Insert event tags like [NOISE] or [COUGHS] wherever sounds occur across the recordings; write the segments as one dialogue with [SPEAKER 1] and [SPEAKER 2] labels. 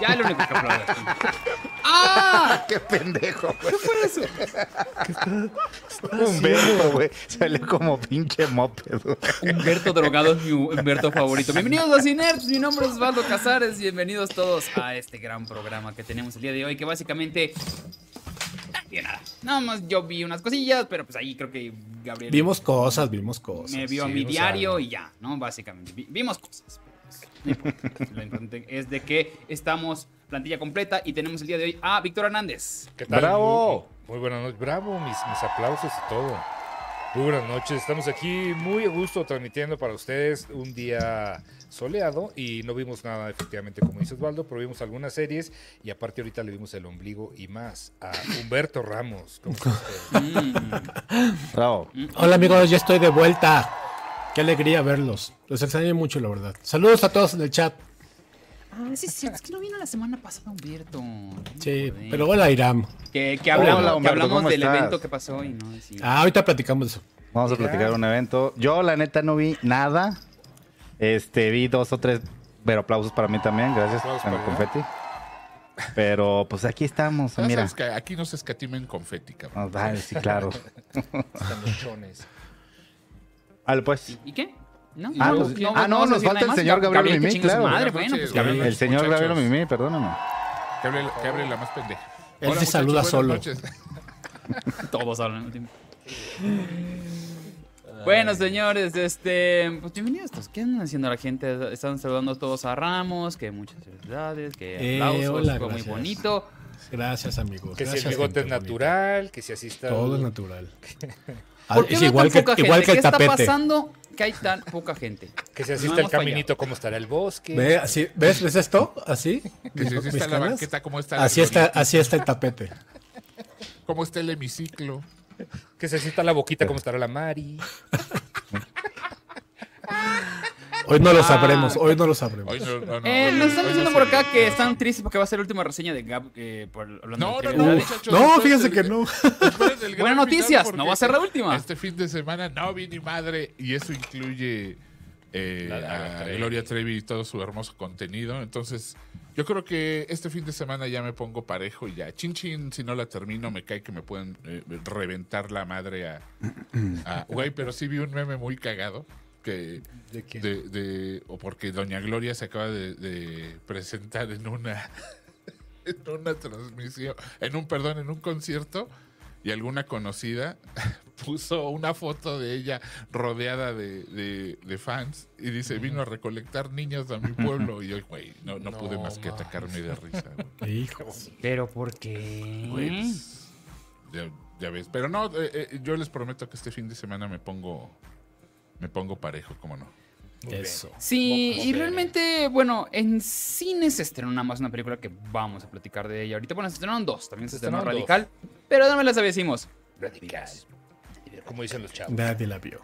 [SPEAKER 1] Ya es lo único que [LAUGHS] aplaudo.
[SPEAKER 2] ¡Ah!
[SPEAKER 3] ¡Qué pendejo, güey!
[SPEAKER 2] fue eso?
[SPEAKER 3] Humberto, güey. Salió como pinche moped, güey.
[SPEAKER 1] Humberto drogado es mi Humberto favorito. Bienvenidos a Cinerts, mi nombre es Osvaldo Casares. Bienvenidos todos a este gran programa que tenemos el día de hoy, que básicamente. ah, de nada. Nada más yo vi unas cosillas, pero pues ahí creo que Gabriel
[SPEAKER 2] Vimos cosas, vimos cosas.
[SPEAKER 1] me vio a
[SPEAKER 2] sí,
[SPEAKER 1] mi
[SPEAKER 2] o sea,
[SPEAKER 1] diario y ya, ¿no? Básicamente. Vi- vimos cosas. pues, No importa. [LAUGHS] Lo importante es de que estamos plantilla completa y tenemos el día de hoy a Víctor Hernández.
[SPEAKER 4] ¿Qué tal?
[SPEAKER 3] ¡Bravo!
[SPEAKER 4] Muy, muy buenas noches. Bravo, mis, mis aplausos y todo. Muy buenas noches. Estamos aquí muy a gusto transmitiendo para ustedes un día soleado y no vimos nada, efectivamente, como dice Osvaldo, pero vimos algunas series y aparte ahorita le vimos el ombligo y más a Humberto Ramos. ¿Cómo está
[SPEAKER 2] [LAUGHS]
[SPEAKER 4] usted?
[SPEAKER 3] Bravo.
[SPEAKER 2] Hola amigos, ya estoy de vuelta. Qué alegría verlos. Los extrañé mucho, la verdad. Saludos a todos en el chat.
[SPEAKER 1] Ah, sí, sí, es que no vino la semana pasada Humberto.
[SPEAKER 2] Sí,
[SPEAKER 1] Joder.
[SPEAKER 2] pero hola Iram.
[SPEAKER 1] Que, que hablamos,
[SPEAKER 3] Hola,
[SPEAKER 1] que
[SPEAKER 3] Humberto,
[SPEAKER 1] hablamos
[SPEAKER 3] ¿cómo
[SPEAKER 1] del
[SPEAKER 3] estás?
[SPEAKER 1] evento que pasó y no sí.
[SPEAKER 2] Ah, ahorita platicamos de eso.
[SPEAKER 3] Vamos a platicar de un evento. Yo, la neta, no vi nada. Este, vi dos o tres, pero aplausos para mí también, gracias.
[SPEAKER 4] Aplausos
[SPEAKER 3] Con el
[SPEAKER 4] para mí.
[SPEAKER 3] confeti. Pero, pues aquí estamos,
[SPEAKER 5] Ya
[SPEAKER 3] mira.
[SPEAKER 5] sabes que aquí no se escatimen confeti, cabrón.
[SPEAKER 3] Nos va, sí, claro.
[SPEAKER 4] Están los chones.
[SPEAKER 3] Vale, pues.
[SPEAKER 1] ¿Y qué? ¿No?
[SPEAKER 3] Ah,
[SPEAKER 1] no,
[SPEAKER 3] pues- ah, no,
[SPEAKER 1] vamos a
[SPEAKER 3] nos
[SPEAKER 1] decir
[SPEAKER 3] falta
[SPEAKER 1] nada
[SPEAKER 3] el
[SPEAKER 1] más.
[SPEAKER 3] señor Gabriel
[SPEAKER 1] que
[SPEAKER 3] Mimín,
[SPEAKER 1] chingue su
[SPEAKER 3] claro.
[SPEAKER 1] Madre, bueno, pues
[SPEAKER 5] Sí,
[SPEAKER 1] Gabriel.
[SPEAKER 3] El señor
[SPEAKER 5] muchachos.
[SPEAKER 3] Gabriel Mimí, perdóname.
[SPEAKER 5] Que hable, que hable la más pendeja.
[SPEAKER 2] Él se saluda
[SPEAKER 5] buenas
[SPEAKER 2] solo.
[SPEAKER 5] noches.
[SPEAKER 1] Todos hablan al mismo tiempo. [LAUGHS] Bueno, señores, este, pues bienvenidos. todos. ¿Qué andan haciendo la gente? Están saludando todos a Ramos, que muchas felicidades, que
[SPEAKER 2] Eh,
[SPEAKER 1] aplausos,
[SPEAKER 2] hola,
[SPEAKER 1] fue muy
[SPEAKER 2] gracias.
[SPEAKER 1] bonito.
[SPEAKER 2] Gracias amigos.
[SPEAKER 4] Que si el
[SPEAKER 2] Gracias,
[SPEAKER 4] bigote es
[SPEAKER 2] gente bonita.
[SPEAKER 4] natural, que si así está.
[SPEAKER 2] Todo es natural. Ah,
[SPEAKER 1] ¿Por qué
[SPEAKER 2] es
[SPEAKER 1] veo
[SPEAKER 2] igual
[SPEAKER 1] tan
[SPEAKER 2] que,
[SPEAKER 1] poca gente?
[SPEAKER 2] igual que
[SPEAKER 1] ¿Qué
[SPEAKER 2] el
[SPEAKER 1] está
[SPEAKER 2] tapete.
[SPEAKER 1] pasando que hay tan poca gente?
[SPEAKER 4] Que si
[SPEAKER 1] No
[SPEAKER 4] así está el
[SPEAKER 1] hemos fallado.
[SPEAKER 4] caminito, cómo estará el bosque.
[SPEAKER 2] Ve, así- ¿Ves? ¿Ves esto? ¿Así?
[SPEAKER 5] Que si así
[SPEAKER 2] Mis
[SPEAKER 5] está la
[SPEAKER 2] canas.
[SPEAKER 5] banqueta, ¿cómo está el
[SPEAKER 2] Así está,
[SPEAKER 5] horizonte?
[SPEAKER 2] así está el tapete.
[SPEAKER 5] ¿Cómo está el hemiciclo?
[SPEAKER 4] Que si así está la boquita, cómo estará la Mari.
[SPEAKER 2] Hoy no
[SPEAKER 1] Ah.
[SPEAKER 2] lo sabremos, hoy no lo sabremos.
[SPEAKER 5] Hoy no, no, no.
[SPEAKER 1] Eh,
[SPEAKER 5] hoy-
[SPEAKER 1] nos están
[SPEAKER 5] hoy
[SPEAKER 1] diciendo
[SPEAKER 5] no
[SPEAKER 1] por
[SPEAKER 5] se
[SPEAKER 1] acá
[SPEAKER 5] ve.
[SPEAKER 1] que están tristes porque va a ser la última reseña de Gab eh, por, hablando
[SPEAKER 5] No,
[SPEAKER 1] de
[SPEAKER 5] no, no,
[SPEAKER 1] trivialidades.
[SPEAKER 5] muchachos. eh,
[SPEAKER 2] No,
[SPEAKER 5] esperen
[SPEAKER 2] fíjense
[SPEAKER 5] el-
[SPEAKER 2] que
[SPEAKER 5] [LAUGHS]
[SPEAKER 2] no.
[SPEAKER 5] esperen el gran
[SPEAKER 1] Buenas noticias,
[SPEAKER 5] final
[SPEAKER 1] no va a ser la última.
[SPEAKER 5] Este fin de semana no vi ni madre y eso incluye eh,
[SPEAKER 4] La- la-
[SPEAKER 5] a
[SPEAKER 4] Trevi.
[SPEAKER 5] Gloria Trevi y todo su hermoso contenido. Entonces, yo creo que este fin de semana ya me pongo parejo y ya. Chin chin, si no la termino, me cae que me pueden eh, reventar la madre a,
[SPEAKER 1] [LAUGHS]
[SPEAKER 5] a- Güey, pero sí vi un meme muy cagado que...
[SPEAKER 4] ¿De quién?
[SPEAKER 5] De, de- o porque Doña Gloria se acaba de, de presentar en una en una transmisión, en un perdón, en un concierto y alguna conocida [LAUGHS] puso una foto de ella rodeada de, de- de fans y dice vino a recolectar niños a mi pueblo y yo güey no, no,
[SPEAKER 4] No,
[SPEAKER 5] pude más que
[SPEAKER 4] ma.
[SPEAKER 5] atacarme de risa güey.
[SPEAKER 2] Hijo.
[SPEAKER 1] Pero ¿por qué?
[SPEAKER 5] Güey, pues, ya, ya ves pero no eh, eh, yo les prometo que este fin de semana me pongo me pongo parejo como no
[SPEAKER 2] Eso.
[SPEAKER 1] Sí,
[SPEAKER 4] Vamos a
[SPEAKER 1] y
[SPEAKER 4] ver.
[SPEAKER 1] realmente, bueno, en cine se estrenó nada más una película que vamos a platicar de ella ahorita. Bueno, se estrenaron dos, también se,
[SPEAKER 4] Se
[SPEAKER 1] estrenó
[SPEAKER 4] estrenaron
[SPEAKER 1] Radical, pero no me las decimos.
[SPEAKER 4] Radical. Como dicen los chavos.
[SPEAKER 2] Nadie la vio.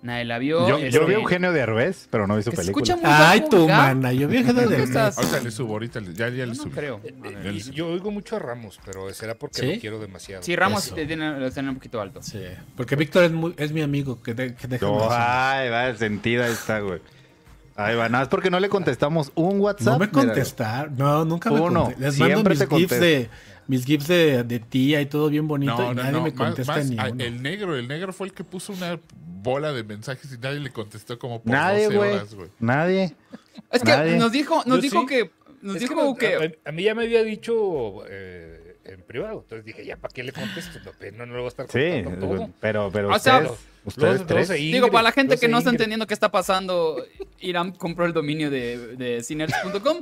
[SPEAKER 1] Nadie la vio.
[SPEAKER 3] Yo, yo
[SPEAKER 1] este,
[SPEAKER 3] vi a Eugenio de Arbez, pero no vi su
[SPEAKER 1] que se escucha
[SPEAKER 3] película.
[SPEAKER 1] muy
[SPEAKER 2] Ay,
[SPEAKER 1] bajo,
[SPEAKER 2] tu
[SPEAKER 1] Gab.
[SPEAKER 2] mana. Yo vi Eugenio
[SPEAKER 1] ¿Dónde
[SPEAKER 2] de Arbez.
[SPEAKER 1] estás?
[SPEAKER 5] ahorita le subo ahorita le- ya, ya le
[SPEAKER 1] Yo no
[SPEAKER 5] subí
[SPEAKER 1] creo. A
[SPEAKER 4] Eh,
[SPEAKER 1] ver.
[SPEAKER 4] y- yo oigo mucho a Ramos, pero será porque
[SPEAKER 2] ¿Sí?
[SPEAKER 4] lo quiero demasiado.
[SPEAKER 1] Sí, Ramos
[SPEAKER 2] Eso.
[SPEAKER 1] te tiene, lo tiene un poquito alto.
[SPEAKER 2] Sí, porque Víctor es, muy- es mi amigo que, de-
[SPEAKER 3] [LAUGHS]
[SPEAKER 2] que deja
[SPEAKER 3] Yo,
[SPEAKER 2] mensajes.
[SPEAKER 3] ay, va, el sentido ahí está, güey. Ahí va, nada, es porque no le contestamos un WhatsApp.
[SPEAKER 2] No me
[SPEAKER 3] mira, güey.
[SPEAKER 2] contestar, no, nunca me
[SPEAKER 3] Uno,
[SPEAKER 2] contestar. Les mando
[SPEAKER 3] siempre
[SPEAKER 2] mis
[SPEAKER 3] te
[SPEAKER 2] gifs
[SPEAKER 3] contesto.
[SPEAKER 2] de mis gifs de, de tía y todo bien bonito y nadie me
[SPEAKER 5] más-
[SPEAKER 2] contesta
[SPEAKER 5] más,
[SPEAKER 2] ni
[SPEAKER 5] ah,
[SPEAKER 2] uno.
[SPEAKER 5] El negro, el negro fue el que puso una bola de mensajes y nadie le contestó como por
[SPEAKER 3] Nadie,
[SPEAKER 5] 12
[SPEAKER 3] güey.
[SPEAKER 5] horas, güey.
[SPEAKER 3] Nadie.
[SPEAKER 1] Es que
[SPEAKER 3] Nadie.
[SPEAKER 1] nos dijo, nos
[SPEAKER 4] Yo
[SPEAKER 1] dijo
[SPEAKER 4] sí.
[SPEAKER 1] que. Nos
[SPEAKER 4] Es que
[SPEAKER 1] dijo
[SPEAKER 4] no-
[SPEAKER 1] que.
[SPEAKER 4] A, a mí ya me había dicho eh, en privado, entonces dije, ya, ¿para qué le contesto? No, pues, no, no le voy a estar
[SPEAKER 3] Sí,
[SPEAKER 4] contestando todo.
[SPEAKER 3] pero, pero
[SPEAKER 1] O sea,
[SPEAKER 3] ustedes,
[SPEAKER 4] los-
[SPEAKER 3] ustedes
[SPEAKER 4] los-
[SPEAKER 3] tres.
[SPEAKER 4] los ahí.
[SPEAKER 1] Digo,
[SPEAKER 4] Ingrid,
[SPEAKER 1] para la gente
[SPEAKER 4] yo
[SPEAKER 1] que
[SPEAKER 4] sé
[SPEAKER 1] no está
[SPEAKER 4] Ingrid.
[SPEAKER 1] entendiendo qué está pasando, Irán compró el dominio de, de Cinearts.com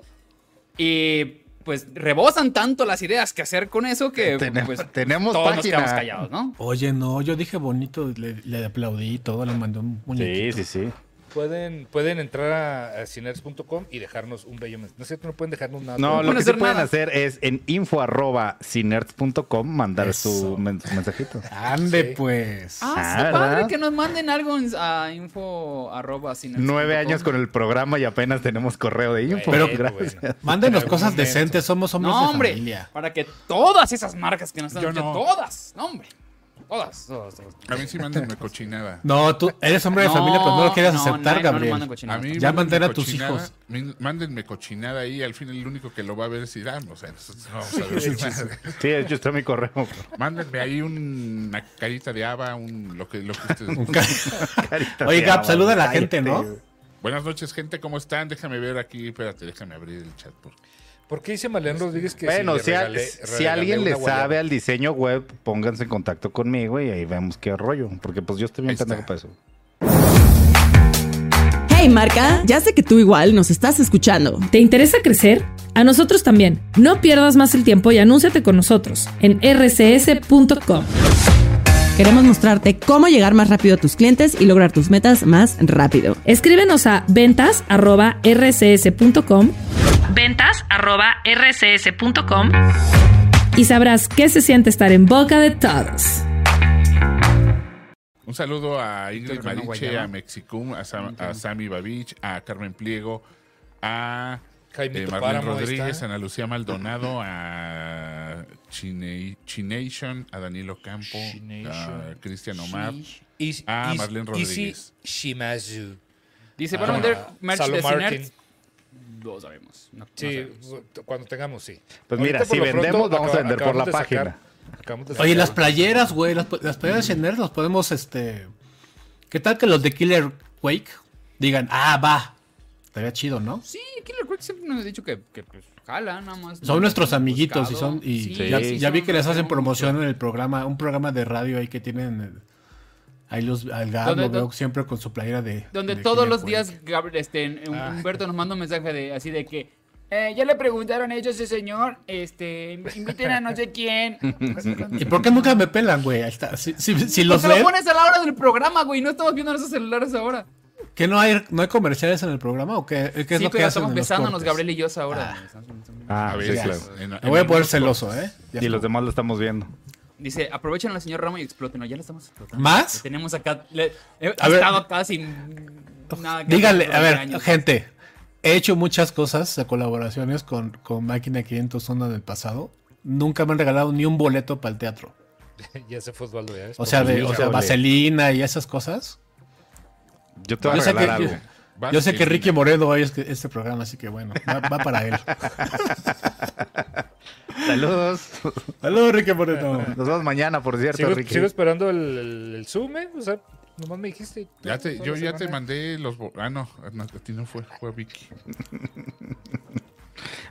[SPEAKER 1] y pues rebosan tanto las ideas que hacer con eso
[SPEAKER 2] Eh,
[SPEAKER 1] que
[SPEAKER 3] Tenemos-
[SPEAKER 1] pues,
[SPEAKER 3] tenemos
[SPEAKER 1] todos
[SPEAKER 3] página.
[SPEAKER 1] nos quedamos callados, ¿no?
[SPEAKER 2] Oye, no, yo dije bonito, le, le aplaudí y todo, le mandé un
[SPEAKER 3] Sí,
[SPEAKER 2] muñequito.
[SPEAKER 3] sí, sí.
[SPEAKER 4] Pueden, pueden entrar a, a cinears.com y dejarnos un bello mensaje. No es cierto, no pueden dejarnos nada.
[SPEAKER 3] No,
[SPEAKER 4] pero-
[SPEAKER 3] lo
[SPEAKER 1] pueden
[SPEAKER 3] que sí
[SPEAKER 1] hacer
[SPEAKER 3] pueden
[SPEAKER 1] nada.
[SPEAKER 3] hacer es en info.cinerts.com mandar su,
[SPEAKER 2] Eso.
[SPEAKER 3] men- su [LAUGHS] mensajito.
[SPEAKER 2] Ande
[SPEAKER 4] Sí.
[SPEAKER 2] pues.
[SPEAKER 1] Ah,
[SPEAKER 3] Ah,
[SPEAKER 1] está padre
[SPEAKER 3] ¿verdad?
[SPEAKER 1] que nos manden algo en- a info arroba Cinearts.com.
[SPEAKER 3] Nueve años con el programa y apenas tenemos correo de info.
[SPEAKER 4] Bueno,
[SPEAKER 3] gracias.
[SPEAKER 4] bueno.
[SPEAKER 2] Mándenos
[SPEAKER 4] En algún
[SPEAKER 2] cosas
[SPEAKER 4] momento.
[SPEAKER 2] decentes, somos hombres
[SPEAKER 1] No,
[SPEAKER 2] de
[SPEAKER 1] hombre,
[SPEAKER 2] familia.
[SPEAKER 1] para que todas esas marcas que nos están
[SPEAKER 5] Yo
[SPEAKER 1] diciendo,
[SPEAKER 5] no.
[SPEAKER 1] todas, no, hombre. Todas, todas, todas.
[SPEAKER 5] A mí sí
[SPEAKER 3] [LAUGHS]
[SPEAKER 5] mándenme cochinada.
[SPEAKER 2] No, tú eres hombre de familia, pero no lo quieres aceptar,
[SPEAKER 1] no, no le
[SPEAKER 2] Gabriel.
[SPEAKER 1] mandan
[SPEAKER 2] [LAUGHS]
[SPEAKER 1] cochinada.
[SPEAKER 5] A mí
[SPEAKER 2] Ya
[SPEAKER 5] mándenme
[SPEAKER 2] mantén a tus
[SPEAKER 5] cochinada,
[SPEAKER 2] hijos.
[SPEAKER 5] min- Mándenme cochinada ahí. Al fin, el único que lo va a ver es Irán. O sea, nosotros no vamos a ver ni madre.
[SPEAKER 3] Sí, de hecho está mi correo.
[SPEAKER 5] Mándenme ahí un- una carita de haba, un, lo, que, lo que ustedes.
[SPEAKER 2] [LAUGHS]
[SPEAKER 3] Carita
[SPEAKER 2] Oye,
[SPEAKER 3] de
[SPEAKER 2] Gab,
[SPEAKER 3] agua,
[SPEAKER 2] saluda a la
[SPEAKER 3] cállate,
[SPEAKER 2] gente, ¿no?
[SPEAKER 3] güey.
[SPEAKER 5] Buenas noches, gente. ¿Cómo están? Déjame ver aquí. Espérate, déjame abrir el chat. Porque...
[SPEAKER 4] ¿Por qué dice Malén Rodríguez que
[SPEAKER 3] Este, Bueno,
[SPEAKER 4] le
[SPEAKER 3] si, a-
[SPEAKER 4] regalé-
[SPEAKER 3] si
[SPEAKER 4] regalé
[SPEAKER 3] alguien le
[SPEAKER 4] una guayaba?
[SPEAKER 3] sabe al diseño web, pónganse en contacto conmigo y ahí vemos qué rollo. Porque pues yo estoy bien
[SPEAKER 5] Ahí
[SPEAKER 3] pendejo
[SPEAKER 5] está.
[SPEAKER 3] para eso.
[SPEAKER 6] Hey marca, ya sé que tú igual nos estás escuchando.
[SPEAKER 7] ¿Te interesa crecer? A nosotros también. No pierdas más el tiempo y anúnciate con nosotros en rcs.com.
[SPEAKER 6] Queremos mostrarte cómo llegar más rápido a tus clientes y lograr tus metas más rápido.
[SPEAKER 7] Escríbenos a ventas@rcs.com. ventas@rcs.com y sabrás qué se siente estar en boca de todos.
[SPEAKER 5] Un saludo a Ingrid
[SPEAKER 1] Pero no
[SPEAKER 5] Mariche,
[SPEAKER 1] guayaba.
[SPEAKER 5] a Mexicum, a, Sam- a Sami Babich, a Carmen Pliego, a
[SPEAKER 4] Jaimito
[SPEAKER 5] eh, Marlene
[SPEAKER 4] Páramo, ahí
[SPEAKER 5] Rodríguez,
[SPEAKER 4] está.
[SPEAKER 5] a Ana Lucía Maldonado, a Chine- Chination, a Danilo Campo, a
[SPEAKER 4] Chination.
[SPEAKER 5] Cristian Omar.
[SPEAKER 1] Sí.
[SPEAKER 4] Is-
[SPEAKER 5] Ah,
[SPEAKER 4] is-
[SPEAKER 5] Marlene Rodríguez.
[SPEAKER 4] Izzy Shimazu.
[SPEAKER 1] Dice,
[SPEAKER 4] Ah,
[SPEAKER 1] ¿van a vender merch
[SPEAKER 4] Salo
[SPEAKER 1] de
[SPEAKER 4] Martin.
[SPEAKER 1] Cinerts? Lo sabemos. No, no
[SPEAKER 4] Sí,
[SPEAKER 1] sabemos.
[SPEAKER 4] cuando tengamos, sí.
[SPEAKER 3] Pues mira,
[SPEAKER 4] Ahorita, por
[SPEAKER 3] si
[SPEAKER 4] lo pronto,
[SPEAKER 3] vendemos, vamos a
[SPEAKER 4] acaba-
[SPEAKER 3] vender por la
[SPEAKER 4] acabamos de sacar-
[SPEAKER 3] página.
[SPEAKER 4] acabamos de
[SPEAKER 2] Oye,
[SPEAKER 4] sacar-
[SPEAKER 2] las playeras, güey. Las, las playeras en nerd las podemos, este. ¿Qué tal que los de Killer Quake digan, ah, va? Estaría chido, ¿no?
[SPEAKER 1] Sí, Killer Quake siempre nos ha dicho que, que pues, jala, nada más.
[SPEAKER 2] Son nuestros
[SPEAKER 1] Buscado.
[SPEAKER 2] amiguitos y son. Y
[SPEAKER 1] Sí,
[SPEAKER 2] ya,
[SPEAKER 1] sí,
[SPEAKER 2] ya
[SPEAKER 1] son
[SPEAKER 2] vi que les hacen
[SPEAKER 1] amigos.
[SPEAKER 2] promoción en el programa, un programa de radio ahí que tienen. eh, Ahí los al Gab
[SPEAKER 1] Donde
[SPEAKER 2] lo veo
[SPEAKER 1] to-
[SPEAKER 2] siempre con su playera de.
[SPEAKER 1] Donde
[SPEAKER 2] de
[SPEAKER 1] todos
[SPEAKER 2] Killer
[SPEAKER 1] los
[SPEAKER 2] Quake.
[SPEAKER 1] días Gabriel, este, en-
[SPEAKER 4] Ah.
[SPEAKER 1] Humberto nos manda un mensaje de así de que eh, ya le preguntaron ellos a ese señor, este, inviten a no sé
[SPEAKER 2] [LAUGHS]
[SPEAKER 1] quién.
[SPEAKER 2] ¿Y por qué nunca me pelan, güey? Ahí está. Si, si- si los
[SPEAKER 1] Porque
[SPEAKER 2] ven,
[SPEAKER 1] lo pones a la hora del programa, güey, no estamos viendo nuestros celulares ahora.
[SPEAKER 2] ¿que no hay, no hay comerciales en el programa? ¿O qué, qué es
[SPEAKER 1] sí,
[SPEAKER 2] lo que
[SPEAKER 1] pero
[SPEAKER 2] hacen
[SPEAKER 1] estamos
[SPEAKER 2] en los
[SPEAKER 1] besándonos
[SPEAKER 2] cortes?
[SPEAKER 1] Gabriel y yo ahora.
[SPEAKER 3] Ah,
[SPEAKER 5] a
[SPEAKER 3] sí,
[SPEAKER 5] veces.
[SPEAKER 3] claro.
[SPEAKER 5] Pues, en- en
[SPEAKER 2] Me voy a poner
[SPEAKER 5] algunos
[SPEAKER 2] celoso,
[SPEAKER 5] cortes.
[SPEAKER 2] ¿eh? Ya
[SPEAKER 3] Y los demás lo estamos viendo.
[SPEAKER 1] Dice, aprovechen al señor Ramo y explótenlo. Ya lo estamos explotando.
[SPEAKER 2] ¿Más?
[SPEAKER 1] Lo tenemos acá. Le, he
[SPEAKER 2] A ver.
[SPEAKER 1] estado acá sin nada. que
[SPEAKER 2] Díganle,
[SPEAKER 1] hacer
[SPEAKER 2] a ver,
[SPEAKER 1] durante años.
[SPEAKER 2] gente. He hecho muchas cosas de colaboraciones con, con Máquina 501 del pasado. Nunca me han regalado ni un boleto para el teatro.
[SPEAKER 4] Ya se fue Osvaldo, ya ves.
[SPEAKER 2] O sea, de, o sea,
[SPEAKER 3] Híjole.
[SPEAKER 2] vaselina y esas cosas.
[SPEAKER 3] Yo te voy a
[SPEAKER 2] Yo sé
[SPEAKER 3] regalar
[SPEAKER 2] que-
[SPEAKER 3] algo.
[SPEAKER 5] Vas,
[SPEAKER 2] Yo sé que
[SPEAKER 5] Irina.
[SPEAKER 2] Ricky Moreno hoy es que- este programa, así que bueno, va, va para él.
[SPEAKER 3] Saludos.
[SPEAKER 2] [LAUGHS] Saludos, Ricky Moreno.
[SPEAKER 3] Nos vemos mañana, por cierto,
[SPEAKER 4] Sigo,
[SPEAKER 3] Ricky.
[SPEAKER 4] sigo esperando el, el, el Zoom, ¿eh? O sea, nomás me dijiste.
[SPEAKER 5] Ya te- yo
[SPEAKER 4] Toda la
[SPEAKER 5] ya te
[SPEAKER 4] semana.
[SPEAKER 5] mandé los. bo- Ah, no, no, a ti no fue, fue a Vicky.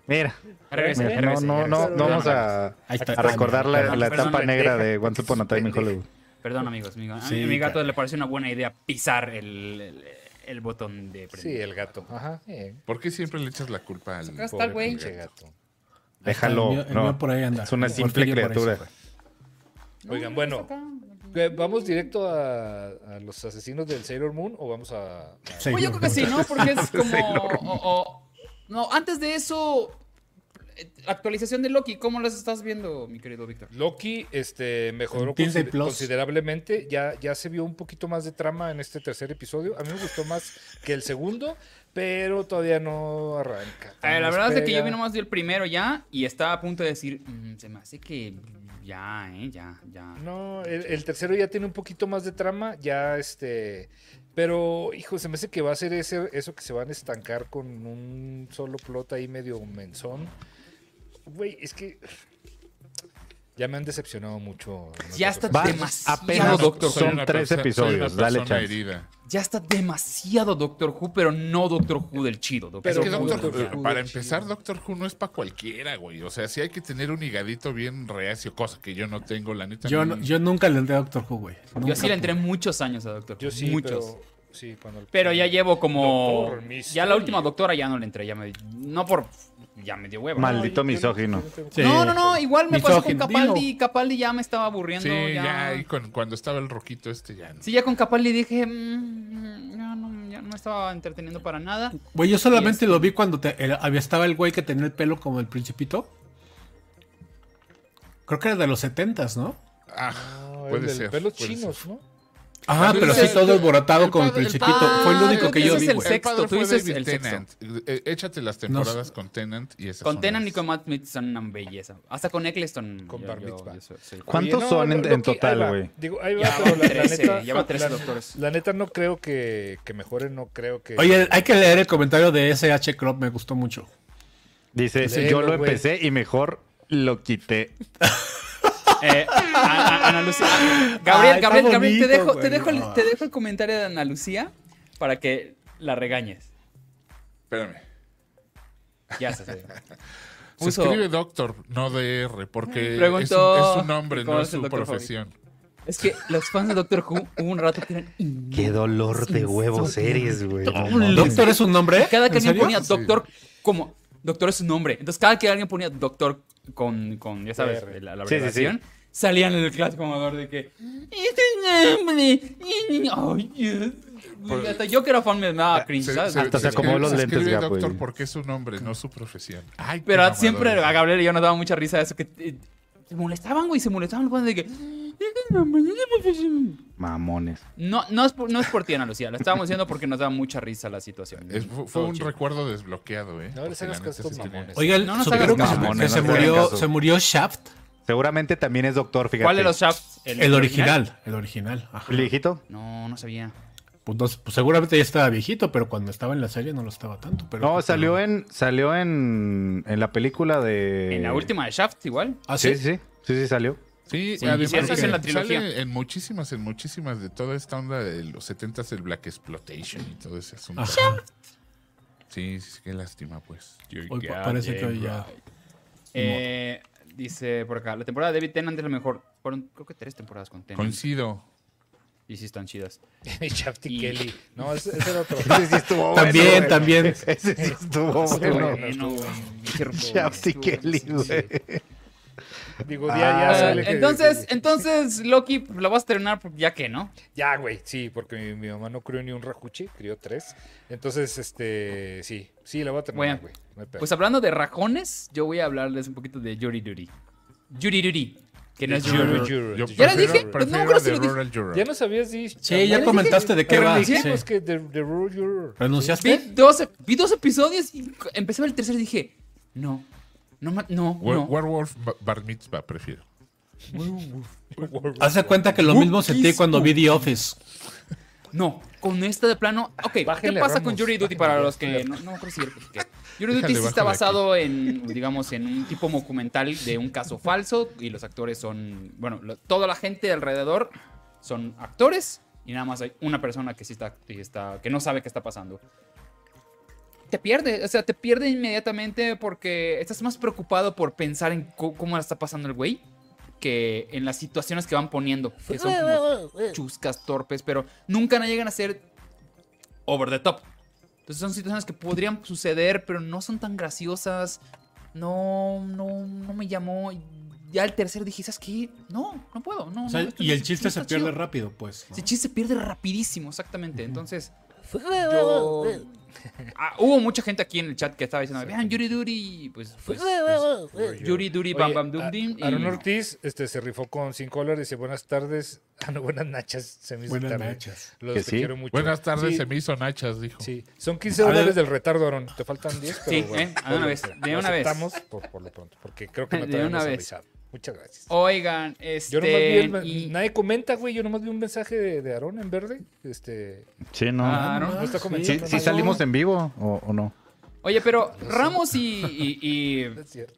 [SPEAKER 3] Mira,
[SPEAKER 1] Regrese,
[SPEAKER 3] mira, no,
[SPEAKER 1] regrese,
[SPEAKER 3] no, no,
[SPEAKER 1] regrese.
[SPEAKER 3] no vamos a,
[SPEAKER 2] Ahí está.
[SPEAKER 3] a recordar la,
[SPEAKER 1] Perdón,
[SPEAKER 3] la
[SPEAKER 1] perdón,
[SPEAKER 3] etapa
[SPEAKER 1] me
[SPEAKER 3] negra
[SPEAKER 1] deja.
[SPEAKER 3] de Once Upon a Time in Hollywood.
[SPEAKER 1] Perdón, amigos. Mi, a mí-
[SPEAKER 2] Sí,
[SPEAKER 1] a mi gato
[SPEAKER 2] claro.
[SPEAKER 1] le pareció una buena idea pisar el, el, el botón de
[SPEAKER 4] Sí,
[SPEAKER 1] prender.
[SPEAKER 4] el gato. Ajá. eh,
[SPEAKER 5] ¿Por qué siempre le echas la culpa al.
[SPEAKER 1] Sacaste- Hasta
[SPEAKER 4] pobre
[SPEAKER 1] el güey.
[SPEAKER 4] pinche gato.
[SPEAKER 3] Déjalo.
[SPEAKER 2] El mío- el
[SPEAKER 3] no.
[SPEAKER 2] mío por ahí anda.
[SPEAKER 3] Es una
[SPEAKER 2] Porfirio
[SPEAKER 3] simple
[SPEAKER 2] por ahí se
[SPEAKER 3] criatura.
[SPEAKER 2] fue.
[SPEAKER 4] Oigan, bueno, eh, ¿vamos directo a, a los asesinos del Sailor Moon o vamos a. a-
[SPEAKER 2] Sí,
[SPEAKER 1] Pues yo creo que sí, ¿no? Porque es como. o- o- no, antes de eso. eh, Actualización de Loki, ¿cómo las estás viendo, mi querido Víctor?
[SPEAKER 4] Loki este, mejoró
[SPEAKER 2] En Disney
[SPEAKER 4] consider-
[SPEAKER 2] Plus.
[SPEAKER 4] considerablemente. Ya, ya se vio un poquito más de trama en este tercer episodio. A mí me gustó más que el segundo, pero todavía no arranca.
[SPEAKER 1] Eh, la
[SPEAKER 4] Nos
[SPEAKER 1] verdad es de que yo
[SPEAKER 4] pega.
[SPEAKER 1] vi nomás vi el primero ya y estaba a punto de decir, "Mm, se me hace que ya, eh, ya, ya.
[SPEAKER 4] No, el, el tercero ya tiene un poquito más de trama, ya este. Pero, hijo, se me hace que va a ser ese, eso que se van a estancar con un solo plot ahí medio menzón. Güey, es que. Ya me han decepcionado mucho.
[SPEAKER 1] Ya está
[SPEAKER 3] Va,
[SPEAKER 1] demasiado
[SPEAKER 3] apenas
[SPEAKER 1] Doctor
[SPEAKER 5] Soy
[SPEAKER 3] son
[SPEAKER 1] Who.
[SPEAKER 5] una
[SPEAKER 3] tres
[SPEAKER 5] perso- soy una
[SPEAKER 3] episodios, dale
[SPEAKER 5] persona
[SPEAKER 3] chance.
[SPEAKER 5] herida.
[SPEAKER 1] Ya está demasiado Doctor Who, pero no Doctor Who del chido. Doctor
[SPEAKER 4] Pero
[SPEAKER 5] es que
[SPEAKER 1] Who
[SPEAKER 5] Doctor,
[SPEAKER 1] del-
[SPEAKER 5] Who- para empezar, Doctor Who no es para cualquiera, güey. O sea, sí hay que tener un higadito bien reacio, cosa que yo no tengo, la neta.
[SPEAKER 2] Yo,
[SPEAKER 5] no-
[SPEAKER 2] no- yo nunca le entré a Doctor Who, güey.
[SPEAKER 1] Yo
[SPEAKER 2] Nunca.
[SPEAKER 1] sí le entré muchos años a Doctor Who.
[SPEAKER 4] Yo sí,
[SPEAKER 1] muchos.
[SPEAKER 4] pero. Sí, cuando-
[SPEAKER 1] Pero ya llevo como.
[SPEAKER 4] Doctor
[SPEAKER 1] Ya
[SPEAKER 4] Misterio.
[SPEAKER 1] la última doctora ya no le entré. Ya me, no por. Ya me dio hueva.
[SPEAKER 3] Maldito misógino.
[SPEAKER 2] Sí.
[SPEAKER 1] No, no, no. Igual me pasó con
[SPEAKER 2] Misógino.
[SPEAKER 1] Capaldi. Capaldi ya me estaba aburriendo.
[SPEAKER 5] Sí,
[SPEAKER 1] ya.
[SPEAKER 5] ya, y con- cuando estaba el roquito este, ya. no.
[SPEAKER 1] Sí, ya con Capaldi dije. "Mm, ya, no, ya no me estaba entreteniendo para nada.
[SPEAKER 2] Güey, yo
[SPEAKER 1] Y
[SPEAKER 2] solamente lo vi cuando te- el- había- estaba el güey que tenía el pelo como el principito. Creo que era de los 70s, ¿no?
[SPEAKER 5] Ah,
[SPEAKER 4] No, el
[SPEAKER 5] puede
[SPEAKER 4] Ah, del
[SPEAKER 5] ser.
[SPEAKER 4] pelo
[SPEAKER 5] puede
[SPEAKER 4] chinos, ¿no?
[SPEAKER 2] Ah,
[SPEAKER 5] Cuando
[SPEAKER 2] pero
[SPEAKER 5] dice
[SPEAKER 2] sí todo
[SPEAKER 5] Ah. el-
[SPEAKER 2] alborotado
[SPEAKER 5] el
[SPEAKER 2] como el
[SPEAKER 5] padre-
[SPEAKER 2] principito.
[SPEAKER 5] padre-
[SPEAKER 2] Fue el único
[SPEAKER 1] Ah,
[SPEAKER 2] que yo
[SPEAKER 1] ese
[SPEAKER 2] vi,
[SPEAKER 1] es el
[SPEAKER 2] güey.
[SPEAKER 1] sexto,
[SPEAKER 5] padre
[SPEAKER 1] tú
[SPEAKER 5] fue
[SPEAKER 1] dices
[SPEAKER 5] David
[SPEAKER 1] el sexto.
[SPEAKER 5] Tennant. Eh, Échate las
[SPEAKER 2] No sé.
[SPEAKER 5] temporadas con Tennant y esas
[SPEAKER 1] Con
[SPEAKER 5] son
[SPEAKER 1] Tenan
[SPEAKER 5] las-
[SPEAKER 1] y con Matt Smith son una belleza. Hasta con Eccleston.
[SPEAKER 4] Con
[SPEAKER 1] yo-
[SPEAKER 4] Bar
[SPEAKER 1] yo-
[SPEAKER 4] Mitzvah.
[SPEAKER 1] yo soy- soy-
[SPEAKER 3] ¿Cuántos
[SPEAKER 4] Oye, no,
[SPEAKER 3] son en,
[SPEAKER 4] lo- lo
[SPEAKER 3] en
[SPEAKER 4] que- ahí va.
[SPEAKER 3] total, güey?
[SPEAKER 4] Digo, ahí va,
[SPEAKER 1] Ya
[SPEAKER 4] pero
[SPEAKER 1] van
[SPEAKER 4] la, la
[SPEAKER 1] 13,
[SPEAKER 4] neta.
[SPEAKER 1] ya van 13
[SPEAKER 4] la-
[SPEAKER 1] doctores.
[SPEAKER 4] La neta no creo que, que mejore, no creo que. [LAUGHS]
[SPEAKER 2] Oye, hay que leer el comentario de SH Crop, me gustó mucho.
[SPEAKER 3] Dice,
[SPEAKER 4] Léelo,
[SPEAKER 3] yo lo
[SPEAKER 4] güey.
[SPEAKER 3] empecé y mejor lo quité.
[SPEAKER 1] Eh, a- a- Ana Lucía. Gabriel,
[SPEAKER 2] Ay, está
[SPEAKER 1] Gabriel, Gabriel, te
[SPEAKER 2] bonito,
[SPEAKER 1] dejo, te,
[SPEAKER 2] güey.
[SPEAKER 1] dejo el, te dejo el comentario de Ana Lucía para que la regañes.
[SPEAKER 5] Espérame.
[SPEAKER 1] Ya se hace.
[SPEAKER 5] Se
[SPEAKER 1] Puso-
[SPEAKER 5] escribe doctor, no DR, porque
[SPEAKER 1] Preguntó
[SPEAKER 5] es, un, es un nombre,
[SPEAKER 1] cómo
[SPEAKER 5] no
[SPEAKER 1] es
[SPEAKER 5] es
[SPEAKER 1] el
[SPEAKER 5] su
[SPEAKER 1] doctor
[SPEAKER 5] profesión.
[SPEAKER 1] Es que los fans de Doctor Who hubo un rato que eran. in-
[SPEAKER 3] Qué dolor de huevos eres, güey. No mames.
[SPEAKER 2] ¿Doctor es un nombre?
[SPEAKER 1] Cada que
[SPEAKER 2] ¿En
[SPEAKER 1] alguien
[SPEAKER 2] serio?
[SPEAKER 1] ponía
[SPEAKER 5] Sí.
[SPEAKER 1] Doctor como. Doctor es su nombre. Entonces, cada que alguien ponía Doctor con, con ya sabes,
[SPEAKER 4] R.
[SPEAKER 1] la, la
[SPEAKER 3] Sí, sí, sí.
[SPEAKER 1] abreviación, salían en el clásico mamador de que. ¡Este nombre! y- ay, Dios".
[SPEAKER 2] Pues,
[SPEAKER 5] Por-
[SPEAKER 1] Hasta yo que era fan me daba
[SPEAKER 2] eh,
[SPEAKER 1] cringe, ¿sabes?
[SPEAKER 3] Hasta se acomodó
[SPEAKER 5] escribe-
[SPEAKER 3] los
[SPEAKER 5] se
[SPEAKER 3] lentes,
[SPEAKER 5] escribe
[SPEAKER 3] Gap, güey.
[SPEAKER 5] doctor porque es su nombre, no su profesión. Ay, qué
[SPEAKER 1] Pero
[SPEAKER 5] mamadores.
[SPEAKER 1] siempre a Gabriel y yo nos daba mucha risa eso que eh, se molestaban, güey, se molestaban los fans de que
[SPEAKER 3] Mamones.
[SPEAKER 1] no, no es por, no es por ti, Ana Lucía, lo estábamos diciendo porque nos da mucha risa la situación.
[SPEAKER 5] Es- fue fue
[SPEAKER 1] Todo
[SPEAKER 5] un
[SPEAKER 1] chido.
[SPEAKER 5] recuerdo desbloqueado, ¿eh?
[SPEAKER 4] No
[SPEAKER 5] Porque la
[SPEAKER 4] les hagas
[SPEAKER 5] neta
[SPEAKER 4] caso a estos
[SPEAKER 5] sí tenía-
[SPEAKER 4] mamones.
[SPEAKER 2] Oigan,
[SPEAKER 1] No nos
[SPEAKER 2] supieron
[SPEAKER 1] hagas
[SPEAKER 2] que, se,
[SPEAKER 3] caso.
[SPEAKER 2] que se
[SPEAKER 3] No nos hagan
[SPEAKER 2] murió,
[SPEAKER 3] caso.
[SPEAKER 2] se murió Shaft,
[SPEAKER 3] Seguramente también es doctor, fíjate.
[SPEAKER 1] ¿Cuál de los shafts?
[SPEAKER 2] el original, el original. Ajá.
[SPEAKER 3] ¿El hijito?
[SPEAKER 1] No, no sabía.
[SPEAKER 2] Pues, no sé, pues seguramente ya estaba viejito, pero cuando estaba en la serie no lo estaba tanto. Pero
[SPEAKER 3] No, salió en salió en, en la película de
[SPEAKER 1] En la última de Shaft igual.
[SPEAKER 2] ¿Ah,
[SPEAKER 3] Sí,
[SPEAKER 2] sí?
[SPEAKER 3] sí, sí, sí, sí salió.
[SPEAKER 5] Sí,
[SPEAKER 1] Sí,
[SPEAKER 5] además
[SPEAKER 1] sí, eso es
[SPEAKER 5] que
[SPEAKER 1] en la trilogía.
[SPEAKER 5] sale en muchísimas, en muchísimas de toda esta onda de los 70s, el Black Exploitation y todo ese asunto.
[SPEAKER 2] Ajá.
[SPEAKER 5] Sí, sí, qué lástima, pues. You're
[SPEAKER 2] Hoy pa-
[SPEAKER 5] goddamn
[SPEAKER 2] parece que hoy ya.
[SPEAKER 5] right.
[SPEAKER 1] Eh, dice por acá, la temporada de David Tennant es la mejor. Fueron creo que tres temporadas con Tennant.
[SPEAKER 5] Coincido.
[SPEAKER 1] Y sí están chidas.
[SPEAKER 4] Shafty
[SPEAKER 1] Y-
[SPEAKER 4] Kelly. No, ese, ese era otro.
[SPEAKER 3] Ese [LAUGHS] sí estuvo bueno,
[SPEAKER 2] También,
[SPEAKER 3] güey.
[SPEAKER 2] también.
[SPEAKER 3] Ese sí estuvo bueno.
[SPEAKER 4] bueno.
[SPEAKER 1] Bueno, güey, qué rico, güey.
[SPEAKER 3] Shafty Kelly, güey.
[SPEAKER 4] Digo, ya, ya
[SPEAKER 3] Ah,
[SPEAKER 4] sale. que-
[SPEAKER 1] Entonces,
[SPEAKER 4] que-
[SPEAKER 1] entonces, Loki, pues, la vas a terminar ya que, ¿no?
[SPEAKER 4] Ya, güey, sí, porque mi, mi mamá no crió ni un rajuchi, crió tres. Entonces, este, sí, sí, la voy a terminar,
[SPEAKER 1] Bueno,
[SPEAKER 4] güey. no hay pedo.
[SPEAKER 1] Pues hablando de rajones, yo voy a hablarles un poquito de Yuri Duty. Yuri Duty. Que no es Yuri
[SPEAKER 4] Juro,
[SPEAKER 1] Duty.
[SPEAKER 4] juro,
[SPEAKER 5] Yo
[SPEAKER 4] juro.
[SPEAKER 1] Ya les dije,
[SPEAKER 5] prefiero-
[SPEAKER 1] pero no me
[SPEAKER 5] prefiero
[SPEAKER 1] acuerdo si
[SPEAKER 5] The
[SPEAKER 1] lo dije.
[SPEAKER 5] Rural Juror.
[SPEAKER 4] Ya nos habías dicho.
[SPEAKER 2] Sí, ya comentaste de qué va.
[SPEAKER 4] Dijimos
[SPEAKER 2] sí.
[SPEAKER 4] que The, The Rule Your-
[SPEAKER 1] Vi
[SPEAKER 2] ¿Renunciaste?
[SPEAKER 1] dos, vi dos episodios y cu- empecé a ver el tercero y dije, no, no, ma- no,
[SPEAKER 5] Wer-
[SPEAKER 1] no.
[SPEAKER 5] Werewolf Ba- Bar Mitzvah, prefiero.
[SPEAKER 2] Haz de cuenta que lo mismo sentí cuando vi The Office.
[SPEAKER 1] No, con esta de plano. Ok,
[SPEAKER 4] Bájenle,
[SPEAKER 1] ¿qué pasa
[SPEAKER 4] Ramos,
[SPEAKER 1] con Yuri Duty
[SPEAKER 4] bájenle,
[SPEAKER 1] para
[SPEAKER 4] ya,
[SPEAKER 1] los que
[SPEAKER 4] ya.
[SPEAKER 1] no, no me acuerdo si era porque- Yuri
[SPEAKER 5] Déjale,
[SPEAKER 1] Duty sí está
[SPEAKER 5] bájale aquí.
[SPEAKER 1] basado en, digamos, en un tipo documental de un caso falso y los actores son, bueno, lo- toda la gente alrededor son actores y nada más hay una persona que sí está, que está, que no sabe qué está pasando. Te pierde, o sea, te pierde inmediatamente porque estás más preocupado por pensar en co- cómo la está pasando el güey que en las situaciones que van poniendo, que son como chuscas, torpes, pero nunca no llegan a ser over the top. Entonces son situaciones que podrían suceder, pero no son tan graciosas. No, no, no me llamó. Ya el tercer dije, ¿sabes qué? No, no puedo. No,
[SPEAKER 2] O sea,
[SPEAKER 1] no, esto
[SPEAKER 2] y
[SPEAKER 1] no-
[SPEAKER 2] el
[SPEAKER 1] no
[SPEAKER 2] chiste se
[SPEAKER 1] está
[SPEAKER 2] pierde
[SPEAKER 1] chido.
[SPEAKER 2] rápido, pues. ¿no?
[SPEAKER 1] Ese chiste se pierde rapidísimo, exactamente. Entonces, yo- Ah, hubo mucha gente aquí en el chat que estaba diciendo, vean, Yuri Duri, pues, pues, pues, Yuri Duri, Bam
[SPEAKER 4] Oye,
[SPEAKER 1] Bam
[SPEAKER 4] a-
[SPEAKER 1] Dum Dim. y-
[SPEAKER 4] Aaron Ortiz este, se rifó con 5 dólares. Dice buenas tardes. [LAUGHS] Ah, no, buenas nachas. Se me hizo
[SPEAKER 2] Buenas
[SPEAKER 4] tarde.
[SPEAKER 2] nachas.
[SPEAKER 4] Los
[SPEAKER 3] Que
[SPEAKER 4] te
[SPEAKER 3] sí.
[SPEAKER 4] quiero mucho.
[SPEAKER 5] Buenas tardes,
[SPEAKER 4] Sí,
[SPEAKER 5] se me hizo Nachas, dijo.
[SPEAKER 4] sí. Son 15
[SPEAKER 2] A ver.
[SPEAKER 4] dólares del retardo, Aaron. Te faltan 10. Pero
[SPEAKER 1] Sí,
[SPEAKER 4] bueno,
[SPEAKER 1] ven, a una vez, de
[SPEAKER 4] lo
[SPEAKER 1] una vez.
[SPEAKER 4] aceptamos por, por lo pronto. Porque creo que me
[SPEAKER 1] De
[SPEAKER 4] todavía
[SPEAKER 1] una
[SPEAKER 4] no se ha
[SPEAKER 1] vez.
[SPEAKER 4] avisado. Muchas gracias.
[SPEAKER 1] Oigan, este...
[SPEAKER 4] Yo nomás vi el men-
[SPEAKER 1] y-
[SPEAKER 4] Nadie comenta, güey. Yo nomás vi un mensaje de, de Aarón en verde. Este,
[SPEAKER 3] Sí, no.
[SPEAKER 1] Ah,
[SPEAKER 4] no
[SPEAKER 2] sí.
[SPEAKER 4] está
[SPEAKER 3] ¿Sí,
[SPEAKER 4] comentando.
[SPEAKER 3] sí
[SPEAKER 4] nada.
[SPEAKER 3] salimos en vivo o, o no?
[SPEAKER 1] Oye, pero Ramos y, y- y
[SPEAKER 4] No es cierto.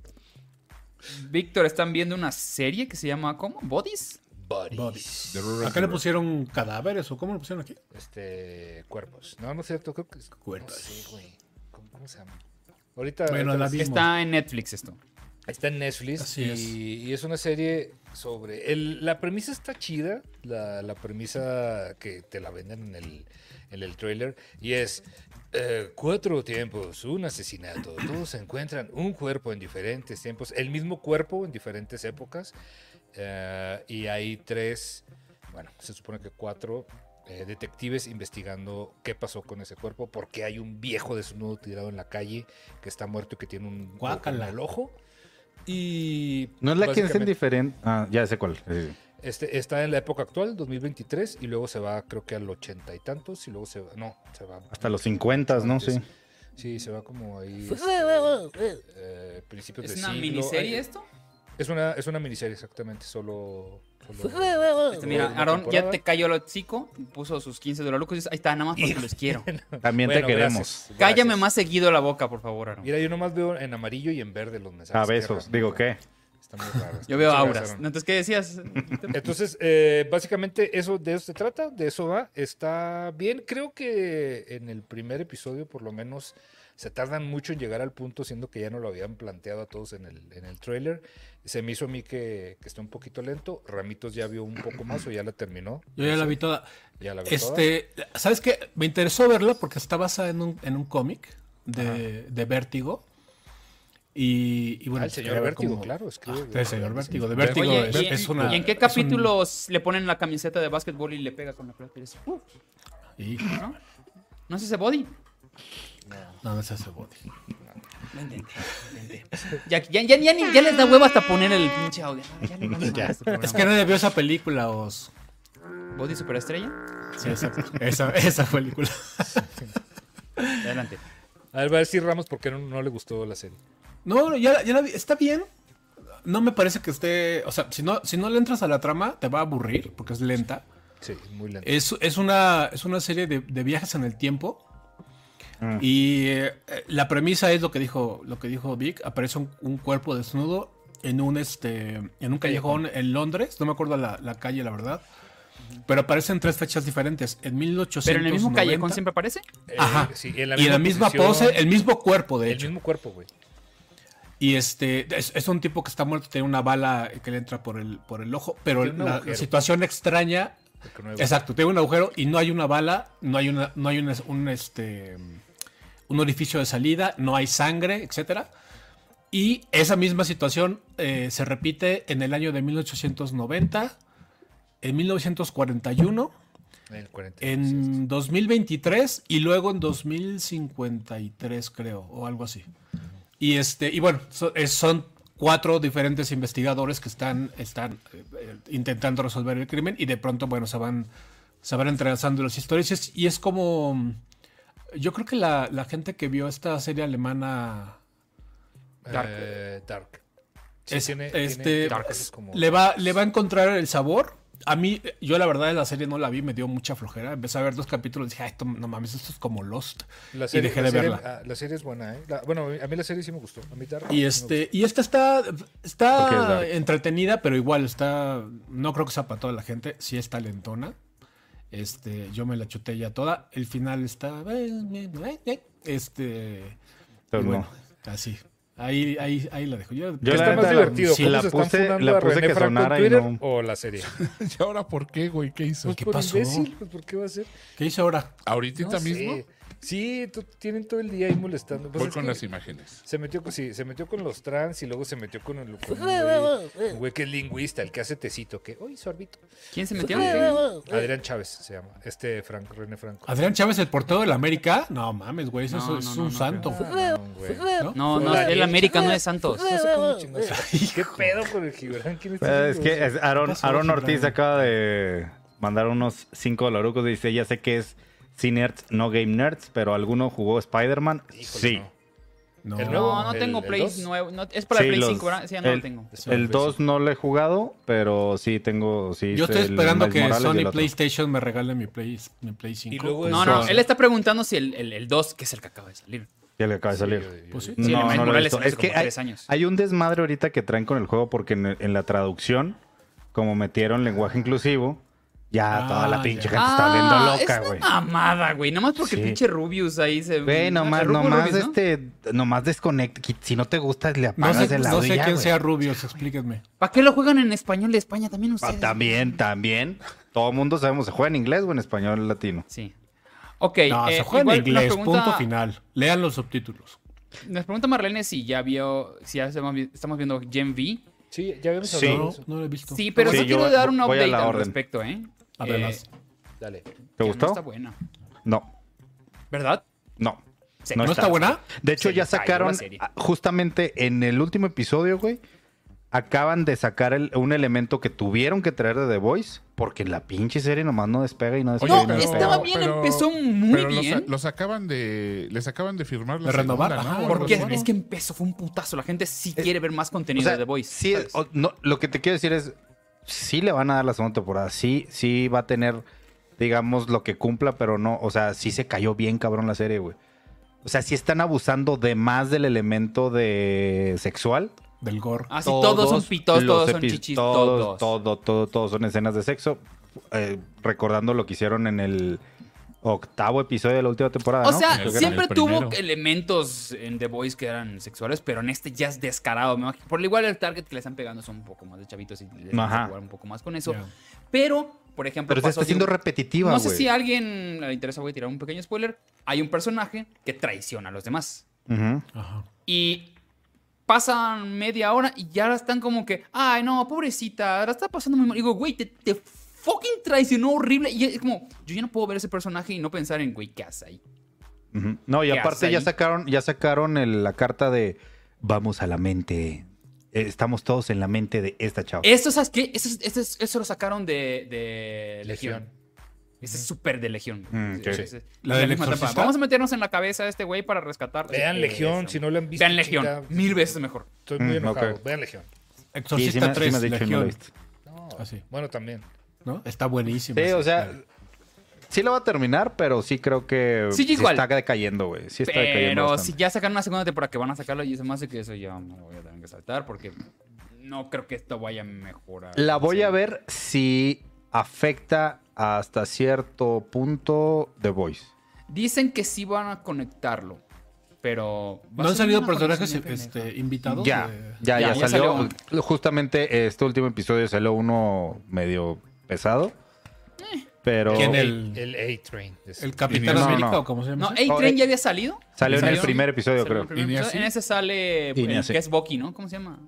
[SPEAKER 1] Víctor están viendo una serie que se llama, ¿cómo? ¿Bodies?
[SPEAKER 2] Bodies.
[SPEAKER 5] The Rural
[SPEAKER 2] Acá le
[SPEAKER 5] Juror.
[SPEAKER 2] pusieron cadáveres o cómo le pusieron aquí?
[SPEAKER 4] Este, cuerpos. No, no es cierto. Creo que es.
[SPEAKER 2] Cuerpos.
[SPEAKER 4] No sé, güey. ¿Cómo, cómo se llama? Ahorita.
[SPEAKER 2] Bueno,
[SPEAKER 4] ahorita
[SPEAKER 2] la
[SPEAKER 4] les-
[SPEAKER 2] vi.
[SPEAKER 1] Está en Netflix esto.
[SPEAKER 4] Está en Netflix
[SPEAKER 2] Así
[SPEAKER 4] y,
[SPEAKER 2] es.
[SPEAKER 4] y es una serie sobre... el- la premisa está chida, la, la premisa que te la venden en el, en el trailer, y es eh, cuatro tiempos, un asesinato, todos encuentran un cuerpo en diferentes tiempos, el mismo cuerpo en diferentes épocas, eh, y hay tres, bueno, se supone que cuatro... eh, detectives investigando qué pasó con ese cuerpo, porque hay un viejo desnudo tirado en la calle que está muerto y que tiene un ojo en
[SPEAKER 2] Guácala.
[SPEAKER 4] el ojo. Y.
[SPEAKER 3] No es la que es en
[SPEAKER 4] básicamente-
[SPEAKER 3] diferente. Ah, ya sé cuál. Sí, sí.
[SPEAKER 4] Este, está en la época actual, 2023, y luego se va, creo que al ochenta y tantos, y luego se va, no, se va.
[SPEAKER 3] Hasta los 50, ¿no?
[SPEAKER 4] antes.
[SPEAKER 3] Sí.
[SPEAKER 4] Sí, se va
[SPEAKER 1] [LAUGHS]
[SPEAKER 4] como ahí. este, eh, principios
[SPEAKER 1] ¿Es
[SPEAKER 4] de
[SPEAKER 1] una
[SPEAKER 4] siglo.
[SPEAKER 1] miniserie
[SPEAKER 4] Ay,
[SPEAKER 1] esto?
[SPEAKER 4] Es una, es una miniserie, exactamente, solo. solo-
[SPEAKER 1] [LAUGHS] Este,
[SPEAKER 4] solo
[SPEAKER 1] mira,
[SPEAKER 4] una
[SPEAKER 1] Aaron ya
[SPEAKER 4] temporada.
[SPEAKER 1] te cayó el hocico, puso sus 15 dólares. Ahí está, nada más porque los quiero.
[SPEAKER 3] También
[SPEAKER 4] Bueno,
[SPEAKER 3] te queremos.
[SPEAKER 4] gracias, gracias.
[SPEAKER 1] Cállame más seguido la boca, por favor, Aaron.
[SPEAKER 4] Mira, yo nomás veo en amarillo y en verde los mensajes.
[SPEAKER 3] A
[SPEAKER 4] Qué
[SPEAKER 3] besos.
[SPEAKER 4] raro,
[SPEAKER 3] Digo,
[SPEAKER 4] ¿no?
[SPEAKER 3] ¿qué?
[SPEAKER 4] Está muy raro.
[SPEAKER 1] Yo veo
[SPEAKER 4] Muchas
[SPEAKER 1] auras.
[SPEAKER 4] gracias, Aaron.
[SPEAKER 1] Entonces, ¿qué decías?
[SPEAKER 4] Entonces, eh, básicamente eso de eso se trata, de eso va. Está bien, creo que en el primer episodio por lo menos se tardan mucho en llegar al punto, siendo que ya no lo habían planteado a todos en el, en el trailer. Se me hizo a mí que, que está un poquito lento. Ramitos ya vio un poco más o ya la terminó.
[SPEAKER 2] Yo ya la vi toda.
[SPEAKER 4] Ya la vio toda.
[SPEAKER 2] Este, ¿sabes qué? Me interesó verlo porque está basada en un, en un cómic de, de Vértigo. Y, y bueno,
[SPEAKER 4] Ah, el señor
[SPEAKER 2] quería ver
[SPEAKER 4] Vértigo, claro, escribe.
[SPEAKER 2] Ah, el señor Vértigo. De
[SPEAKER 5] Oye,
[SPEAKER 2] Vértigo
[SPEAKER 1] Oye,
[SPEAKER 2] es,
[SPEAKER 1] ¿y,
[SPEAKER 2] es una.
[SPEAKER 1] y en qué
[SPEAKER 2] es un-
[SPEAKER 1] capítulos le ponen la camiseta de básquetbol y le pega con la pelota? Y dices, "Uh,
[SPEAKER 2] Hijo,
[SPEAKER 1] ¿No es ese body?
[SPEAKER 2] no, no se hace body.
[SPEAKER 1] Lo intenté, lo intenté. Ya, ya, ya, ya, ni- ya les da huevo hasta poner el pinche audio. Ya le vale madre este programa.
[SPEAKER 2] Es
[SPEAKER 4] Ah.
[SPEAKER 2] que nadie vio esa película, Os.
[SPEAKER 1] ¿Body superestrella?
[SPEAKER 2] Sí, esa, esa, esa película.
[SPEAKER 1] Adelante.
[SPEAKER 4] A ver, va a decir Ramos porque no, no le gustó la serie.
[SPEAKER 2] No, ya, la- ya la vi. Está bien. No me parece que esté. O sea, si no, si no le entras a la trama, te va a aburrir porque es lenta.
[SPEAKER 4] Sí, muy lento.
[SPEAKER 2] Es, es una, es una serie de, de viajes en el tiempo.
[SPEAKER 4] Mm.
[SPEAKER 2] Y eh, la premisa es lo que dijo, lo que dijo Vic. Aparece un, un cuerpo desnudo en un este. en un callejón en Londres. No me acuerdo la, la calle, la verdad. Pero aparecen tres fechas diferentes. En 1890.
[SPEAKER 1] ¿Pero en el mismo callejón siempre aparece?
[SPEAKER 4] Eh,
[SPEAKER 2] Ajá.
[SPEAKER 4] sí,
[SPEAKER 2] y en la misma
[SPEAKER 4] posición,
[SPEAKER 2] pose, el mismo cuerpo, de
[SPEAKER 4] el
[SPEAKER 2] hecho.
[SPEAKER 4] mismo cuerpo, güey.
[SPEAKER 2] Y este es, es un tipo que está muerto, tiene una bala que le entra por el, por el ojo, pero
[SPEAKER 4] Tiene un
[SPEAKER 2] la,
[SPEAKER 4] agujero.
[SPEAKER 2] situación extraña.
[SPEAKER 4] porque no hay-
[SPEAKER 2] Exacto, tiene un agujero y no hay una bala, no hay una, no hay un, es- un, este un orificio de salida, no hay sangre, etcétera. Y esa misma situación eh, se repite en el año de 1890, en 1941,
[SPEAKER 4] En el 40.
[SPEAKER 2] en 2023 y luego en 2053, creo, o algo así. Y este, y bueno, so- es- son cuatro diferentes investigadores que están, están eh, eh, intentando resolver el crimen y de pronto, bueno, se van, se van entrelazando las historias. Y es, y es como. mm, Yo creo que la, la gente que vio esta serie alemana
[SPEAKER 4] Dark.
[SPEAKER 1] Dark.
[SPEAKER 4] Dark.
[SPEAKER 2] es-
[SPEAKER 4] tiene- tiene-
[SPEAKER 2] este,
[SPEAKER 4] tiene
[SPEAKER 2] Dark.
[SPEAKER 4] cosas como-
[SPEAKER 2] le, va, le va a encontrar el sabor. A mí, eh, yo la verdad la serie no la vi, me dio mucha flojera. Empecé a ver dos capítulos y dije, "Ay, esto, no mames, esto es como Lost.
[SPEAKER 4] la serie,
[SPEAKER 2] y dejé
[SPEAKER 4] la
[SPEAKER 2] de
[SPEAKER 4] serie-
[SPEAKER 2] verla.
[SPEAKER 4] ah, la serie es buena, ¿eh? La- bueno, a mí la serie sí me gustó. A mí Dark sí
[SPEAKER 2] Y
[SPEAKER 4] me
[SPEAKER 2] este, y esta está, está
[SPEAKER 3] Porque es dark.
[SPEAKER 2] entretenida, pero igual está, no creo que sea para toda la gente, sí es talentona. Este, yo me la chuté ya toda. El final está, este,
[SPEAKER 3] Pero
[SPEAKER 2] y
[SPEAKER 3] no.
[SPEAKER 2] bueno, así. Ahí, ahí, ahí la dejo. Yo,
[SPEAKER 3] Yo
[SPEAKER 4] gustó.
[SPEAKER 3] la
[SPEAKER 4] Está más
[SPEAKER 3] neta, la-
[SPEAKER 4] divertido.
[SPEAKER 3] si
[SPEAKER 4] ¿Cómo
[SPEAKER 3] la
[SPEAKER 4] se están
[SPEAKER 3] puse-
[SPEAKER 4] funando
[SPEAKER 3] la
[SPEAKER 4] a
[SPEAKER 3] puse
[SPEAKER 4] René
[SPEAKER 3] que
[SPEAKER 4] Franco en
[SPEAKER 3] sonara y
[SPEAKER 4] Twitter
[SPEAKER 3] no. Pues,
[SPEAKER 4] o la serie?
[SPEAKER 5] [LAUGHS] ¿Y ahora por qué, güey? ¿Qué hizo?
[SPEAKER 4] Pues
[SPEAKER 2] ¿Qué
[SPEAKER 4] por
[SPEAKER 2] pasó?
[SPEAKER 4] imbécil, pues ¿por qué va a ser?
[SPEAKER 2] ¿Qué hice ahora?
[SPEAKER 5] ¿Ahorita
[SPEAKER 4] No sé.
[SPEAKER 5] mismo?
[SPEAKER 4] Sí, tú- tienen todo el día ahí molestando. Pues
[SPEAKER 5] Voy
[SPEAKER 4] es
[SPEAKER 5] con
[SPEAKER 4] que
[SPEAKER 5] las imágenes.
[SPEAKER 4] se metió, con- sí, se metió con los trans y luego se metió con el con un
[SPEAKER 5] [LAUGHS]
[SPEAKER 4] güey, un güey que es lingüista, el que hace tecito, que, uy, sorbito.
[SPEAKER 1] ¿Quién se metió? ¿Qué?
[SPEAKER 5] [LAUGHS]
[SPEAKER 4] Adrián Chávez se llama, este Franco, René Franco.
[SPEAKER 2] Adrián Chávez, el portero del América. No mames, güey, eso
[SPEAKER 1] No,
[SPEAKER 2] es
[SPEAKER 1] no,
[SPEAKER 2] un
[SPEAKER 1] no, no
[SPEAKER 2] santo.
[SPEAKER 4] Ah, no,
[SPEAKER 5] [LAUGHS]
[SPEAKER 4] güey.
[SPEAKER 1] No, no, el América no es Santos.
[SPEAKER 4] No sé cómo chingados se llama. ¿Qué pedo con el Gibran? ¿Quién está
[SPEAKER 3] Eh, Es
[SPEAKER 4] haciendo
[SPEAKER 3] que
[SPEAKER 4] eso?
[SPEAKER 1] pues,
[SPEAKER 3] es- Aaron,
[SPEAKER 2] pasó,
[SPEAKER 3] Aaron
[SPEAKER 2] Gibran?
[SPEAKER 3] Ortiz acaba de mandar unos 5 dolarucos. Dice, ya sé que es Cinerds, no Game Nerds, pero ¿alguno jugó Spider-Man?
[SPEAKER 4] Híjole,
[SPEAKER 3] Sí.
[SPEAKER 4] no.
[SPEAKER 2] No.
[SPEAKER 4] El nuevo-
[SPEAKER 1] No, no
[SPEAKER 4] ¿El-
[SPEAKER 1] tengo
[SPEAKER 4] el
[SPEAKER 1] Play
[SPEAKER 4] dos?
[SPEAKER 1] nuevo. no, es para
[SPEAKER 3] Sí,
[SPEAKER 1] Play
[SPEAKER 3] los-
[SPEAKER 1] 5, ¿verdad? Sí, ya no
[SPEAKER 3] el-
[SPEAKER 1] lo tengo.
[SPEAKER 3] El 2 no lo he jugado, pero sí tengo... Sí,
[SPEAKER 2] Yo estoy
[SPEAKER 3] el
[SPEAKER 2] esperando
[SPEAKER 3] Miles
[SPEAKER 2] que
[SPEAKER 3] Morales y el
[SPEAKER 2] Sony
[SPEAKER 3] otro.
[SPEAKER 2] PlayStation me regale mi Play, mi Play 5.
[SPEAKER 4] luego
[SPEAKER 1] No,
[SPEAKER 4] es-
[SPEAKER 1] no,
[SPEAKER 3] Son-
[SPEAKER 1] él está preguntando si el, el, el 2, que es el que acaba de salir.
[SPEAKER 3] Ya le acaba de salir.
[SPEAKER 2] Pues sí.
[SPEAKER 1] Sí, el Miles
[SPEAKER 3] lo he
[SPEAKER 1] Morales
[SPEAKER 3] visto.
[SPEAKER 1] salió hace
[SPEAKER 3] Es que
[SPEAKER 1] como
[SPEAKER 3] hay,
[SPEAKER 1] tres años.
[SPEAKER 3] hay un desmadre ahorita que traen con el juego porque en, en la traducción, como metieron lenguaje inclusivo, ya
[SPEAKER 2] Ah,
[SPEAKER 3] toda la pinche
[SPEAKER 2] ya.
[SPEAKER 3] gente está viendo loca,
[SPEAKER 1] Ah, es una
[SPEAKER 3] güey.
[SPEAKER 1] mamada, güey. Nomás porque
[SPEAKER 3] Sí.
[SPEAKER 1] pinche Rubius ahí se...
[SPEAKER 3] Güey, nomás,
[SPEAKER 1] Rubius,
[SPEAKER 3] nomás,
[SPEAKER 1] Rubius, ¿no?
[SPEAKER 3] este, nomás desconecta. qui- Si no te gusta, le
[SPEAKER 2] No
[SPEAKER 3] apagas
[SPEAKER 2] sé,
[SPEAKER 3] el
[SPEAKER 2] no
[SPEAKER 3] audio
[SPEAKER 2] sé
[SPEAKER 3] y ya,
[SPEAKER 2] quién
[SPEAKER 3] güey.
[SPEAKER 2] sea Rubius, explíquenme.
[SPEAKER 1] ¿Para qué lo juegan en español de España también
[SPEAKER 3] Ah,
[SPEAKER 1] ustedes?
[SPEAKER 3] también, también. Todo mundo sabemos, se juega en inglés o en español latino.
[SPEAKER 1] Sí. Ok,
[SPEAKER 2] No,
[SPEAKER 1] eh,
[SPEAKER 2] se juega
[SPEAKER 1] igual
[SPEAKER 2] en inglés,
[SPEAKER 1] nos pregunta,
[SPEAKER 2] punto final. Lean los subtítulos.
[SPEAKER 1] Nos pregunta Marlene si ya vio, si ya estamos vi- estamos viendo Gen V.
[SPEAKER 4] Sí, ya habíamos
[SPEAKER 3] Sí.
[SPEAKER 4] hablado de
[SPEAKER 2] No,
[SPEAKER 4] eso.
[SPEAKER 2] no lo he visto.
[SPEAKER 1] Sí, pero
[SPEAKER 3] Sí,
[SPEAKER 1] sí,
[SPEAKER 3] yo
[SPEAKER 1] quiero dar un
[SPEAKER 3] voy a
[SPEAKER 1] update
[SPEAKER 3] la
[SPEAKER 1] al
[SPEAKER 3] orden.
[SPEAKER 1] respecto, ¿eh?
[SPEAKER 2] A
[SPEAKER 1] Eh,
[SPEAKER 2] verlas.
[SPEAKER 4] Dale.
[SPEAKER 3] ¿Te
[SPEAKER 1] que No
[SPEAKER 3] gustó?
[SPEAKER 1] está buena.
[SPEAKER 3] No,
[SPEAKER 1] ¿Verdad?
[SPEAKER 3] no.
[SPEAKER 1] Se-
[SPEAKER 2] ¿No está buena?
[SPEAKER 3] De hecho,
[SPEAKER 1] Se
[SPEAKER 3] ya
[SPEAKER 1] le cayó la
[SPEAKER 3] sacaron
[SPEAKER 1] serie.
[SPEAKER 3] ah, justamente en el último episodio, güey. acaban de sacar el- un elemento que tuvieron que traer de The Voice porque la pinche serie nomás no despega y no despega.
[SPEAKER 1] No,
[SPEAKER 3] y no despega.
[SPEAKER 1] estaba Este bien, empezó muy
[SPEAKER 5] pero los-
[SPEAKER 1] bien.
[SPEAKER 5] Los, acaban de. Les acaban de firmar la
[SPEAKER 2] De renovar,
[SPEAKER 5] segunda,
[SPEAKER 2] ajá.
[SPEAKER 5] ¿no?
[SPEAKER 1] Porque
[SPEAKER 5] Algo así.
[SPEAKER 1] es que empezó, fue un putazo. La gente sí quiere ver más
[SPEAKER 3] O
[SPEAKER 1] contenido
[SPEAKER 3] sea,
[SPEAKER 1] de The Voice.
[SPEAKER 3] sí,
[SPEAKER 1] ¿sabes?
[SPEAKER 3] o- no, lo que te quiero decir es, sí le van a dar la segunda temporada, sí, sí va a tener, digamos, lo que cumpla, pero no, o sea, sí se cayó bien cabrón la serie, güey. O sea, sí están abusando de más del elemento de sexual.
[SPEAKER 2] del gore.
[SPEAKER 1] Así Ah, todos, son pitos,
[SPEAKER 3] los
[SPEAKER 1] todos son
[SPEAKER 3] epi-
[SPEAKER 1] chichis, todos.
[SPEAKER 3] todos, Todo, todo, todo son escenas de sexo. eh, recordando lo que hicieron en el octavo episodio de la última temporada.
[SPEAKER 1] O
[SPEAKER 3] Ah, ¿no?
[SPEAKER 1] sea,
[SPEAKER 5] Creo que era
[SPEAKER 1] siempre
[SPEAKER 5] el
[SPEAKER 1] tuvo
[SPEAKER 5] primero.
[SPEAKER 1] elementos en The Voice que eran sexuales, pero en este ya es descarado. me imagino. Por lo igual el target que le están pegando son un poco más de chavitos y les van
[SPEAKER 3] Ajá.
[SPEAKER 1] a jugar un poco más con eso.
[SPEAKER 2] Ya.
[SPEAKER 1] Pero, por ejemplo,
[SPEAKER 3] pero se
[SPEAKER 1] pasó
[SPEAKER 3] está siendo
[SPEAKER 1] de-
[SPEAKER 3] repetitiva,
[SPEAKER 1] No
[SPEAKER 3] güey.
[SPEAKER 1] sé si a alguien le interesa, voy a tirar un pequeño spoiler. Hay un personaje que traiciona a los demás.
[SPEAKER 3] Ujú.
[SPEAKER 2] Ajá.
[SPEAKER 1] Y pasan media hora y ya están como que, ay, no, pobrecita, ahora está pasando muy mal. Y digo, güey, te, te fucking traicionó horrible. Y es como, yo ya no puedo ver ese personaje y no pensar en, güey, ¿qué hace ahí?
[SPEAKER 3] Ujú. No, y
[SPEAKER 1] ¿Qué
[SPEAKER 3] aparte
[SPEAKER 1] hace
[SPEAKER 3] ya
[SPEAKER 1] ahí?
[SPEAKER 3] sacaron, ya sacaron el- la carta de vamos a la mente. Eh, Estamos todos en la mente de esta chava.
[SPEAKER 1] Eso, ¿sabes qué? Eso, es- eso es- eso lo sacaron de, de Legión.
[SPEAKER 4] Legión.
[SPEAKER 1] Ese es súper de Legión. güey.
[SPEAKER 3] Mm, ok.
[SPEAKER 1] Ese- ese-
[SPEAKER 2] ¿La
[SPEAKER 1] es
[SPEAKER 2] del
[SPEAKER 1] misma etapa.
[SPEAKER 2] exorcista?
[SPEAKER 1] Vamos a meternos en la cabeza de este güey para rescatar. Eh,
[SPEAKER 3] Eh,
[SPEAKER 4] Vean Legión, si no la han visto,
[SPEAKER 1] Vean Legión, Mm,
[SPEAKER 4] chica.
[SPEAKER 1] mil veces mejor.
[SPEAKER 4] Estoy muy
[SPEAKER 3] Mm,
[SPEAKER 4] enojado.
[SPEAKER 3] ok.
[SPEAKER 4] Vean Legión.
[SPEAKER 3] Sí, sí me-
[SPEAKER 2] Exorcista
[SPEAKER 3] sí me
[SPEAKER 2] 3,
[SPEAKER 3] has dicho y no lo he
[SPEAKER 2] Legión,
[SPEAKER 3] visto.
[SPEAKER 4] No,
[SPEAKER 2] Así.
[SPEAKER 4] Bueno, también.
[SPEAKER 2] ¿no? Está buenísimo.
[SPEAKER 3] Sí, o sea, sí la va a terminar, pero sí creo que
[SPEAKER 1] Sí, igual.
[SPEAKER 3] está decayendo, güey. Sí está decayendo.
[SPEAKER 1] Pero si
[SPEAKER 3] bastante.
[SPEAKER 1] ya sacaron una segunda temporada que van a sacarlo y se me hace que eso ya me lo voy a tener que saltar porque no creo que esto vaya a mejorar.
[SPEAKER 3] La voy a
[SPEAKER 1] Sí.
[SPEAKER 3] ver si afecta hasta cierto punto The Voice.
[SPEAKER 1] Dicen que sí van a conectarlo, pero... va a
[SPEAKER 2] ¿No han
[SPEAKER 1] ser
[SPEAKER 2] salido
[SPEAKER 1] una
[SPEAKER 2] personajes
[SPEAKER 1] conexión bien
[SPEAKER 2] este,
[SPEAKER 1] pendeja.
[SPEAKER 2] invitados?
[SPEAKER 3] Ya,
[SPEAKER 2] de-
[SPEAKER 3] ya, ya,
[SPEAKER 1] Ya, ya
[SPEAKER 3] salió.
[SPEAKER 1] salió
[SPEAKER 3] Justamente este último episodio salió uno medio pesado.
[SPEAKER 1] Eh.
[SPEAKER 3] Pero
[SPEAKER 2] ¿Quién El-
[SPEAKER 4] El A-Train. de-
[SPEAKER 2] ¿El Capitán
[SPEAKER 3] No,
[SPEAKER 2] América
[SPEAKER 3] no.
[SPEAKER 2] o cómo se llama?
[SPEAKER 1] No,
[SPEAKER 2] ese?
[SPEAKER 1] A-Train ya había salido.
[SPEAKER 3] salió en el
[SPEAKER 1] Salió-
[SPEAKER 3] primer episodio,
[SPEAKER 1] Salió
[SPEAKER 3] creo.
[SPEAKER 1] el primer
[SPEAKER 5] Y ni
[SPEAKER 1] episodio.
[SPEAKER 5] así.
[SPEAKER 1] En ese sale
[SPEAKER 3] Y ni
[SPEAKER 1] el
[SPEAKER 3] así.
[SPEAKER 1] que es Bucky, ¿no? ¿Cómo se llama?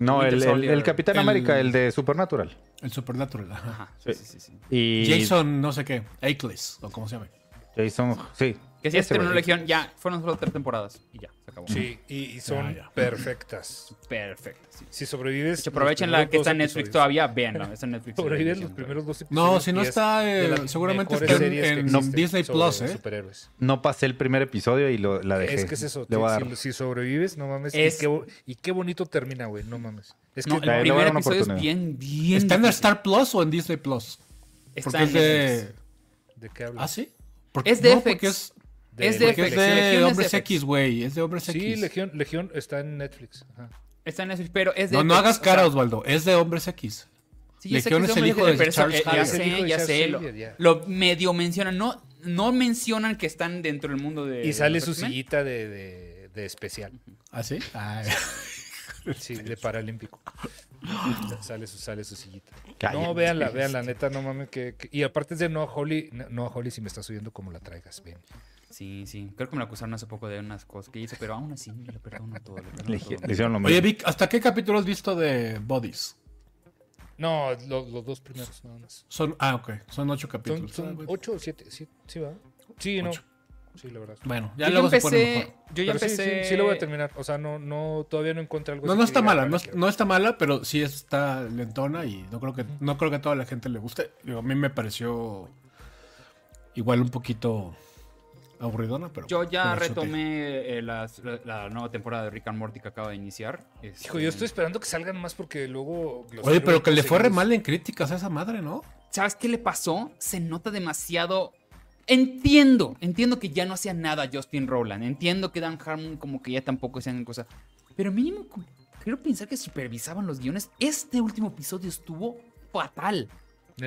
[SPEAKER 3] No,
[SPEAKER 1] Winter
[SPEAKER 3] el, el-
[SPEAKER 1] Soldier.
[SPEAKER 3] el Capitán
[SPEAKER 2] El-
[SPEAKER 3] América, el de Supernatural.
[SPEAKER 2] El Supernatural. ajá.
[SPEAKER 1] Ajá, sí, sí, sí. sí.
[SPEAKER 3] Y
[SPEAKER 2] Jason, no sé qué. Ackles, o cómo se llama.
[SPEAKER 3] Jason, sí.
[SPEAKER 1] Que si
[SPEAKER 3] Ese
[SPEAKER 1] este
[SPEAKER 3] güey.
[SPEAKER 1] no Legión, ya, fueron solo tres temporadas y ya, se acabó.
[SPEAKER 4] Sí, y, y son
[SPEAKER 2] Ya, ya.
[SPEAKER 4] perfectas.
[SPEAKER 1] Perfecto. sí.
[SPEAKER 4] Si sobrevives.
[SPEAKER 1] Hecho, Aprovechen
[SPEAKER 4] los
[SPEAKER 1] la que
[SPEAKER 4] primeros
[SPEAKER 1] está en
[SPEAKER 4] dos
[SPEAKER 1] Netflix
[SPEAKER 4] episodios.
[SPEAKER 1] todavía, véanla, está en
[SPEAKER 4] [LAUGHS]
[SPEAKER 1] Netflix. eh,
[SPEAKER 4] Sobrevives los
[SPEAKER 1] Legión,
[SPEAKER 4] primeros dos episodios.
[SPEAKER 2] No, si no
[SPEAKER 4] y es
[SPEAKER 2] está,
[SPEAKER 4] de
[SPEAKER 2] eh,
[SPEAKER 4] las
[SPEAKER 2] seguramente
[SPEAKER 4] mejores
[SPEAKER 2] está en-
[SPEAKER 4] series que
[SPEAKER 2] en
[SPEAKER 4] existen
[SPEAKER 2] Disney
[SPEAKER 4] sobre
[SPEAKER 2] Plus, ¿eh?
[SPEAKER 4] Superhéroes.
[SPEAKER 3] No pasé el primer episodio y lo, la dejé.
[SPEAKER 4] Es que es eso.
[SPEAKER 3] Le voy a
[SPEAKER 4] si-
[SPEAKER 3] dar.
[SPEAKER 4] Si, si sobrevives, no mames.
[SPEAKER 1] Es-
[SPEAKER 4] Y, qué, bo- y qué bonito termina, güey. No mames. Es que
[SPEAKER 1] No,
[SPEAKER 3] le voy a
[SPEAKER 1] el
[SPEAKER 3] dar
[SPEAKER 1] primer
[SPEAKER 3] una
[SPEAKER 1] episodio es
[SPEAKER 3] oportunidad.
[SPEAKER 1] bien, bien.
[SPEAKER 2] ¿Está en
[SPEAKER 1] difícil.
[SPEAKER 2] Star Plus o en Disney Plus?
[SPEAKER 1] Está
[SPEAKER 2] Porque
[SPEAKER 1] en
[SPEAKER 2] es de.
[SPEAKER 1] Netflix.
[SPEAKER 4] ¿De qué hablas?
[SPEAKER 2] ¿Ah, sí? Porque,
[SPEAKER 1] Es de
[SPEAKER 2] no,
[SPEAKER 1] FX.
[SPEAKER 2] porque es,
[SPEAKER 1] e- Es de
[SPEAKER 2] porque
[SPEAKER 1] FX.
[SPEAKER 2] es
[SPEAKER 1] Legión
[SPEAKER 2] de
[SPEAKER 1] es
[SPEAKER 2] Hombres
[SPEAKER 1] de FX.
[SPEAKER 2] X, güey. Es de Hombres
[SPEAKER 4] Sí,
[SPEAKER 2] X.
[SPEAKER 4] Legión, Legión está en Netflix. Ajá.
[SPEAKER 1] Está en Netflix, pero es de.
[SPEAKER 2] No, no
[SPEAKER 1] FX,
[SPEAKER 2] hagas
[SPEAKER 1] o sea,
[SPEAKER 2] cara, Osvaldo. Es de Hombres X.
[SPEAKER 1] sí, yo sé que
[SPEAKER 2] Legión es
[SPEAKER 1] hombre
[SPEAKER 2] el hijo de
[SPEAKER 1] pero eso,
[SPEAKER 2] Charles
[SPEAKER 1] eh, Ya
[SPEAKER 2] Xavier.
[SPEAKER 4] Es el hijo
[SPEAKER 1] sé,
[SPEAKER 4] de
[SPEAKER 1] ya
[SPEAKER 4] Charles
[SPEAKER 1] sé. Lo,
[SPEAKER 4] Xavier, ya.
[SPEAKER 1] lo medio mencionan. No, no mencionan que están dentro del mundo de.
[SPEAKER 4] Y sale
[SPEAKER 1] de
[SPEAKER 4] su
[SPEAKER 1] X-Men.
[SPEAKER 4] sillita de, de- de especial.
[SPEAKER 2] ¿Ah, sí? Ay.
[SPEAKER 4] Sí,
[SPEAKER 2] [GASPS]
[SPEAKER 4] de paralímpico. sale, su, sale su sillita.
[SPEAKER 3] Cállate.
[SPEAKER 4] No, véanla, véanla, neta, no mames. Que, que- Y aparte es de Noah Holly. No- Noah Holly, si me estás oyendo, como la traigas. Bien.
[SPEAKER 1] Sí, sí. Creo que me lo acusaron hace poco de unas cosas que hizo, pero aún así le perdono todo. Le perdono
[SPEAKER 3] Le,
[SPEAKER 1] todo.
[SPEAKER 3] le hicieron lo mismo.
[SPEAKER 2] Oye, Vic, ¿hasta qué capítulo has visto de Bodies?
[SPEAKER 4] No, lo- los dos primeros, nada más.
[SPEAKER 2] Son, ah, ok. Son ocho
[SPEAKER 4] Son,
[SPEAKER 2] capítulos. Ah,
[SPEAKER 4] son
[SPEAKER 2] bueno.
[SPEAKER 4] ocho o siete. Sí, sí, ¿verdad? Sí,
[SPEAKER 2] Ocho.
[SPEAKER 4] no. Sí, la verdad.
[SPEAKER 2] Bueno,
[SPEAKER 1] Yo
[SPEAKER 2] ya
[SPEAKER 1] ya
[SPEAKER 2] luego se pone
[SPEAKER 1] empecé.
[SPEAKER 2] mejor.
[SPEAKER 1] Yo ya
[SPEAKER 4] Pero sí, sí,
[SPEAKER 1] empecé.
[SPEAKER 4] Sí, lo voy a terminar. O sea, no, no, todavía no encontré algo.
[SPEAKER 1] Pues
[SPEAKER 2] No,
[SPEAKER 4] así
[SPEAKER 2] no
[SPEAKER 4] que
[SPEAKER 2] está
[SPEAKER 4] diga,
[SPEAKER 2] mala,
[SPEAKER 4] "Ah,
[SPEAKER 2] no,
[SPEAKER 4] la quiero".
[SPEAKER 2] no está mala, pero sí está lentona y no creo que, no creo que a toda la gente le guste. Digo, a mí me pareció igual un poquito aburridona, pero.
[SPEAKER 1] Yo ya
[SPEAKER 2] pero eso
[SPEAKER 1] retomé eh, las- la, la nueva temporada de Rick and Morty que acaba de iniciar. Este,
[SPEAKER 4] Hijo, yo estoy esperando que salgan más porque luego.
[SPEAKER 2] te-
[SPEAKER 4] los
[SPEAKER 2] Oye,
[SPEAKER 4] quiero
[SPEAKER 2] pero
[SPEAKER 4] ver
[SPEAKER 2] que le fue re
[SPEAKER 4] seguidos.
[SPEAKER 2] mal en críticas a esa madre, ¿no? [LAUGHS]
[SPEAKER 1] ¿Sabes qué le pasó? Se nota demasiado. Entiendo, entiendo que ya no hacía nada Justin Rowland. Entiendo que Dan Harmon como que ya tampoco hacían cosas. Pero mínimo, como- quiero pensar que supervisaban los guiones. Este último episodio estuvo fatal.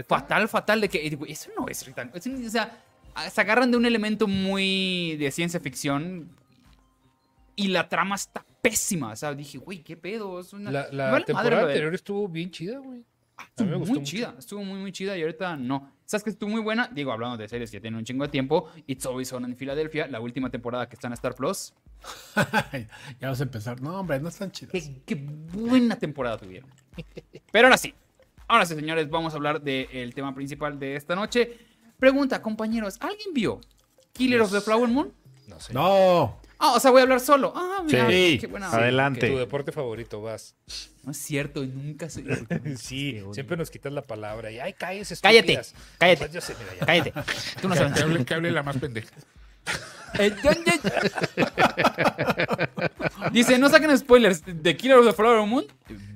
[SPEAKER 1] Fatal, fatal. De que, eh, güey, eso no es Rick and- eso ni- O sea, a- se agarran de un elemento muy de ciencia ficción y la trama está pésima. O sea, dije, güey, qué pedo. Es una...
[SPEAKER 4] La,
[SPEAKER 1] me
[SPEAKER 4] la
[SPEAKER 1] vale madre
[SPEAKER 4] temporada
[SPEAKER 1] lo de-
[SPEAKER 4] anterior estuvo bien chida, güey.
[SPEAKER 1] Ah,
[SPEAKER 4] A mí me
[SPEAKER 1] Estuvo
[SPEAKER 4] gustó
[SPEAKER 1] muy
[SPEAKER 4] mucho.
[SPEAKER 1] chida, estuvo muy muy chida y ahorita no. ¿Sabes que estuvo muy buena? Digo, hablando de series que tienen un chingo de tiempo, It's Always On en Filadelfia, la última temporada que está en Star Plus.
[SPEAKER 2] ya vas a empezar. No, hombre, no están chidas.
[SPEAKER 1] Qué, qué buena temporada
[SPEAKER 4] [LAUGHS]
[SPEAKER 1] tuvieron. Pero ahora sí, ahora sí, señores, vamos a hablar del tema principal de esta noche. Pregunta, compañeros, ¿alguien vio Killer of the Flower Moon?
[SPEAKER 4] No sé.
[SPEAKER 2] No,
[SPEAKER 1] Ah, o sea, voy a hablar solo. Ah, mira,
[SPEAKER 3] Sí.
[SPEAKER 1] qué buena onda.
[SPEAKER 4] Que tu
[SPEAKER 3] Adelante.
[SPEAKER 4] deporte favorito, vas.
[SPEAKER 1] No es cierto, nunca soy.
[SPEAKER 4] Sí, siempre nos quitas la palabra. Y, ay, cállese,
[SPEAKER 1] Cállate,
[SPEAKER 4] estúpidas".
[SPEAKER 1] cállate.
[SPEAKER 4] Pues yo sé, mira, ya.
[SPEAKER 1] Cállate. Tú no
[SPEAKER 5] Que,
[SPEAKER 1] sabes.
[SPEAKER 5] que hable, que hable la más pendeja.
[SPEAKER 1] Eh, yo- yo- Dice, no saquen spoilers. The Killer of the Flower Moon.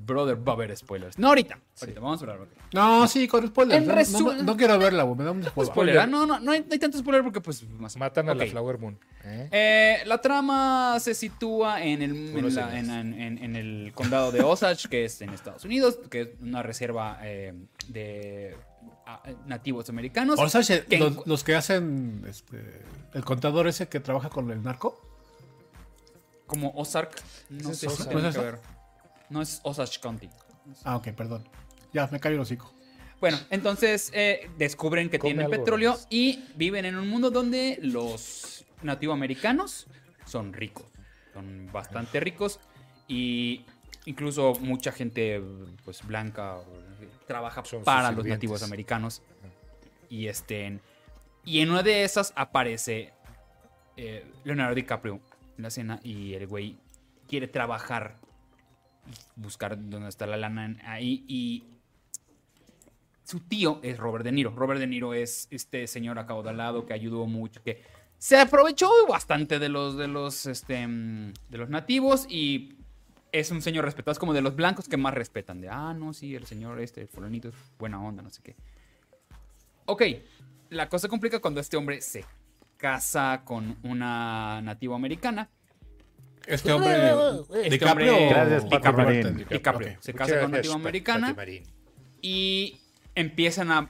[SPEAKER 1] Brother, va a haber spoilers. No ahorita. Ahorita, vamos a hablar.
[SPEAKER 2] No, sí, con spoilers.
[SPEAKER 1] En
[SPEAKER 2] No,
[SPEAKER 1] resu-
[SPEAKER 2] no, no, no quiero verla, güey. Me da un spoiler.
[SPEAKER 1] Spoiler. ah, No, no, no hay, no hay tanto spoiler porque pues más.
[SPEAKER 4] Matan a
[SPEAKER 1] Ok.
[SPEAKER 4] la Flower Moon. ¿eh?
[SPEAKER 1] Eh, la trama se sitúa en el, en,
[SPEAKER 4] Unos
[SPEAKER 1] la-
[SPEAKER 4] años.
[SPEAKER 1] en- en- en el condado de Osage, que es en Estados Unidos, que es una reserva eh, de ah, nativos americanos.
[SPEAKER 2] O sea, se-
[SPEAKER 1] que en-
[SPEAKER 2] los, los que hacen este, el contador ese que trabaja con el narco.
[SPEAKER 1] como Ozark, no sé
[SPEAKER 4] Ese es
[SPEAKER 1] si
[SPEAKER 4] Ozark.
[SPEAKER 1] tiene
[SPEAKER 2] ¿Es
[SPEAKER 1] que ver. No es Osage County.
[SPEAKER 2] Ah, ok, perdón. Ya, me cayó el hocico.
[SPEAKER 1] Bueno, entonces eh, descubren que
[SPEAKER 4] Come
[SPEAKER 1] tienen
[SPEAKER 4] algo,
[SPEAKER 1] petróleo
[SPEAKER 4] Luis.
[SPEAKER 1] y viven en un mundo donde los nativoamericanos son ricos. Son bastante ricos y incluso mucha gente pues blanca eh, trabaja
[SPEAKER 4] Son sus
[SPEAKER 1] para los
[SPEAKER 4] sirvientes.
[SPEAKER 1] nativos americanos. Y estén y en una de esas aparece eh, Leonardo DiCaprio en la escena y el güey quiere trabajar buscar dónde está la lana en- ahí y su tío es Robert De Niro. Robert De Niro es este señor acaudalado que ayudó mucho, que se aprovechó bastante de los de los este mm, de los nativos y es un señor respetado, es como de los blancos que más respetan, de ah, no, sí, el señor este, el fulanito es buena onda, no sé qué. Ok, la cosa se complica cuando este hombre se casa con una nativa americana.
[SPEAKER 2] Este hombre.
[SPEAKER 1] Eh,
[SPEAKER 2] de DiCaprio.
[SPEAKER 1] hombre-
[SPEAKER 3] Gracias, Paco
[SPEAKER 2] DiCaprio.
[SPEAKER 3] Marín.
[SPEAKER 2] DiCaprio.
[SPEAKER 1] DiCaprio
[SPEAKER 2] Ok.
[SPEAKER 1] se
[SPEAKER 4] Muchas
[SPEAKER 1] casa con una
[SPEAKER 4] gracias,
[SPEAKER 1] nativa
[SPEAKER 4] Pat-
[SPEAKER 1] americana
[SPEAKER 4] Pati Marín.
[SPEAKER 1] y empiezan a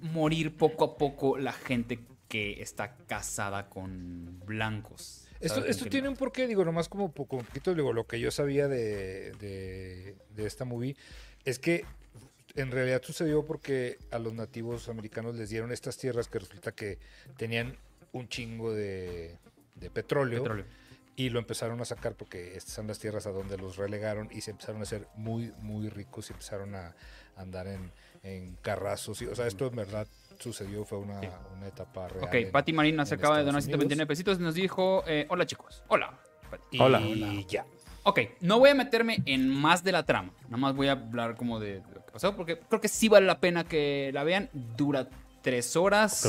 [SPEAKER 1] morir poco a poco la gente que está casada con blancos.
[SPEAKER 4] Esto,
[SPEAKER 1] ¿Sabes?
[SPEAKER 4] esto
[SPEAKER 1] Como que
[SPEAKER 4] tiene
[SPEAKER 1] no-
[SPEAKER 4] un porqué, digo, nomás como, po- como poquito, digo, lo que yo sabía de, de- de esta movie es que en realidad sucedió porque a los nativos americanos les dieron estas tierras que resulta que tenían un chingo de, de petróleo,
[SPEAKER 1] petróleo.
[SPEAKER 4] y lo empezaron a sacar porque estas son las tierras a donde los relegaron y se empezaron a hacer muy, muy ricos y empezaron a andar en, en carrazos. y- o sea, esto en verdad sucedió, fue una, una etapa real.
[SPEAKER 1] Ok,
[SPEAKER 4] en-
[SPEAKER 1] Pati Marina se
[SPEAKER 4] en
[SPEAKER 1] acaba de donar
[SPEAKER 4] Estados
[SPEAKER 1] 129
[SPEAKER 4] Unidos.
[SPEAKER 1] pesitos y nos dijo, eh, hola chicos, hola. Pati.
[SPEAKER 4] Y
[SPEAKER 3] Hola.
[SPEAKER 4] ya.
[SPEAKER 1] Ok, no voy a meterme en más de la trama, nada más voy a hablar como de lo que pasó, porque creo que sí vale la pena que la vean, dura tres horas,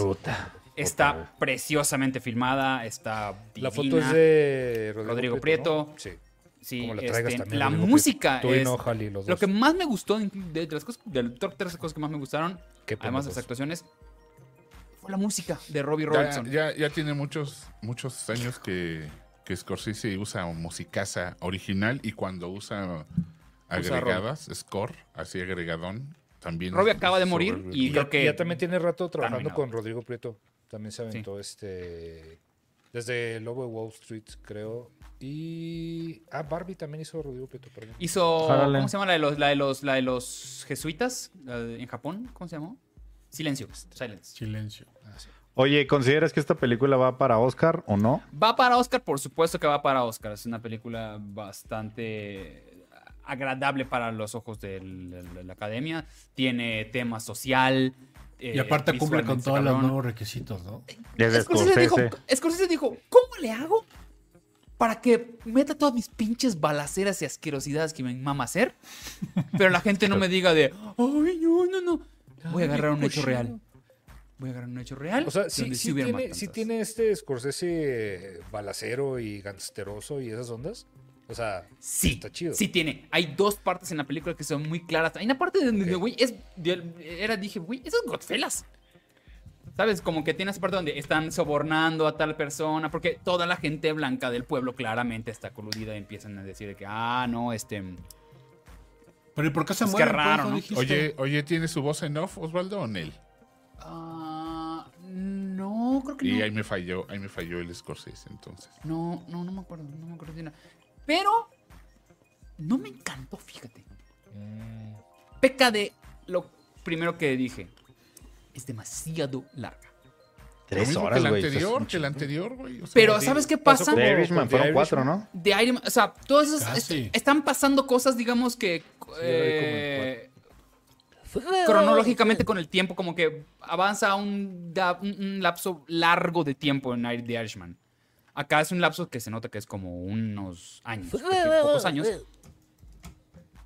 [SPEAKER 1] está preciosamente filmada, está...
[SPEAKER 4] La foto
[SPEAKER 1] divina.
[SPEAKER 4] es de Rodrigo,
[SPEAKER 1] Rodrigo Prieto.
[SPEAKER 4] ¿no? Sí.
[SPEAKER 1] Sí,
[SPEAKER 4] Como la traigas
[SPEAKER 1] este,
[SPEAKER 4] también,
[SPEAKER 1] la
[SPEAKER 4] Rodrigo, que
[SPEAKER 1] música
[SPEAKER 4] tú y
[SPEAKER 1] es
[SPEAKER 4] no, Jali, los
[SPEAKER 1] lo
[SPEAKER 4] dos.
[SPEAKER 1] que más me gustó de, de las cosas del top tres cosas que más me gustaron
[SPEAKER 4] Qué pues.
[SPEAKER 1] además de
[SPEAKER 4] pendejos.
[SPEAKER 1] las actuaciones fue la música de Robbie
[SPEAKER 5] Ya,
[SPEAKER 1] Robertson
[SPEAKER 5] ya, ya tiene muchos, muchos años que, que Scorsese usa musicaza original y cuando usa agregadas, score, así agregadón, también.
[SPEAKER 1] Robbie
[SPEAKER 5] es-
[SPEAKER 1] acaba de
[SPEAKER 5] se
[SPEAKER 1] morir
[SPEAKER 5] vuelve-
[SPEAKER 1] y-
[SPEAKER 4] Y
[SPEAKER 1] creo
[SPEAKER 4] ya,
[SPEAKER 1] que
[SPEAKER 4] ya también tiene rato trabajando
[SPEAKER 1] nominado.
[SPEAKER 4] con Rodrigo Prieto. También se aventó este. Desde Lobo de Wall Street, creo. Y. Ah, Barbie también hizo Rodrigo Prieto, perdón.
[SPEAKER 1] hizo
[SPEAKER 3] Órale.
[SPEAKER 1] cómo se llama la de los la de los la de los jesuitas la de- en Japón cómo se llamó Silencio Silence
[SPEAKER 2] Silencio.
[SPEAKER 3] Oye, ¿consideras que esta película va para Oscar o no?
[SPEAKER 1] va para Oscar por supuesto que va para Oscar es una película bastante agradable para los ojos del- de la, la academia tiene tema social eh,
[SPEAKER 2] Y aparte cumple con todos los nuevos requisitos, ¿no?
[SPEAKER 3] Desde
[SPEAKER 1] Scorsese dijo,
[SPEAKER 3] Scorsese.
[SPEAKER 1] Scorsese dijo, ¿cómo le hago para que meta todas mis pinches balaceras y asquerosidades que me mama hacer? Pero la gente no me diga de, ay, no, no, no. Voy a agarrar un hecho real. Voy a agarrar un hecho real.
[SPEAKER 4] O sea, sí,
[SPEAKER 1] donde
[SPEAKER 4] sí,
[SPEAKER 1] hubieran
[SPEAKER 4] tiene, sí
[SPEAKER 1] matanzas.
[SPEAKER 4] tiene este Scorsese balacero y gangsteroso y esas ondas. O sea,
[SPEAKER 1] Sí,
[SPEAKER 4] está chido.
[SPEAKER 1] sí tiene. Hay dos partes en la película que son muy claras. Hay una parte donde,
[SPEAKER 4] Ok.
[SPEAKER 1] güey, es, de- era, dije, güey, eso es Godfellas. ¿Sabes? Como que tiene esa parte donde están sobornando a tal persona, porque toda la gente blanca del pueblo claramente está coludida y empiezan a decir de que, ah, no, este...
[SPEAKER 2] Pero ¿y por qué se
[SPEAKER 1] Es que
[SPEAKER 2] muere?
[SPEAKER 1] raro, ¿no?
[SPEAKER 5] Oye, oye, ¿tiene su voz en off, Osvaldo, o en él?
[SPEAKER 1] ah, no, creo que
[SPEAKER 5] Y
[SPEAKER 1] no.
[SPEAKER 5] ahí me falló, ahí me falló el Scorsese, entonces.
[SPEAKER 1] No, no, no me acuerdo, no me acuerdo de nada. Pero no me encantó, fíjate. Peca de lo primero que dije. Es demasiado larga.
[SPEAKER 5] Lo
[SPEAKER 3] Tres
[SPEAKER 5] mismo
[SPEAKER 3] horas,
[SPEAKER 5] que el
[SPEAKER 3] güey.
[SPEAKER 5] anterior, que el anterior, güey. o sea,
[SPEAKER 1] Pero,
[SPEAKER 5] sí.
[SPEAKER 1] ¿sabes qué
[SPEAKER 4] pasó
[SPEAKER 1] pasa?
[SPEAKER 4] como-
[SPEAKER 3] De Irishman fueron
[SPEAKER 4] Irishman.
[SPEAKER 3] cuatro, ¿no?
[SPEAKER 1] De Iron Man, o sea, todas esas est-
[SPEAKER 2] Casi.
[SPEAKER 1] están pasando cosas, digamos que eh, cronológicamente con el tiempo, como que avanza un, da- un- un lapso largo de tiempo en Air- The Irishman. Acá es un lapso que se nota que es como unos años, porque pocos años.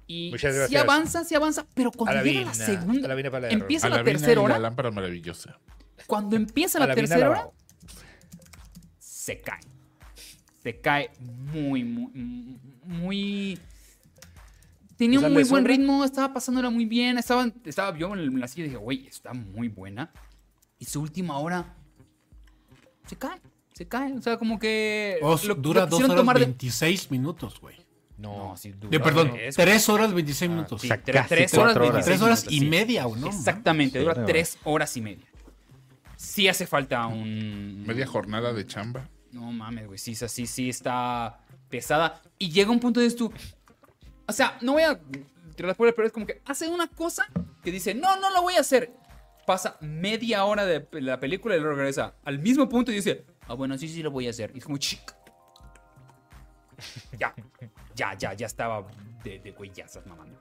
[SPEAKER 1] Y
[SPEAKER 4] Muchas
[SPEAKER 1] sí
[SPEAKER 4] gracias.
[SPEAKER 1] avanza, sí avanza, pero cuando llega la
[SPEAKER 4] Alavina,
[SPEAKER 1] segunda,
[SPEAKER 4] Alavina para la
[SPEAKER 1] empieza
[SPEAKER 5] A
[SPEAKER 1] la
[SPEAKER 5] la vina y
[SPEAKER 1] tercera
[SPEAKER 5] la
[SPEAKER 1] hora,
[SPEAKER 5] lámpara maravillosa.
[SPEAKER 1] cuando empieza la
[SPEAKER 4] Alavina
[SPEAKER 1] tercera hora,
[SPEAKER 4] Lavao.
[SPEAKER 1] se cae. Se cae muy, muy, muy... Tenía
[SPEAKER 4] ¿Esa
[SPEAKER 1] un muy
[SPEAKER 4] le
[SPEAKER 1] buen
[SPEAKER 4] sobra?
[SPEAKER 1] ritmo, estaba pasándola muy bien, estaba, estaba yo en la silla y dije, güey, está muy buena. Y su última hora se cae, se cae. O sea, como que...
[SPEAKER 2] Os-
[SPEAKER 1] lo- lo
[SPEAKER 2] dura dos
[SPEAKER 1] quisieron
[SPEAKER 2] horas
[SPEAKER 1] tomar de-
[SPEAKER 2] 26 minutos, güey.
[SPEAKER 1] No, sí, dura,
[SPEAKER 2] De, Eh, perdón,
[SPEAKER 1] es-
[SPEAKER 2] 3 horas 26 minutos.
[SPEAKER 1] sí,
[SPEAKER 3] O sea,
[SPEAKER 1] tre-
[SPEAKER 3] casi
[SPEAKER 1] tres
[SPEAKER 3] cuatro
[SPEAKER 1] horas,
[SPEAKER 3] horas.
[SPEAKER 1] 26
[SPEAKER 2] 3 Ah, horas y
[SPEAKER 1] minutos, sí.
[SPEAKER 2] media, ¿o no?
[SPEAKER 1] Exactamente,
[SPEAKER 3] Sí,
[SPEAKER 1] dura
[SPEAKER 3] güey.
[SPEAKER 1] tres horas y media. Sí hace falta un...
[SPEAKER 5] Media jornada de chamba.
[SPEAKER 1] No mames, güey, sí, sí, sí, sí está pesada. Y llega un punto de esto... O sea, no voy a... Te las puedo, pero es como que hace una cosa que dice, no, no lo voy a hacer. Pasa media hora de pe- la película y luego regresa al mismo punto y dice, ah, bueno, sí, sí, lo voy a hacer. Y es como, chic. Ya, ya, ya, ya estaba de, de güey, ya estás mamando.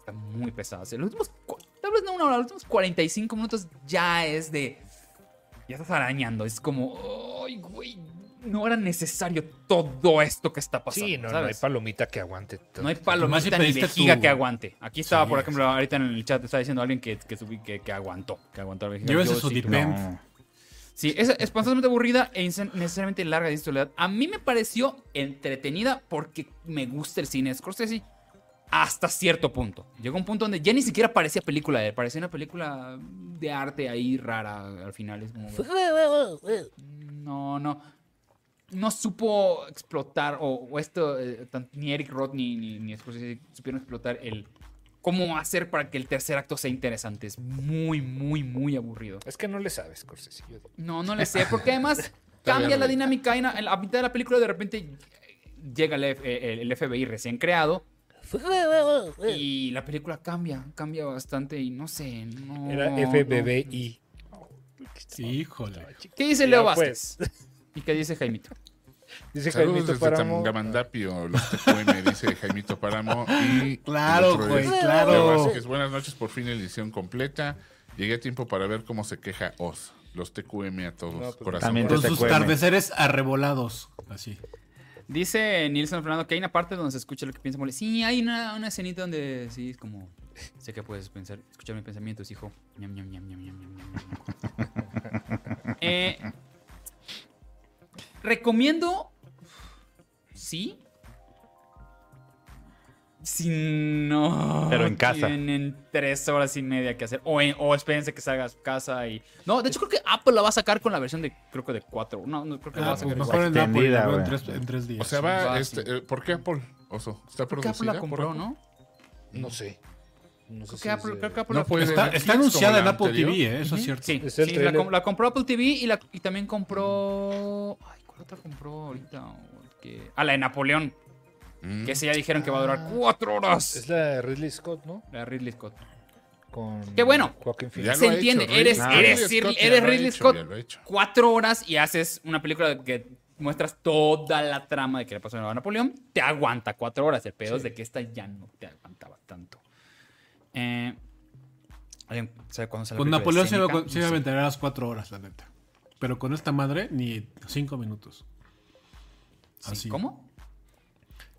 [SPEAKER 1] Está muy pesada. O sea, los últimos, cu- tal vez no una hora, los últimos 45 minutos ya es de. Ya estás arañando. Es como, ay, güey, no era necesario todo esto que está pasando.
[SPEAKER 4] Sí, no, no hay
[SPEAKER 1] ¿sabes?
[SPEAKER 4] palomita que aguante.
[SPEAKER 1] No hay
[SPEAKER 2] Además, si
[SPEAKER 1] palomita ni
[SPEAKER 2] pediste
[SPEAKER 1] vejiga
[SPEAKER 2] tu-
[SPEAKER 1] que aguante. Aquí estaba, por
[SPEAKER 2] Sí.
[SPEAKER 1] ejemplo, ahorita en el chat, está diciendo alguien que, que, subí- que, que aguantó. Que aguantó la vejiga.
[SPEAKER 2] Llévese
[SPEAKER 1] Yo
[SPEAKER 2] su
[SPEAKER 1] sí-
[SPEAKER 2] dipem.
[SPEAKER 3] No.
[SPEAKER 1] Sí, es espantosamente aburrida e insen- necesariamente larga de soledad. A mí me pareció entretenida porque me gusta el cine de Scorsese hasta cierto punto. Llegó un punto donde ya ni siquiera parecía película de él, parecía una película de arte ahí rara al final. Es como, no, no. No supo explotar, o, o esto, eh, tan- ni Eric Roth ni, ni, ni Scorsese supieron explotar el cómo hacer para que el tercer acto sea interesante. Es muy, muy, muy aburrido.
[SPEAKER 4] Es que no le sabes, Corsesi. yo digo.
[SPEAKER 1] No, no le sé, porque
[SPEAKER 4] [LAUGHS]
[SPEAKER 1] además cambia la dinámica y na- en la mitad de la película de repente llega el, F- eh, el FBI recién creado y la película cambia, cambia bastante y no sé, no...
[SPEAKER 4] Era
[SPEAKER 1] no.
[SPEAKER 4] FBBI.
[SPEAKER 2] Sí, Híjole.
[SPEAKER 1] ¿Qué dice
[SPEAKER 4] Ya,
[SPEAKER 1] Leo
[SPEAKER 4] pues.
[SPEAKER 1] Vázquez? ¿Y qué dice Jaimito?
[SPEAKER 4] Dice
[SPEAKER 5] Saludos
[SPEAKER 4] Jaimito
[SPEAKER 5] desde
[SPEAKER 4] Páramo.
[SPEAKER 5] Tamangandapio, los TQM, dice Jaimito Páramo. Y
[SPEAKER 2] Claro,
[SPEAKER 5] el otro
[SPEAKER 2] güey,
[SPEAKER 5] es
[SPEAKER 2] claro.
[SPEAKER 5] Leo Vázquez. Buenas noches, por fin edición completa. Llegué a tiempo para ver cómo se queja Oz. Los TQM a todos.
[SPEAKER 4] No, pues,
[SPEAKER 5] Corazón.
[SPEAKER 3] también
[SPEAKER 2] Con
[SPEAKER 5] corazón.
[SPEAKER 3] te
[SPEAKER 2] sus
[SPEAKER 3] cuelgue.
[SPEAKER 2] atardeceres arrebolados. Así.
[SPEAKER 1] Dice Nilson Fernando que hay una parte donde se escucha lo que piensa Mole. Sí, hay una, una escenita donde sí, es como... Sé que puedes pensar, escuchar mis pensamientos, hijo. Ñam, ñam, ñam, ñam, ñam, ñam, ñam,
[SPEAKER 3] [LAUGHS]
[SPEAKER 1] ñam. Eh, recomiendo... Sí. Si no...
[SPEAKER 3] Pero en casa.
[SPEAKER 1] Tienen tres horas y media que hacer. O, en- o espérense que salga a su casa y... No, de hecho creo que Apple la va a sacar con la versión de... Creo que de cuatro. No, no creo que la va
[SPEAKER 2] Ah,
[SPEAKER 1] a sacar
[SPEAKER 2] pues
[SPEAKER 1] igual.
[SPEAKER 2] mejor en Apple,
[SPEAKER 3] Extendida,
[SPEAKER 2] la veo en
[SPEAKER 3] güey.
[SPEAKER 2] tres, en tres días.
[SPEAKER 5] O sea, va.
[SPEAKER 1] Fácil.
[SPEAKER 5] Este, eh, ¿Por qué Apple? Oso, está
[SPEAKER 1] Creo que Apple la
[SPEAKER 5] producida. por
[SPEAKER 1] compró,
[SPEAKER 5] Apple?
[SPEAKER 1] ¿no?
[SPEAKER 4] No sé. No sé
[SPEAKER 1] Creo
[SPEAKER 4] si
[SPEAKER 1] que
[SPEAKER 4] es
[SPEAKER 1] Apple,
[SPEAKER 4] de-
[SPEAKER 1] creo que Apple
[SPEAKER 5] No
[SPEAKER 1] la-
[SPEAKER 5] puede
[SPEAKER 2] Está,
[SPEAKER 5] ser
[SPEAKER 2] está
[SPEAKER 5] Netflix
[SPEAKER 2] anunciada
[SPEAKER 5] como
[SPEAKER 2] en
[SPEAKER 5] la
[SPEAKER 2] Apple
[SPEAKER 5] anterior.
[SPEAKER 2] TV, ¿eh? pues, eso es cierto.
[SPEAKER 1] Sí,
[SPEAKER 4] Es el
[SPEAKER 1] sí, la,
[SPEAKER 4] trailer.
[SPEAKER 1] com- la compró Apple TV y, la, y también compró. Ay, ¿cuál otra compró ahorita? Que- Ah, la de Napoleón.
[SPEAKER 5] Mm.
[SPEAKER 1] Que esa ya dijeron que va a durar
[SPEAKER 2] Ah.
[SPEAKER 1] cuatro horas.
[SPEAKER 4] Es la de Ridley Scott, ¿no?
[SPEAKER 1] La de Ridley Scott.
[SPEAKER 4] Con
[SPEAKER 1] Qué bueno.
[SPEAKER 4] Joaquin
[SPEAKER 5] Ya
[SPEAKER 4] Phoenix.
[SPEAKER 1] Se
[SPEAKER 5] lo ha
[SPEAKER 1] entiende,
[SPEAKER 5] Ridley. Ah,
[SPEAKER 1] eres-
[SPEAKER 3] eres
[SPEAKER 5] Ridley
[SPEAKER 1] Sir-
[SPEAKER 5] ya
[SPEAKER 1] eres
[SPEAKER 5] lo ha
[SPEAKER 1] Ridley
[SPEAKER 5] hecho,
[SPEAKER 1] Scott.
[SPEAKER 5] ya lo ha hecho.
[SPEAKER 1] Cuatro horas y haces una película que muestras toda la trama de que le pasó a Napoleón. Te aguanta cuatro horas. El pedo es de que esta ya no te aguantaba tanto. Eh, ¿Alguien sabe cuándo sale la película
[SPEAKER 2] Con
[SPEAKER 1] de
[SPEAKER 2] Pues Napoleón se
[SPEAKER 1] Seneca?
[SPEAKER 2] iba, se
[SPEAKER 1] No
[SPEAKER 2] iba a
[SPEAKER 1] sé.
[SPEAKER 2] vender a las cuatro horas, la neta. Pero con esta madre, ni cinco minutos.
[SPEAKER 1] Sí,
[SPEAKER 2] Así.
[SPEAKER 1] ¿Cómo?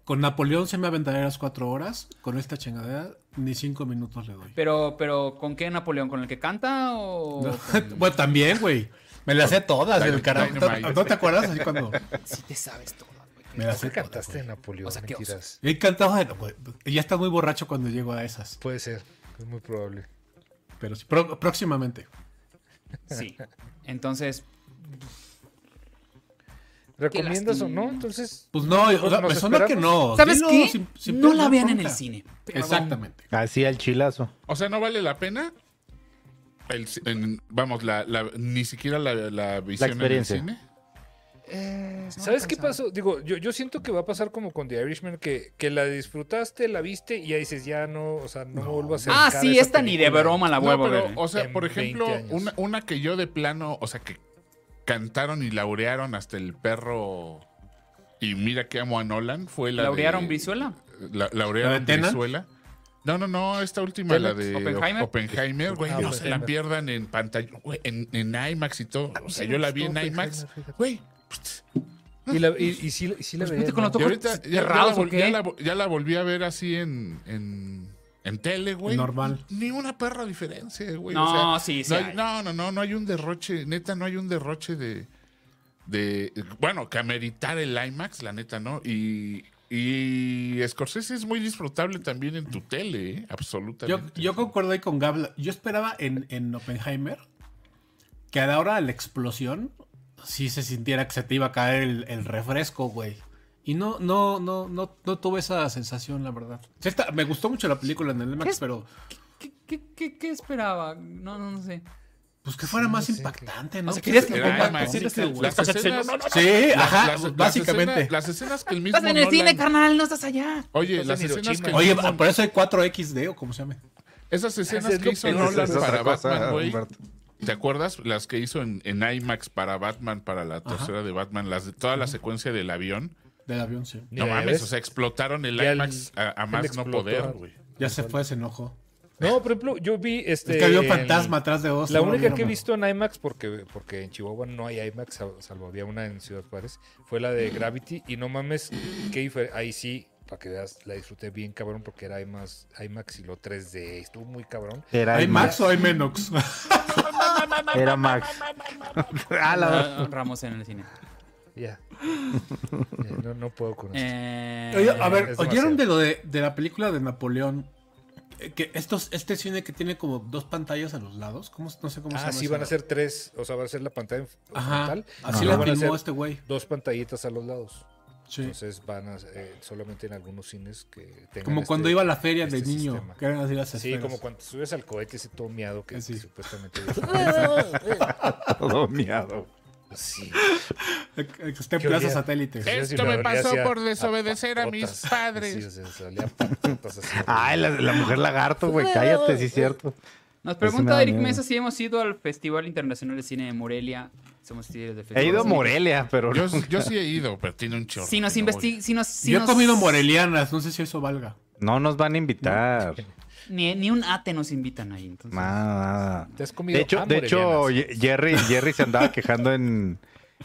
[SPEAKER 2] Con Napoleón se me aventaría las cuatro horas. Con esta chingadera, ni cinco minutos le [LAUGHS] doy.
[SPEAKER 1] Pero, pero, ¿con qué Napoleón? ¿Con el que canta o...? con-
[SPEAKER 2] [LAUGHS] bueno, también, güey. Me las sé todas,
[SPEAKER 5] Dynamite.
[SPEAKER 2] el carajo. ¿No- ¿No te acuerdas? Así cuando
[SPEAKER 1] Sí te sabes todo, güey.
[SPEAKER 2] me las sé
[SPEAKER 4] ¿Qué
[SPEAKER 2] todas.
[SPEAKER 4] cantaste en Napoleón?
[SPEAKER 1] O sea, qué oso.
[SPEAKER 4] Mentiras.
[SPEAKER 2] He cantado, bueno, güey, ya está muy borracho cuando llego a esas.
[SPEAKER 4] Puede ser. Es muy probable.
[SPEAKER 2] Pero sí, pro- próximamente.
[SPEAKER 1] Sí. Entonces,
[SPEAKER 4] ¿Recomiendas o
[SPEAKER 1] lástima.
[SPEAKER 4] no? Entonces.
[SPEAKER 2] Pues no, o sea,
[SPEAKER 4] nos
[SPEAKER 2] me suena que
[SPEAKER 4] esperamos.
[SPEAKER 2] no.
[SPEAKER 1] ¿sabes
[SPEAKER 2] Pues Dilo
[SPEAKER 1] qué?
[SPEAKER 2] sin- sin
[SPEAKER 1] no
[SPEAKER 2] pena,
[SPEAKER 1] la vean en el
[SPEAKER 2] bronca.
[SPEAKER 1] cine. Perdón.
[SPEAKER 2] Exactamente.
[SPEAKER 3] Así Ah, al chilazo.
[SPEAKER 5] O sea, ¿no vale la pena? El ci- en- vamos, la, la- ni siquiera la, la visión
[SPEAKER 3] experiencia.
[SPEAKER 5] en el cine.
[SPEAKER 1] Eh, no
[SPEAKER 4] ¿Sabes qué
[SPEAKER 1] alcanza.
[SPEAKER 4] pasó? Digo, yo, yo siento que va a pasar como con The Irishman, que, que la disfrutaste, la viste y ya dices, ya no, o sea, no, me vuelvo a hacer.
[SPEAKER 1] Ah, sí, esta ni de broma la
[SPEAKER 5] No,
[SPEAKER 1] vuelvo a
[SPEAKER 5] pero,
[SPEAKER 1] ver.
[SPEAKER 5] o sea,
[SPEAKER 4] En
[SPEAKER 5] por ejemplo,
[SPEAKER 4] 20 años.
[SPEAKER 5] una, una que yo de plano, o sea, que cantaron y laurearon hasta el perro. Y mira que amo a Nolan, fue la.
[SPEAKER 1] ¿Laurearon
[SPEAKER 5] de-
[SPEAKER 1] Brizuela?
[SPEAKER 5] La,
[SPEAKER 2] ¿La
[SPEAKER 5] laurearon
[SPEAKER 2] de Tenet?
[SPEAKER 5] Brizuela. No, no, no, esta última, la
[SPEAKER 4] Tenet,
[SPEAKER 5] de
[SPEAKER 1] Oppenheimer.
[SPEAKER 5] Oppenheimer. Oppenheimer, güey,
[SPEAKER 4] Ah,
[SPEAKER 5] no se la
[SPEAKER 4] Oppenheimer.
[SPEAKER 5] pierdan en pantalla, güey, en, en IMAX y todo. O sea,
[SPEAKER 4] sí me
[SPEAKER 5] yo la vi
[SPEAKER 4] gustó
[SPEAKER 5] en IMAX,
[SPEAKER 4] Oppenheimer, fíjate.
[SPEAKER 5] güey. pst,
[SPEAKER 4] Y, la, y, y sí, y sí la veía.
[SPEAKER 1] Pues Vete con
[SPEAKER 4] ¿no?
[SPEAKER 1] los
[SPEAKER 5] Y
[SPEAKER 1] ojos
[SPEAKER 5] ahorita ya, ya la,
[SPEAKER 1] cerrados, ¿o
[SPEAKER 5] vol- ya
[SPEAKER 1] qué?
[SPEAKER 5] la vo- ya la volví a ver así en, en, en tele, güey.
[SPEAKER 2] Normal.
[SPEAKER 5] Ni una perra diferencia, güey.
[SPEAKER 1] No,
[SPEAKER 5] o sea,
[SPEAKER 1] sí, sí
[SPEAKER 5] No, hay-
[SPEAKER 1] hay.
[SPEAKER 5] no, no, no, no hay un derroche, neta, no hay un derroche de. de bueno, que ameritar el IMAX, la neta, ¿no? Y. Y Scorsese es muy disfrutable también en tu tele, ¿eh?
[SPEAKER 2] Yo,
[SPEAKER 5] absolutamente.
[SPEAKER 2] yo concuerdo ahí con Gabla. Yo esperaba en, en Oppenheimer que a la hora de la explosión sí se sintiera que se te iba a caer el, el refresco, güey. Y no, no, no, no, no tuve esa sensación, la verdad. Sí está- me gustó mucho la película en el IMAX,
[SPEAKER 1] ¿Qué es?
[SPEAKER 2] pero
[SPEAKER 1] ¿Qué, qué, qué, qué esperaba? No, no, no sé.
[SPEAKER 2] pues que fuera más impactante, ¿no?
[SPEAKER 1] O sea, querías que
[SPEAKER 5] Era
[SPEAKER 1] ponga-
[SPEAKER 5] IMAX.
[SPEAKER 1] sí, sí, güey.
[SPEAKER 5] Las escenas-
[SPEAKER 2] Sí,
[SPEAKER 5] las-
[SPEAKER 2] ajá,
[SPEAKER 5] las- las
[SPEAKER 2] básicamente.
[SPEAKER 5] escenas- Las escenas que el mismo.
[SPEAKER 1] Estás en el
[SPEAKER 5] Nolan-
[SPEAKER 1] cine, carnal, no estás allá.
[SPEAKER 5] Oye,
[SPEAKER 4] Estás
[SPEAKER 5] las
[SPEAKER 4] en
[SPEAKER 5] escenas que.
[SPEAKER 4] Hiroshima.
[SPEAKER 5] el
[SPEAKER 2] Oye, ah,
[SPEAKER 5] mismo-
[SPEAKER 2] por eso hay 4XD o como se llame.
[SPEAKER 5] Esas escenas
[SPEAKER 4] es
[SPEAKER 5] que
[SPEAKER 4] lo
[SPEAKER 5] hizo
[SPEAKER 4] que-
[SPEAKER 5] Nolan
[SPEAKER 3] Esa es
[SPEAKER 5] para
[SPEAKER 3] otra cosa,
[SPEAKER 5] Batman, güey.
[SPEAKER 3] Humberto.
[SPEAKER 5] ¿Te acuerdas las que hizo en, en IMAX para Batman, para la tercera de Batman, las de toda la secuencia del avión?
[SPEAKER 2] Del avión, sí.
[SPEAKER 4] Mira,
[SPEAKER 5] no
[SPEAKER 4] ya
[SPEAKER 5] mames,
[SPEAKER 4] ves.
[SPEAKER 5] o sea, explotaron el
[SPEAKER 4] Ya el-
[SPEAKER 5] IMAX a, a
[SPEAKER 4] él
[SPEAKER 5] más no
[SPEAKER 4] explotó,
[SPEAKER 5] poder,
[SPEAKER 4] ah,
[SPEAKER 5] güey.
[SPEAKER 2] Ya se fue, se enojó.
[SPEAKER 4] No, por ejemplo, yo vi este.
[SPEAKER 2] Es que había un
[SPEAKER 4] el-
[SPEAKER 2] fantasma atrás de vos.
[SPEAKER 4] La
[SPEAKER 2] no lo
[SPEAKER 4] única
[SPEAKER 2] vieron,
[SPEAKER 4] que he
[SPEAKER 2] güey.
[SPEAKER 4] visto en IMAX, porque, porque en Chihuahua no hay IMAX, sal- salvo había una en Ciudad Juárez, fue la de Gravity. Y no mames, qué difer- ahí sí, para que veas, la disfruté bien cabrón porque era IMAX, IMAX y lo 3D. Estuvo muy cabrón.
[SPEAKER 3] Era
[SPEAKER 2] ¿Hay Max
[SPEAKER 3] IMAX.
[SPEAKER 2] o hay Menox?
[SPEAKER 3] Era Max. [LAUGHS] Ah, la verdad.
[SPEAKER 1] Ah, Ramos en el cine.
[SPEAKER 4] Ya. Ya, no, no puedo con esto.
[SPEAKER 1] Eh,
[SPEAKER 2] Oye, a ver,
[SPEAKER 4] es
[SPEAKER 2] ¿oyeron
[SPEAKER 4] demasiado.
[SPEAKER 2] de lo de, de la película de Napoleón? Eh, Que estos, este cine que tiene como dos pantallas a los lados, ¿cómo, no sé cómo se
[SPEAKER 4] Ah,
[SPEAKER 2] llama.
[SPEAKER 4] sí,
[SPEAKER 2] esa
[SPEAKER 4] van a
[SPEAKER 2] madre?
[SPEAKER 4] ser tres. O sea, va a ser la pantalla
[SPEAKER 2] Ajá,
[SPEAKER 4] frontal.
[SPEAKER 2] así la
[SPEAKER 4] y luego van a
[SPEAKER 2] filmó
[SPEAKER 4] ser
[SPEAKER 2] este güey.
[SPEAKER 4] Dos pantallitas a los lados.
[SPEAKER 2] Sí.
[SPEAKER 4] Entonces van a eh, solamente en algunos cines que tengan
[SPEAKER 2] como
[SPEAKER 4] este-
[SPEAKER 2] cuando iba a la feria de
[SPEAKER 4] este
[SPEAKER 2] niño,
[SPEAKER 4] sistema.
[SPEAKER 2] que eran así las
[SPEAKER 4] Sí,
[SPEAKER 2] esferas.
[SPEAKER 4] como cuando te subes al cohete ese todo miado que
[SPEAKER 2] Sí.
[SPEAKER 4] supuestamente.
[SPEAKER 3] Todo miado.
[SPEAKER 4] [LAUGHS] sí.
[SPEAKER 2] Eh, eh, Que esté en
[SPEAKER 4] Qué
[SPEAKER 2] Plaza
[SPEAKER 4] olía.
[SPEAKER 2] Satélite.
[SPEAKER 5] Eh. Esto me pasó por desobedecer a mis padres.
[SPEAKER 4] Sí, o sea, salía patatas así.
[SPEAKER 3] Ay, la, la mujer lagarto, güey. Cállate, sí es cierto.
[SPEAKER 1] Nos
[SPEAKER 3] Ese me
[SPEAKER 1] pregunta
[SPEAKER 3] da
[SPEAKER 1] Eric
[SPEAKER 3] miedo.
[SPEAKER 1] Mesa si hemos ido al Festival Internacional de Cine de Morelia. Somos líderes de
[SPEAKER 3] He
[SPEAKER 1] Festival.
[SPEAKER 3] ido a Morelia, pero
[SPEAKER 5] Yo, yo sí he ido, pero tiene un chorro.
[SPEAKER 1] Si nos
[SPEAKER 5] que no voy.
[SPEAKER 1] investiga, si nos, si
[SPEAKER 2] Yo he
[SPEAKER 1] nos-
[SPEAKER 2] comido morelianas, no sé si eso valga.
[SPEAKER 3] [LAUGHS] no nos van a invitar.
[SPEAKER 1] Ni, ni un ate nos invitan ahí, entonces.
[SPEAKER 3] Nada, nada.
[SPEAKER 4] Te has comido
[SPEAKER 3] De hecho,
[SPEAKER 4] ah,
[SPEAKER 3] de hecho
[SPEAKER 4] morelianas.
[SPEAKER 3] Ye- Jerry, Jerry se andaba quejando en,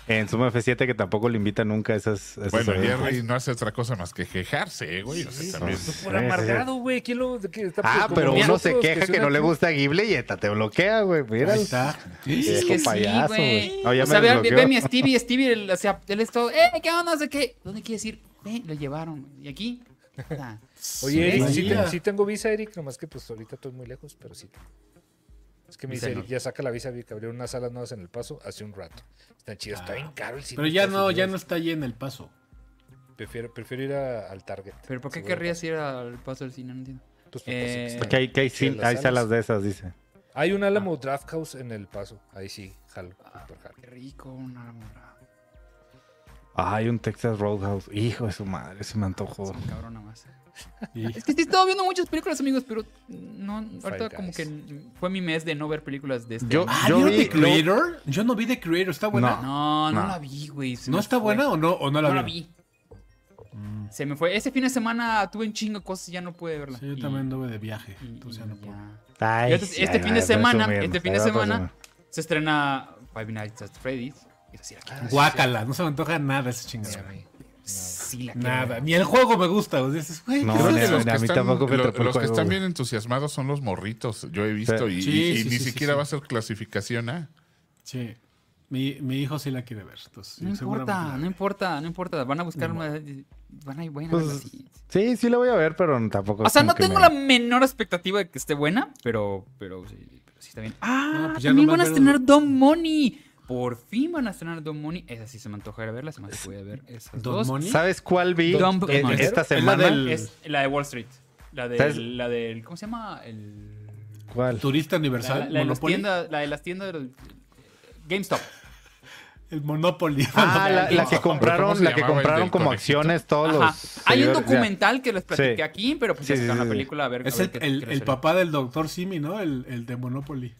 [SPEAKER 3] en Suma F7 que tampoco le invita nunca a esas. a esos
[SPEAKER 5] Bueno,
[SPEAKER 3] eventos.
[SPEAKER 5] Jerry no hace otra cosa más que quejarse, eh, güey. O sea,
[SPEAKER 4] Sí,
[SPEAKER 5] también-
[SPEAKER 4] pues, por
[SPEAKER 3] Sí, sí, sí.
[SPEAKER 4] amargado, güey. ¿Quién lo.? de qué está-
[SPEAKER 3] Ah,
[SPEAKER 4] como
[SPEAKER 1] pues,
[SPEAKER 3] pero uno
[SPEAKER 4] nosotros
[SPEAKER 3] se queja que,
[SPEAKER 4] suena
[SPEAKER 3] no le
[SPEAKER 4] aquí?
[SPEAKER 3] gusta Ghibli y eta, te bloquea, güey. Mira.
[SPEAKER 2] Ahí está.
[SPEAKER 1] Es
[SPEAKER 3] Viejo
[SPEAKER 1] que sí,
[SPEAKER 3] payaso,
[SPEAKER 1] güey.
[SPEAKER 3] güey. No, ya
[SPEAKER 1] o sea,
[SPEAKER 3] me
[SPEAKER 1] ve,
[SPEAKER 3] desbloqueó.
[SPEAKER 1] ve mi Stevie, Stevie, el- o sea, él es todo, eh, ¿qué onda? No sé qué. ¿Dónde quieres ir? Ve, lo llevaron. güey. ¿Y aquí?
[SPEAKER 3] [LAUGHS]
[SPEAKER 1] Ah.
[SPEAKER 4] Oye, Eric, sí,
[SPEAKER 2] María.
[SPEAKER 4] te- sí tengo visa, Eric. Nomás que pues ahorita estoy muy lejos, pero sí. tengo. Es que me
[SPEAKER 1] Visa
[SPEAKER 4] dice Eric,
[SPEAKER 1] no.
[SPEAKER 4] ya saca la visa, vi que abrieron unas salas nuevas en El Paso hace un rato. Están chidas, está bien caro el cine.
[SPEAKER 2] Ah, Pero
[SPEAKER 4] en
[SPEAKER 2] ya
[SPEAKER 4] Estados
[SPEAKER 2] no, ya no
[SPEAKER 4] Unidos.
[SPEAKER 2] está ahí en el paso.
[SPEAKER 4] Prefiero, prefiero ir a- al Target.
[SPEAKER 1] ¿Pero por qué
[SPEAKER 4] Seguro.
[SPEAKER 1] querrías ir al paso del cine? No entiendo.
[SPEAKER 4] Pues, porque sí,
[SPEAKER 1] Eh,
[SPEAKER 4] está-
[SPEAKER 3] Que hay, que hay,
[SPEAKER 4] Sí,
[SPEAKER 3] cin-
[SPEAKER 4] las
[SPEAKER 3] hay salas
[SPEAKER 4] salas.
[SPEAKER 3] de esas, dice.
[SPEAKER 4] Hay un Alamo Draft House en El Paso. Ahí sí, jalo. super jalo.
[SPEAKER 1] Ah,
[SPEAKER 2] Ah.
[SPEAKER 1] Qué rico, una almohada.
[SPEAKER 3] Ah, hay un Texas Roadhouse. Hijo de su madre, se me antojó.
[SPEAKER 1] Cabrón, nada más.
[SPEAKER 4] [LAUGHS]
[SPEAKER 2] Y-
[SPEAKER 1] Es que sí, he estado viendo muchas películas, amigos, pero no, ahorita
[SPEAKER 4] Guys.
[SPEAKER 1] como que n- fue mi mes de no ver películas de este
[SPEAKER 3] Yo-
[SPEAKER 1] año.
[SPEAKER 2] Ah, ¿vieron
[SPEAKER 3] vi-
[SPEAKER 2] The Creator? Yo no vi The Creator, ¿está buena?
[SPEAKER 1] No,
[SPEAKER 2] No,
[SPEAKER 1] no,
[SPEAKER 3] no.
[SPEAKER 1] la vi, güey. se me
[SPEAKER 2] está
[SPEAKER 1] fue.
[SPEAKER 2] buena o no, o no la
[SPEAKER 1] No la
[SPEAKER 2] vieron?
[SPEAKER 1] vi.
[SPEAKER 3] Mm.
[SPEAKER 1] Se me fue. Ese fin de semana tuve un chingo de cosas y ya no pude verla.
[SPEAKER 2] Sí, yo
[SPEAKER 1] Y-
[SPEAKER 2] también anduve de viaje.
[SPEAKER 1] y-
[SPEAKER 2] entonces
[SPEAKER 1] y
[SPEAKER 2] Pues ya no
[SPEAKER 1] ya.
[SPEAKER 2] pude.
[SPEAKER 3] Ay,
[SPEAKER 1] Este-
[SPEAKER 3] sí,
[SPEAKER 1] este
[SPEAKER 3] ahí
[SPEAKER 1] fin
[SPEAKER 3] va
[SPEAKER 1] de
[SPEAKER 3] a
[SPEAKER 1] semana,
[SPEAKER 3] presumir,
[SPEAKER 1] este fin de
[SPEAKER 3] ahí va a
[SPEAKER 1] semana
[SPEAKER 3] presumir.
[SPEAKER 1] se estrena Five Nights at Freddy's. Y así la quiero.
[SPEAKER 2] Guácala, no se me antoja nada esa
[SPEAKER 4] Sí, a
[SPEAKER 2] chingada.
[SPEAKER 4] mí,
[SPEAKER 1] Sí, la quiero.
[SPEAKER 2] Nada, ni el juego me gusta. o sea, dices, güey,
[SPEAKER 3] No,
[SPEAKER 2] ¿qué
[SPEAKER 5] Creo
[SPEAKER 2] es
[SPEAKER 5] que
[SPEAKER 3] ni-
[SPEAKER 2] eso?
[SPEAKER 5] los
[SPEAKER 3] ni
[SPEAKER 5] que
[SPEAKER 3] a mí
[SPEAKER 5] están-
[SPEAKER 3] tampoco me
[SPEAKER 5] lo-
[SPEAKER 3] atrapó el
[SPEAKER 5] los que
[SPEAKER 3] juego,
[SPEAKER 5] están
[SPEAKER 3] güey.
[SPEAKER 5] bien entusiasmados son los morritos, yo he visto, y,
[SPEAKER 2] Sí,
[SPEAKER 5] y- y
[SPEAKER 2] sí,
[SPEAKER 5] ni
[SPEAKER 2] sí, sí,
[SPEAKER 5] siquiera
[SPEAKER 2] sí.
[SPEAKER 5] va a ser clasificación A.
[SPEAKER 2] Sí, mi, mi hijo sí la quiere ver. Entonces, sí,
[SPEAKER 1] No importa,
[SPEAKER 2] seguramente-
[SPEAKER 1] no importa, no importa. Van a buscar una. Van a ir buena.
[SPEAKER 3] Pues, Sí, sí la voy a ver, pero tampoco.
[SPEAKER 1] O sea,
[SPEAKER 3] como
[SPEAKER 1] no
[SPEAKER 3] que
[SPEAKER 1] tengo
[SPEAKER 3] me-
[SPEAKER 1] la menor expectativa de que esté buena, pero, pero, sí, pero sí está bien. Ah,
[SPEAKER 2] Ah, pues ya
[SPEAKER 1] también
[SPEAKER 2] nomás
[SPEAKER 1] van a
[SPEAKER 2] ver-
[SPEAKER 1] estrenar Don Money. Por fin van a estrenar Don Money. Esa sí se me antoja ir a verla, se me puede ver esas
[SPEAKER 2] Don
[SPEAKER 1] dos.
[SPEAKER 2] Money.
[SPEAKER 3] ¿Sabes cuál vi
[SPEAKER 1] Dumb
[SPEAKER 3] eh,
[SPEAKER 1] Money.
[SPEAKER 3] esta
[SPEAKER 2] Es la
[SPEAKER 3] semana?
[SPEAKER 2] del-
[SPEAKER 1] Es la de Wall Street. La
[SPEAKER 3] ¿Sabes?
[SPEAKER 1] del, la del, ¿cómo se llama? El,
[SPEAKER 3] ¿Cuál?
[SPEAKER 2] Turista
[SPEAKER 1] la, la-
[SPEAKER 2] Universal,
[SPEAKER 1] la de las
[SPEAKER 2] Monopoly.
[SPEAKER 1] tiendas, la de las tiendas del- GameStop.
[SPEAKER 2] El [LAUGHS] Monopoly.
[SPEAKER 3] Ah, la, la
[SPEAKER 1] ¿Pero
[SPEAKER 3] que
[SPEAKER 1] cómo
[SPEAKER 3] compraron,
[SPEAKER 5] se
[SPEAKER 3] la que
[SPEAKER 5] llamaba el
[SPEAKER 3] compraron
[SPEAKER 5] del
[SPEAKER 3] como
[SPEAKER 5] conejito?
[SPEAKER 3] acciones todos
[SPEAKER 1] Ajá.
[SPEAKER 3] los.
[SPEAKER 1] Hay un
[SPEAKER 3] seguidores, ya.
[SPEAKER 1] documental que les platiqué
[SPEAKER 3] Sí.
[SPEAKER 1] aquí, pero pues ya
[SPEAKER 3] Sí, sí,
[SPEAKER 1] sacaron
[SPEAKER 3] sí,
[SPEAKER 1] la
[SPEAKER 3] sí.
[SPEAKER 1] película a ver. a
[SPEAKER 2] Es
[SPEAKER 1] ver
[SPEAKER 2] el,
[SPEAKER 1] qué-
[SPEAKER 2] el-
[SPEAKER 1] qué les
[SPEAKER 2] el
[SPEAKER 1] sale.
[SPEAKER 2] papá del doctor Simi, ¿no? El, el de Monopoly.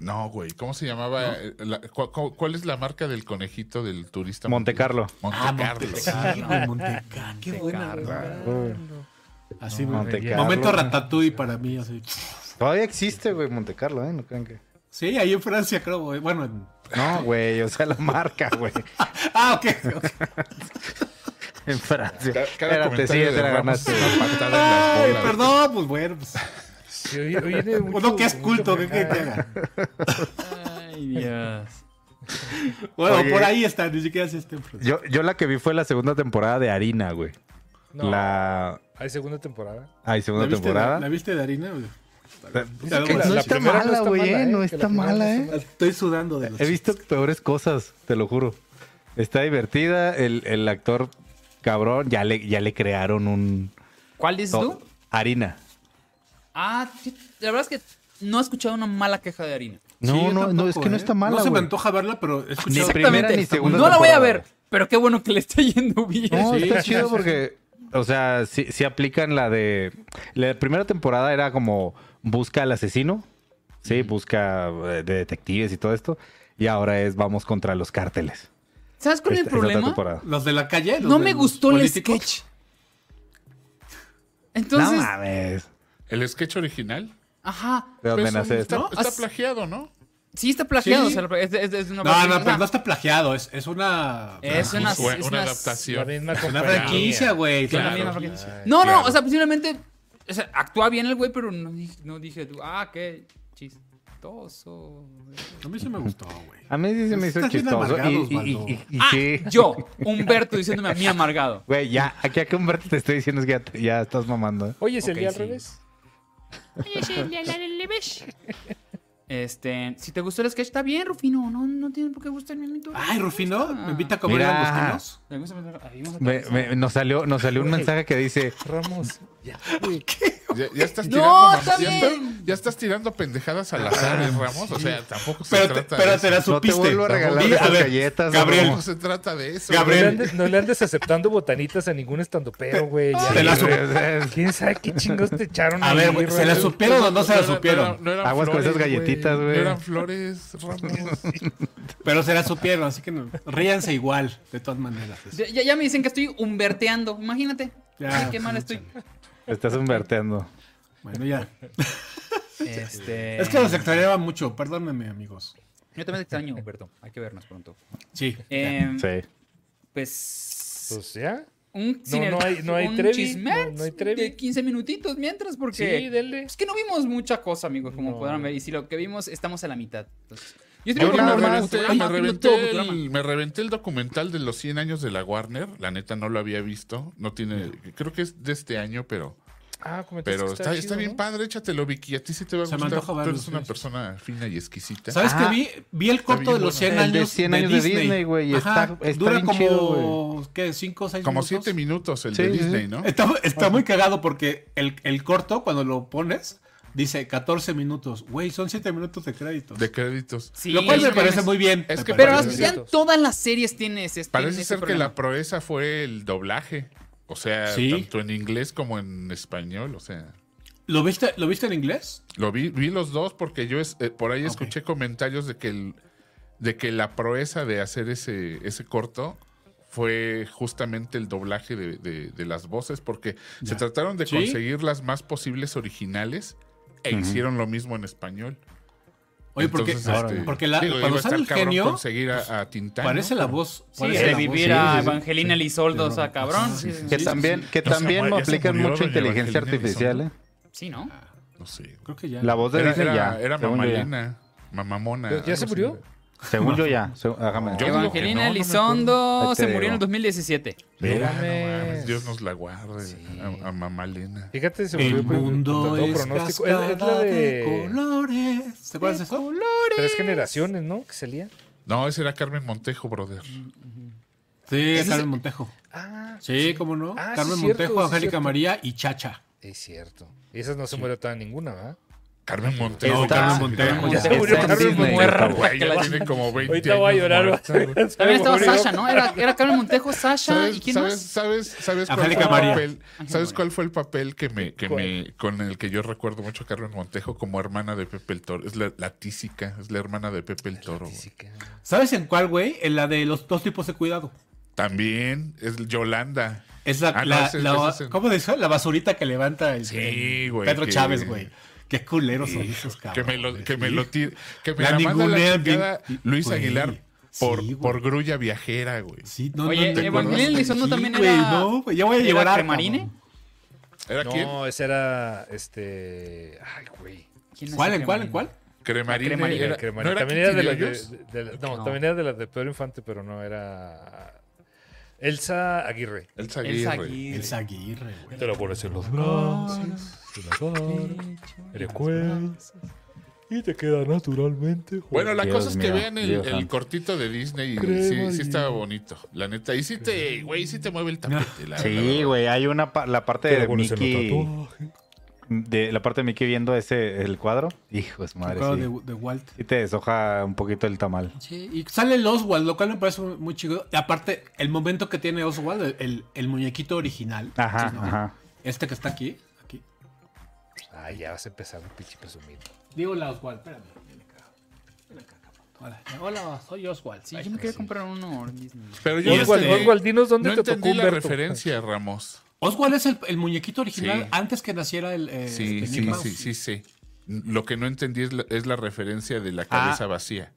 [SPEAKER 5] No, güey, ¿cómo se llamaba? eh, la- cu- cu- ¿Cuál es la marca del conejito del turista?
[SPEAKER 3] Monte Carlo.
[SPEAKER 5] Monte
[SPEAKER 2] Ah,
[SPEAKER 5] Carlo.
[SPEAKER 2] Sí, güey, Monte Carlo, Qué buena. güey. Así, güey.
[SPEAKER 3] Monte Carlo.
[SPEAKER 2] Momento ratatouille para mí. Así.
[SPEAKER 3] Todavía existe, güey, Monte Carlo, ¿eh? No crean que.
[SPEAKER 2] Sí, ahí en Francia, creo. güey. Bueno, en-
[SPEAKER 3] No, güey, o sea, la marca, güey.
[SPEAKER 2] Ah, ok. ok.
[SPEAKER 3] En Francia.
[SPEAKER 5] Cada, cada
[SPEAKER 3] Espérate, sí,
[SPEAKER 5] comentario
[SPEAKER 3] ya
[SPEAKER 5] de
[SPEAKER 3] te la
[SPEAKER 5] Ramos
[SPEAKER 3] ganaste.
[SPEAKER 5] es una patada en
[SPEAKER 2] Ay,
[SPEAKER 5] las bolas.
[SPEAKER 2] perdón, pues bueno. Pues,
[SPEAKER 4] Sí, oye,
[SPEAKER 2] [LAUGHS]
[SPEAKER 4] oye, tiene
[SPEAKER 2] pues
[SPEAKER 4] mucho-
[SPEAKER 2] no, que es culto,
[SPEAKER 4] mucho
[SPEAKER 2] que, que te
[SPEAKER 4] acá.
[SPEAKER 2] haga.
[SPEAKER 1] Ay, Dios.
[SPEAKER 2] Bueno,
[SPEAKER 3] Oye.
[SPEAKER 2] por ahí está, ni siquiera este se está en Francia.
[SPEAKER 3] Yo, yo la que vi fue la segunda temporada de Harina, güey.
[SPEAKER 4] No,
[SPEAKER 3] La.
[SPEAKER 4] Hay segunda temporada.
[SPEAKER 3] Ay, segunda
[SPEAKER 2] ¿La viste de-
[SPEAKER 3] temporada.
[SPEAKER 2] ¿La viste de harina? güey?
[SPEAKER 4] Dicen que
[SPEAKER 2] no
[SPEAKER 3] está
[SPEAKER 4] primera
[SPEAKER 3] mala, güey, eh,
[SPEAKER 4] que
[SPEAKER 3] no
[SPEAKER 4] la
[SPEAKER 3] está
[SPEAKER 4] primera
[SPEAKER 3] mala,
[SPEAKER 4] no
[SPEAKER 3] eh.
[SPEAKER 4] está mala.
[SPEAKER 2] Estoy sudando de los
[SPEAKER 3] He visto peores cosas, te lo juro. Está divertida, el, el actor cabrón, ya le, ya le crearon un...
[SPEAKER 1] ¿Cuál dices tú?
[SPEAKER 3] Harina.
[SPEAKER 1] Ah, sí, la verdad es que no he escuchado una mala queja de harina.
[SPEAKER 3] No,
[SPEAKER 2] Sí, yo
[SPEAKER 3] no, no,
[SPEAKER 2] tampoco,
[SPEAKER 3] es que no
[SPEAKER 2] ¿eh?
[SPEAKER 3] está mala,
[SPEAKER 2] No se me
[SPEAKER 3] güey.
[SPEAKER 2] antoja verla, pero he escuchado.
[SPEAKER 3] Ni primera ni segunda
[SPEAKER 1] No la voy a ver,
[SPEAKER 3] temporada.
[SPEAKER 1] pero qué bueno que le está yendo bien.
[SPEAKER 3] No,
[SPEAKER 2] Sí.
[SPEAKER 3] está chido porque, o sea, si aplican la de... La primera temporada era como busca al asesino, sí, busca eh, de detectives y todo esto, y ahora es vamos contra los cárteles.
[SPEAKER 1] ¿Sabes cuál es el
[SPEAKER 3] Esta- esta otra
[SPEAKER 1] problema?
[SPEAKER 3] temporada.
[SPEAKER 2] Los de la calle. los
[SPEAKER 1] No
[SPEAKER 2] de
[SPEAKER 1] me
[SPEAKER 2] los
[SPEAKER 1] gustó el
[SPEAKER 2] políticos.
[SPEAKER 1] sketch. Entonces,
[SPEAKER 3] no mames.
[SPEAKER 5] El sketch original.
[SPEAKER 1] ajá.
[SPEAKER 3] ¿De dónde
[SPEAKER 5] Pues,
[SPEAKER 3] nace
[SPEAKER 5] está,
[SPEAKER 3] esto?
[SPEAKER 5] está
[SPEAKER 1] As-
[SPEAKER 5] plagiado, ¿no?
[SPEAKER 1] Sí está plagiado,
[SPEAKER 2] Sí.
[SPEAKER 1] o sea, es, es- es una
[SPEAKER 2] No, no,
[SPEAKER 1] versión-
[SPEAKER 2] pero no está plagiado. Es, es una.
[SPEAKER 1] Es una,
[SPEAKER 5] Fue
[SPEAKER 1] es
[SPEAKER 5] Ah, una
[SPEAKER 1] una-
[SPEAKER 4] La
[SPEAKER 5] adaptación.
[SPEAKER 4] misma
[SPEAKER 2] Una
[SPEAKER 4] compañía.
[SPEAKER 2] franquicia, güey.
[SPEAKER 1] es una
[SPEAKER 5] Claro.
[SPEAKER 1] misma franquicia.
[SPEAKER 4] Ay,
[SPEAKER 1] No, no,
[SPEAKER 5] claro.
[SPEAKER 1] o sea, posiblemente o sea, actúa bien el güey, pero no, di- no dije, tú, ah, qué chistoso.
[SPEAKER 2] A mí sí me gustó, güey.
[SPEAKER 3] A mí sí se me hizo
[SPEAKER 2] Pues Estás bien
[SPEAKER 3] chistoso. y-
[SPEAKER 2] amargado,
[SPEAKER 3] y- y-
[SPEAKER 2] Osvaldo.
[SPEAKER 3] y- y
[SPEAKER 1] Ah,
[SPEAKER 3] sí.
[SPEAKER 1] yo, Humberto, diciéndome a mí amargado.
[SPEAKER 3] Güey, ya, aquí a que Humberto te estoy diciendo es que ya, te- ya estás mamando. ¿eh?
[SPEAKER 4] Oye, ¿se
[SPEAKER 1] Ok,
[SPEAKER 4] leía al
[SPEAKER 1] sí.
[SPEAKER 4] revés?
[SPEAKER 1] Este, si te gustó el sketch, está bien, Rufino. No, no tienes por qué gustarme a mí. tú.
[SPEAKER 2] Ay, Rufino, ¿me invita a comer
[SPEAKER 3] comer Mira.
[SPEAKER 2] langostinos?
[SPEAKER 3] langostinos?
[SPEAKER 1] Me gusta pensar- ahí vamos a
[SPEAKER 3] Me-
[SPEAKER 1] acabar.
[SPEAKER 3] me- nos, salió, nos salió un mensaje que dice:
[SPEAKER 4] Ramos.
[SPEAKER 5] Ya, ya estás
[SPEAKER 1] No,
[SPEAKER 5] tirando, mam-
[SPEAKER 1] está
[SPEAKER 5] ya,
[SPEAKER 1] bien.
[SPEAKER 5] estás- ya estás tirando pendejadas al azar, eh, Ramos. O sea, tampoco se
[SPEAKER 2] Pero, te,
[SPEAKER 5] trata
[SPEAKER 2] pero
[SPEAKER 5] de
[SPEAKER 2] te la
[SPEAKER 5] eso.
[SPEAKER 3] No te
[SPEAKER 2] supiste.
[SPEAKER 3] vuelvo a regalar
[SPEAKER 2] Di-
[SPEAKER 3] esas
[SPEAKER 2] ver,
[SPEAKER 3] galletas.
[SPEAKER 2] Gabriel,
[SPEAKER 5] No se trata de eso.
[SPEAKER 4] No le,
[SPEAKER 2] Gabriel.
[SPEAKER 4] andes, no le andes aceptando botanitas a ningún estandopero, güey. ya.
[SPEAKER 2] Te la su-
[SPEAKER 4] ¿Quién sabe qué chingos te echaron
[SPEAKER 2] A
[SPEAKER 4] ahí,
[SPEAKER 2] ver, güey,
[SPEAKER 4] güey?
[SPEAKER 2] ¿se la supieron o no se la
[SPEAKER 5] era-
[SPEAKER 2] supieron?
[SPEAKER 5] no eran
[SPEAKER 3] Aguas con esas
[SPEAKER 5] flores,
[SPEAKER 3] galletitas, güey.
[SPEAKER 5] No eran flores, Ramos.
[SPEAKER 2] Pero se la supieron, así que no, ríanse igual, de todas maneras.
[SPEAKER 1] Ya, ya- ya me dicen que estoy humberteando. Imagínate.
[SPEAKER 2] Ya,
[SPEAKER 1] Ay, qué mal
[SPEAKER 2] sí,
[SPEAKER 1] estoy.
[SPEAKER 3] Estás humberteando.
[SPEAKER 2] Bueno, ya.
[SPEAKER 1] Este,
[SPEAKER 2] Es que los extrañaba mucho, perdónenme, amigos.
[SPEAKER 1] Yo también te extraño, Humberto. Hay que vernos pronto.
[SPEAKER 2] Sí.
[SPEAKER 1] Eh,
[SPEAKER 3] Sí.
[SPEAKER 1] Pues.
[SPEAKER 4] Pues ya.
[SPEAKER 1] Un,
[SPEAKER 4] no hay- no hay
[SPEAKER 1] un
[SPEAKER 4] Trevi,
[SPEAKER 1] chismet
[SPEAKER 4] no- no hay Trevi.
[SPEAKER 1] de 15 minutitos mientras,
[SPEAKER 4] Sí,
[SPEAKER 1] porque.
[SPEAKER 4] dele.
[SPEAKER 1] Es que no vimos mucha cosa, amigos, como
[SPEAKER 4] No.
[SPEAKER 1] podrán ver. Y si lo que vimos, estamos a la mitad. Entonces, yo estoy
[SPEAKER 5] Yo
[SPEAKER 1] viendo
[SPEAKER 5] me
[SPEAKER 1] todo el
[SPEAKER 5] reventé,
[SPEAKER 1] programa,
[SPEAKER 5] me,
[SPEAKER 1] viendo
[SPEAKER 5] reventé
[SPEAKER 1] todo el programa.
[SPEAKER 5] el, me reventé el documental de los 100 años de la Warner. La neta no lo había visto. No tiene, creo que es de este año, pero,
[SPEAKER 4] Ah, comentaste
[SPEAKER 5] pero
[SPEAKER 4] que
[SPEAKER 5] está, está
[SPEAKER 4] chido,
[SPEAKER 5] bien
[SPEAKER 4] ¿no?
[SPEAKER 5] padre. Échatelo, Vicky. A ti sí te va a
[SPEAKER 2] Se me
[SPEAKER 5] gustar.
[SPEAKER 2] antoja
[SPEAKER 5] Tú
[SPEAKER 2] verlo,
[SPEAKER 5] eres una
[SPEAKER 2] sí.
[SPEAKER 5] persona fina y exquisita.
[SPEAKER 2] ¿Sabes
[SPEAKER 3] Ajá.
[SPEAKER 2] qué vi? Vi el corto
[SPEAKER 5] bien
[SPEAKER 2] de los
[SPEAKER 5] bueno.
[SPEAKER 2] 100
[SPEAKER 3] El
[SPEAKER 2] años,
[SPEAKER 3] de 100 años de Disney, güey, y
[SPEAKER 2] Ajá,
[SPEAKER 3] está- está
[SPEAKER 2] Dura
[SPEAKER 3] bien
[SPEAKER 2] como,
[SPEAKER 3] chido,
[SPEAKER 2] ¿qué? ¿5 o 6
[SPEAKER 5] Como
[SPEAKER 2] minutos?
[SPEAKER 5] 7 minutos el
[SPEAKER 3] Sí,
[SPEAKER 5] de
[SPEAKER 3] sí, sí.
[SPEAKER 2] [LAUGHS]
[SPEAKER 5] Disney, ¿no?
[SPEAKER 2] Está, está muy cagado porque el, el corto, cuando lo pones, dice 14 minutos. Güey, son 7 minutos de créditos.
[SPEAKER 5] De créditos.
[SPEAKER 1] Sí,
[SPEAKER 2] lo cual me
[SPEAKER 1] no
[SPEAKER 2] parece
[SPEAKER 1] mames.
[SPEAKER 2] muy bien.
[SPEAKER 5] Es
[SPEAKER 2] me
[SPEAKER 5] que
[SPEAKER 1] Pero
[SPEAKER 2] parece
[SPEAKER 1] las-
[SPEAKER 5] Parece-
[SPEAKER 1] ya en todas las series tienes este.
[SPEAKER 5] Parece
[SPEAKER 1] ese
[SPEAKER 5] ser que
[SPEAKER 1] problema.
[SPEAKER 5] la proeza fue el doblaje. O sea,
[SPEAKER 2] Sí.
[SPEAKER 5] tanto en inglés como en español. O sea,
[SPEAKER 2] ¿Lo viste, ¿Lo viste en inglés?
[SPEAKER 5] lo vi, vi los dos porque yo es- eh, por ahí
[SPEAKER 2] Ok.
[SPEAKER 5] escuché comentarios de que, el- de que la proeza de hacer ese, ese corto fue justamente el doblaje de, de- de las voces porque se
[SPEAKER 2] Ya.
[SPEAKER 5] trataron de
[SPEAKER 2] Sí.
[SPEAKER 5] conseguir las más posibles originales e hicieron lo mismo en español.
[SPEAKER 2] Oye, porque,
[SPEAKER 5] Entonces, este,
[SPEAKER 2] porque la-
[SPEAKER 5] digo, iba
[SPEAKER 2] cuando
[SPEAKER 5] a
[SPEAKER 2] sale
[SPEAKER 5] estar
[SPEAKER 2] el
[SPEAKER 5] cabrón
[SPEAKER 2] genio, pues,
[SPEAKER 5] conseguir a, a Tintán.
[SPEAKER 2] parece
[SPEAKER 5] ¿no?
[SPEAKER 2] la voz.
[SPEAKER 1] Sí,
[SPEAKER 2] parece la voz.
[SPEAKER 1] revivir a Evangelina Lisoldo, o sea, cabrón. Sí, sí,
[SPEAKER 3] Que
[SPEAKER 1] sí.
[SPEAKER 3] también, que
[SPEAKER 5] Ya se
[SPEAKER 3] también
[SPEAKER 5] murió-
[SPEAKER 3] lo
[SPEAKER 5] ya se
[SPEAKER 3] aplican
[SPEAKER 5] murió
[SPEAKER 3] mucho
[SPEAKER 5] doña
[SPEAKER 3] inteligencia
[SPEAKER 5] Evangelina
[SPEAKER 3] artificial, ¿eh?
[SPEAKER 5] Elizondo.
[SPEAKER 1] Sí, ¿no?
[SPEAKER 5] No sé.
[SPEAKER 2] Creo que ya.
[SPEAKER 3] La voz de
[SPEAKER 5] Era,
[SPEAKER 3] Disney
[SPEAKER 5] era-
[SPEAKER 3] Pues ya.
[SPEAKER 5] era
[SPEAKER 3] según yo ya.
[SPEAKER 5] mamalina. Mamamona.
[SPEAKER 4] ¿Ya- ya se
[SPEAKER 5] algo así.
[SPEAKER 4] murió?
[SPEAKER 3] Según yo ya. se- hágame.
[SPEAKER 5] Yo digo que no,
[SPEAKER 1] Evangelina
[SPEAKER 5] no me
[SPEAKER 1] Elizondo
[SPEAKER 3] acuerdo. Ahí te
[SPEAKER 1] se murió en
[SPEAKER 3] digo.
[SPEAKER 1] el 2017.
[SPEAKER 5] Mira,
[SPEAKER 4] No
[SPEAKER 5] no mames,
[SPEAKER 4] mames.
[SPEAKER 5] Dios nos la guarde. A, a mamalena.
[SPEAKER 4] Fíjate, se volvió
[SPEAKER 2] El
[SPEAKER 4] pro-
[SPEAKER 2] mundo
[SPEAKER 4] todo
[SPEAKER 2] es
[SPEAKER 4] pronóstico. Es, es la
[SPEAKER 2] cascada
[SPEAKER 4] de,
[SPEAKER 2] de colores. ¿Te acuerdas de eso?
[SPEAKER 4] tres generaciones, ¿no? Que salía.
[SPEAKER 5] No, esa era Carmen Montejo, brother.
[SPEAKER 2] Sí,
[SPEAKER 4] Ese es-
[SPEAKER 2] Carmen Montejo.
[SPEAKER 4] Ah,
[SPEAKER 2] Sí, cómo no.
[SPEAKER 4] Ah, sí,
[SPEAKER 2] Carmen
[SPEAKER 4] cierto,
[SPEAKER 2] Montejo,
[SPEAKER 4] sí,
[SPEAKER 2] Angélica
[SPEAKER 4] cierto.
[SPEAKER 2] María y Chacha.
[SPEAKER 4] es cierto. Esas no se murió tan ninguna, ¿verdad?
[SPEAKER 5] Carmen Montejo.
[SPEAKER 2] No, Carmen
[SPEAKER 5] Montejo.
[SPEAKER 2] Montejo.
[SPEAKER 3] Está
[SPEAKER 4] murió
[SPEAKER 3] en
[SPEAKER 4] Carmen
[SPEAKER 3] Disney,
[SPEAKER 1] Montejo.
[SPEAKER 3] Gustavo.
[SPEAKER 5] Güey, ya tiene como 20
[SPEAKER 4] Ahorita voy a
[SPEAKER 5] años
[SPEAKER 4] llorar.
[SPEAKER 5] muerta,
[SPEAKER 4] [LAUGHS]
[SPEAKER 5] güey.
[SPEAKER 1] También estaba Sasha, ¿no? Era, era Carmen Montejo, Sasha. ¿Y
[SPEAKER 5] ¿Sabes,
[SPEAKER 1] quién
[SPEAKER 5] sabes,
[SPEAKER 1] más?
[SPEAKER 5] sabes, sabes cuál,
[SPEAKER 2] Angélica
[SPEAKER 5] fue el
[SPEAKER 2] María.
[SPEAKER 5] papel, ¿sabes
[SPEAKER 1] María.
[SPEAKER 5] cuál fue el papel que me, que
[SPEAKER 4] ¿Cuál?
[SPEAKER 5] me, con el que yo recuerdo mucho a Carmen Montejo como hermana de Pepe el Toro? Es la, la tísica, es la hermana de Pepe el Toro. güey.
[SPEAKER 2] ¿Sabes en cuál, güey? En la de los dos tipos de cuidado.
[SPEAKER 5] También es Yolanda.
[SPEAKER 2] Es la,
[SPEAKER 5] Ah, no,
[SPEAKER 2] la-
[SPEAKER 5] ese-
[SPEAKER 2] la-
[SPEAKER 5] ese es en-
[SPEAKER 2] ¿cómo dice? La basurita que levanta el,
[SPEAKER 5] Sí,
[SPEAKER 2] el
[SPEAKER 5] güey,
[SPEAKER 2] Pedro
[SPEAKER 5] que-
[SPEAKER 2] Chávez, güey. Qué culeros son esos
[SPEAKER 5] Que
[SPEAKER 2] cabrones.
[SPEAKER 5] me lo, que me
[SPEAKER 2] Ah, sí.
[SPEAKER 5] lo ti- que me
[SPEAKER 2] La
[SPEAKER 5] la, manda a la
[SPEAKER 2] ningunean bien-
[SPEAKER 5] chingada Luis
[SPEAKER 2] Güey,
[SPEAKER 5] Aguilar por,
[SPEAKER 2] sí, güey.
[SPEAKER 5] por grulla viajera, güey.
[SPEAKER 2] Sí, no,
[SPEAKER 1] Oye,
[SPEAKER 2] no, no,
[SPEAKER 1] Evangelion
[SPEAKER 2] no,
[SPEAKER 1] Elizondo
[SPEAKER 2] sí,
[SPEAKER 1] también
[SPEAKER 2] güey,
[SPEAKER 1] era-
[SPEAKER 2] No, güey, ya voy a
[SPEAKER 1] ¿Era
[SPEAKER 2] llorar.
[SPEAKER 1] Cremarine?
[SPEAKER 2] cabrón.
[SPEAKER 5] ¿Era quién?
[SPEAKER 4] No, ese era este. Ay, güey.
[SPEAKER 1] ¿Quién
[SPEAKER 2] ¿Cuál, en
[SPEAKER 1] hace
[SPEAKER 2] cuál,
[SPEAKER 1] Cremarine?
[SPEAKER 2] en cuál?
[SPEAKER 5] Cremarine.
[SPEAKER 1] La Cremarine.
[SPEAKER 5] Era,
[SPEAKER 4] Cremari-
[SPEAKER 5] ¿no era
[SPEAKER 4] también era de las
[SPEAKER 5] Quintilloyos?
[SPEAKER 4] de, de la- no, también era de las de Pedro Infante, pero no era. Elsa Aguirre.
[SPEAKER 5] Elsa
[SPEAKER 1] Elsa
[SPEAKER 5] Aguirre.
[SPEAKER 1] Aguirre.
[SPEAKER 2] El Aguirre, güey.
[SPEAKER 4] Te lo pones en los brazos, te la agarras, el cuello, y te queda naturalmente.
[SPEAKER 5] Bueno, la
[SPEAKER 3] Dios
[SPEAKER 5] cosa es que
[SPEAKER 3] mío,
[SPEAKER 5] vean el,
[SPEAKER 3] Dios
[SPEAKER 5] el
[SPEAKER 3] santo.
[SPEAKER 5] cortito de Disney y sí,
[SPEAKER 4] Cremarine.
[SPEAKER 5] sí estaba bonito, la neta. Y sí te, güey, sí te mueve el tapete. la- la
[SPEAKER 3] Sí,
[SPEAKER 5] verdad.
[SPEAKER 3] güey, hay una pa- la parte
[SPEAKER 4] Te
[SPEAKER 3] de
[SPEAKER 4] lo pones en los
[SPEAKER 3] Mickey,
[SPEAKER 4] tatuajes.
[SPEAKER 3] de la parte de Mickey viendo ese el cuadro. Hijo de su
[SPEAKER 2] Me
[SPEAKER 3] madre,
[SPEAKER 2] acuerdo
[SPEAKER 3] sí.
[SPEAKER 2] de, de Walt.
[SPEAKER 3] Sí te deshoja un poquito el tamal.
[SPEAKER 2] Sí, y sale el Oswald, lo cual me parece muy muy chido. Y aparte, el momento que tiene Oswald, el, el, el muñequito original.
[SPEAKER 3] Ajá,
[SPEAKER 2] sí, ¿no?
[SPEAKER 3] ajá.
[SPEAKER 2] Este que está aquí. aquí.
[SPEAKER 4] Ah, ya vas a empezar un pinche presumido.
[SPEAKER 2] Digo la Oswald, espérame. Ven acá. Ven acá, cabrón. Hola, hola, soy Oswald.
[SPEAKER 1] Sí, yo me quería comprar uno en Disney.
[SPEAKER 5] Pero yo
[SPEAKER 2] Y Oswald-
[SPEAKER 5] entendí-
[SPEAKER 4] Oswald, dinos dónde
[SPEAKER 5] no
[SPEAKER 4] te tocó
[SPEAKER 5] entendí la
[SPEAKER 4] Humberto.
[SPEAKER 5] referencia, Ramos.
[SPEAKER 2] Oswald es el, el muñequito original
[SPEAKER 5] Sí.
[SPEAKER 2] antes que naciera el. eh,
[SPEAKER 5] Sí,
[SPEAKER 2] este
[SPEAKER 5] sí,
[SPEAKER 2] Mickey Mouse.
[SPEAKER 5] sí, sí, sí. Lo que no entendí es la, es la referencia de la cabeza vacía.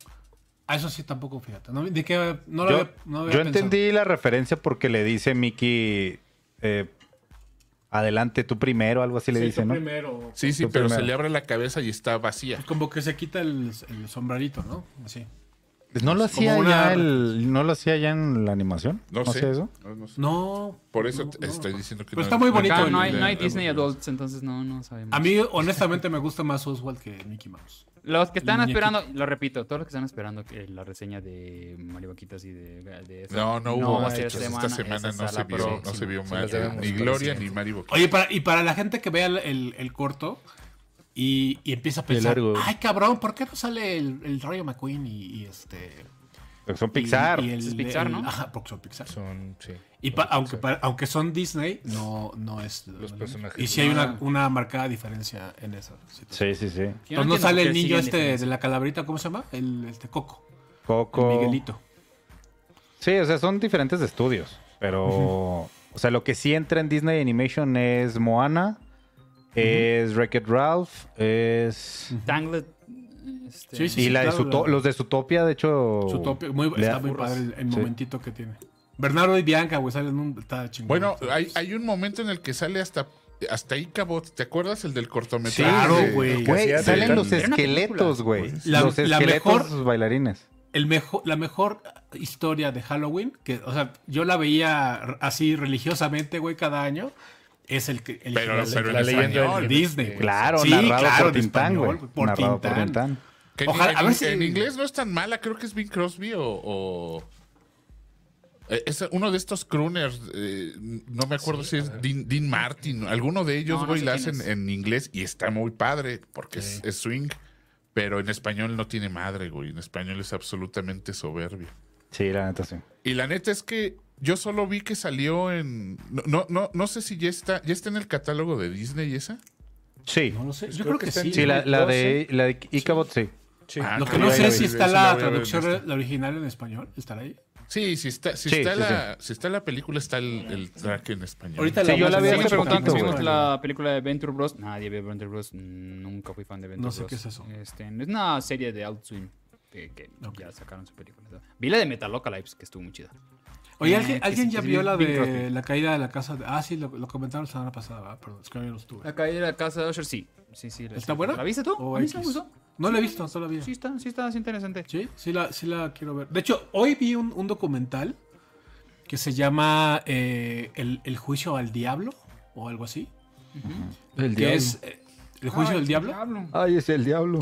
[SPEAKER 2] Ah, eso sí, tampoco, fíjate. No, de que, no lo
[SPEAKER 3] Yo,
[SPEAKER 2] había, no
[SPEAKER 3] yo
[SPEAKER 2] había pensado.
[SPEAKER 3] entendí la referencia porque le dice Mickey, eh, adelante tú primero, algo así le
[SPEAKER 2] Sí,
[SPEAKER 3] dice,
[SPEAKER 2] tú
[SPEAKER 3] ¿no?
[SPEAKER 2] primero.
[SPEAKER 5] Sí, sí,
[SPEAKER 3] Lo
[SPEAKER 5] pero se
[SPEAKER 3] primero.
[SPEAKER 5] le abre la cabeza y está vacía.
[SPEAKER 2] Pues Como que se quita el, el sombrerito, ¿no? Así.
[SPEAKER 3] No lo hacía
[SPEAKER 2] Como una-
[SPEAKER 3] ya el- no lo hacía ya en la animación.
[SPEAKER 5] No, sé.
[SPEAKER 3] eso.
[SPEAKER 5] No, no sé.
[SPEAKER 2] No.
[SPEAKER 5] Por eso
[SPEAKER 2] no,
[SPEAKER 5] te-
[SPEAKER 2] no.
[SPEAKER 5] estoy diciendo que
[SPEAKER 2] Pero Pues está muy bonito
[SPEAKER 1] Acá
[SPEAKER 2] el-
[SPEAKER 1] no hay, no hay
[SPEAKER 5] el-
[SPEAKER 1] Disney
[SPEAKER 5] el-
[SPEAKER 1] Adults, entonces no, no sabemos.
[SPEAKER 2] A mí, honestamente, me gusta más Oswald que Mickey Mouse.
[SPEAKER 1] Los que están
[SPEAKER 2] El muñequito.
[SPEAKER 1] esperando, lo repito, todos los que están esperando que la reseña de Mario Vaquitas y de, de esa-
[SPEAKER 5] No, no
[SPEAKER 1] va
[SPEAKER 5] hubo
[SPEAKER 1] a ser
[SPEAKER 5] muchachos. Esta
[SPEAKER 1] esa
[SPEAKER 5] semana
[SPEAKER 1] es
[SPEAKER 5] no
[SPEAKER 1] a
[SPEAKER 5] se,
[SPEAKER 1] la
[SPEAKER 5] vio, no
[SPEAKER 1] próxima.
[SPEAKER 5] se vio mal.
[SPEAKER 4] las debemos
[SPEAKER 5] Ni
[SPEAKER 4] para
[SPEAKER 5] Gloria
[SPEAKER 4] el
[SPEAKER 5] ni Mari Boquita.
[SPEAKER 2] Oye, para, y para la gente que vea el, el- el corto y, y empieza a pensar,
[SPEAKER 3] largo.
[SPEAKER 2] ay cabrón, ¿por qué no sale el, el Rayo McQueen y, y este...
[SPEAKER 3] Porque Son
[SPEAKER 2] y-
[SPEAKER 3] Pixar.
[SPEAKER 2] y el-
[SPEAKER 1] Es Pixar,
[SPEAKER 2] el-
[SPEAKER 1] ¿no?
[SPEAKER 2] Ajá, porque son Pixar.
[SPEAKER 4] Son, sí.
[SPEAKER 2] Y pa- aunque, pa- aunque son Disney, no, no es...
[SPEAKER 4] Los personajes.
[SPEAKER 2] Y sí hay una, una marcada diferencia en esa situación.
[SPEAKER 3] Sí, sí, sí.
[SPEAKER 1] Yo no
[SPEAKER 2] Entonces no
[SPEAKER 1] entiendo
[SPEAKER 2] sale
[SPEAKER 1] por qué
[SPEAKER 2] el niño
[SPEAKER 1] siguen
[SPEAKER 2] este de
[SPEAKER 1] diferenciando.
[SPEAKER 2] la calabrita, ¿cómo se llama? El este Coco, el
[SPEAKER 3] Coco.
[SPEAKER 2] Miguelito.
[SPEAKER 3] Sí, o sea, son diferentes estudios. Pero, o sea, lo que sí entra en Disney Animation es Moana, es Wreck-It Ralph, es.
[SPEAKER 1] Tangled. este,
[SPEAKER 2] Sí, sí.
[SPEAKER 3] Y la de
[SPEAKER 2] claro,
[SPEAKER 3] Zuto-
[SPEAKER 2] la-
[SPEAKER 3] los de Zootopia, de hecho.
[SPEAKER 2] Su tope, muy,
[SPEAKER 3] Oh, le
[SPEAKER 2] está
[SPEAKER 3] da-
[SPEAKER 2] muy padre el, el
[SPEAKER 3] Sí.
[SPEAKER 2] momentito que tiene. Bernardo y Bianca, güey, salen un... Está chingón.
[SPEAKER 5] Bueno,
[SPEAKER 2] Está-
[SPEAKER 5] hay, hay un momento en el que sale hasta, hasta Icabot. ¿Te acuerdas el del
[SPEAKER 3] Sí,
[SPEAKER 5] cortometraje?
[SPEAKER 2] Claro,
[SPEAKER 5] de-
[SPEAKER 2] güey.
[SPEAKER 3] Güey,
[SPEAKER 4] Hacía de-
[SPEAKER 3] salen los
[SPEAKER 1] Era una
[SPEAKER 3] esqueletos, güey.
[SPEAKER 2] La-
[SPEAKER 3] Los
[SPEAKER 2] la
[SPEAKER 3] esqueletos
[SPEAKER 2] mejor-
[SPEAKER 3] bailarines.
[SPEAKER 2] el mejor, la mejor historia de Halloween, que, o sea, yo la veía r- así religiosamente, güey, cada año, es el que... El
[SPEAKER 5] Pero-
[SPEAKER 2] el-
[SPEAKER 5] pero en
[SPEAKER 2] la leyenda
[SPEAKER 5] español.
[SPEAKER 2] del Disney. güey.
[SPEAKER 3] Claro,
[SPEAKER 2] Sí,
[SPEAKER 3] narrado
[SPEAKER 2] claro,
[SPEAKER 3] por
[SPEAKER 2] en
[SPEAKER 3] Tintán,
[SPEAKER 2] español,
[SPEAKER 3] güey.
[SPEAKER 2] Por
[SPEAKER 3] Narrado
[SPEAKER 2] Tintán.
[SPEAKER 3] por Tintán.
[SPEAKER 5] Que en-
[SPEAKER 2] Ojalá-
[SPEAKER 5] en,
[SPEAKER 2] a ver si-
[SPEAKER 5] en inglés no es tan mala, creo que es Bing Crosby o. o- eh, Es uno de estos crooners, eh, no me acuerdo si es Dean, Dean Martin, alguno de ellos,
[SPEAKER 1] No, no
[SPEAKER 5] güey,
[SPEAKER 1] sé
[SPEAKER 5] la
[SPEAKER 1] quién
[SPEAKER 5] hacen
[SPEAKER 1] es.
[SPEAKER 5] en inglés y está muy padre porque es- es, swing, pero en español no tiene madre, güey, en español es absolutamente soberbio.
[SPEAKER 3] Sí, la neta, sí.
[SPEAKER 5] Y la neta es que yo solo vi que salió en... No, no, no, no sé si ya está, ya está en el catálogo de Disney esa.
[SPEAKER 3] Sí.
[SPEAKER 2] No lo sé, yo
[SPEAKER 4] Creo
[SPEAKER 2] creo
[SPEAKER 4] que
[SPEAKER 2] que
[SPEAKER 4] está en
[SPEAKER 2] sí.
[SPEAKER 3] Sí, la, la de, la de Icabod, sí.
[SPEAKER 4] Sí.
[SPEAKER 5] Ah,
[SPEAKER 2] Lo que
[SPEAKER 5] cabrón,
[SPEAKER 2] no
[SPEAKER 3] la
[SPEAKER 2] sé es
[SPEAKER 3] vi,
[SPEAKER 2] si está
[SPEAKER 5] esa
[SPEAKER 2] la
[SPEAKER 5] voy a ver en
[SPEAKER 2] traducción,
[SPEAKER 5] esta.
[SPEAKER 2] la original en español, estará ahí.
[SPEAKER 5] Sí, sí está, si
[SPEAKER 3] Sí,
[SPEAKER 5] está
[SPEAKER 3] sí,
[SPEAKER 5] la, si está la película, está el, el track en español.
[SPEAKER 2] Ahorita
[SPEAKER 3] Sí, yo la vi
[SPEAKER 1] Sí,
[SPEAKER 3] hace
[SPEAKER 1] me preguntaban
[SPEAKER 3] poquito,
[SPEAKER 1] que vimos
[SPEAKER 3] güey.
[SPEAKER 1] la película de Venture Bros. Nadie ve Venture Bros. Mm, Nunca fui fan de Venture
[SPEAKER 2] No sé
[SPEAKER 1] Bros.
[SPEAKER 2] qué es eso.
[SPEAKER 1] Este, es una serie de Adult Swim que, que
[SPEAKER 2] Ok.
[SPEAKER 1] ya sacaron su película. Vi la de Metalocalypse, que estuvo muy chida.
[SPEAKER 2] Oye,
[SPEAKER 1] Eh,
[SPEAKER 2] ¿alguien,
[SPEAKER 1] que
[SPEAKER 2] alguien
[SPEAKER 1] sí,
[SPEAKER 2] ya
[SPEAKER 1] que sí,
[SPEAKER 2] vio la
[SPEAKER 1] Bing Crosby.
[SPEAKER 2] de la caída de la casa? de- ah, sí, lo, lo comentaron la semana pasada, ¿verdad? perdón, es que yo no estuve.
[SPEAKER 1] La caída de la casa de Usher, sí. Sí, sí. la-
[SPEAKER 2] ¿Está
[SPEAKER 1] sí.
[SPEAKER 2] buena?
[SPEAKER 1] ¿La viste tú?
[SPEAKER 2] ¿O
[SPEAKER 1] A mí sí me
[SPEAKER 2] X?
[SPEAKER 1] gustó.
[SPEAKER 2] No la he visto todavía.
[SPEAKER 1] Sí está, sí está, sí interesante.
[SPEAKER 2] Sí, sí la, sí la quiero ver. De hecho, hoy vi un, un documental que se llama eh, el, El juicio al diablo o algo así.
[SPEAKER 3] El
[SPEAKER 2] que es eh, El
[SPEAKER 1] Ah,
[SPEAKER 2] juicio del diablo.
[SPEAKER 3] Ay, es el diablo.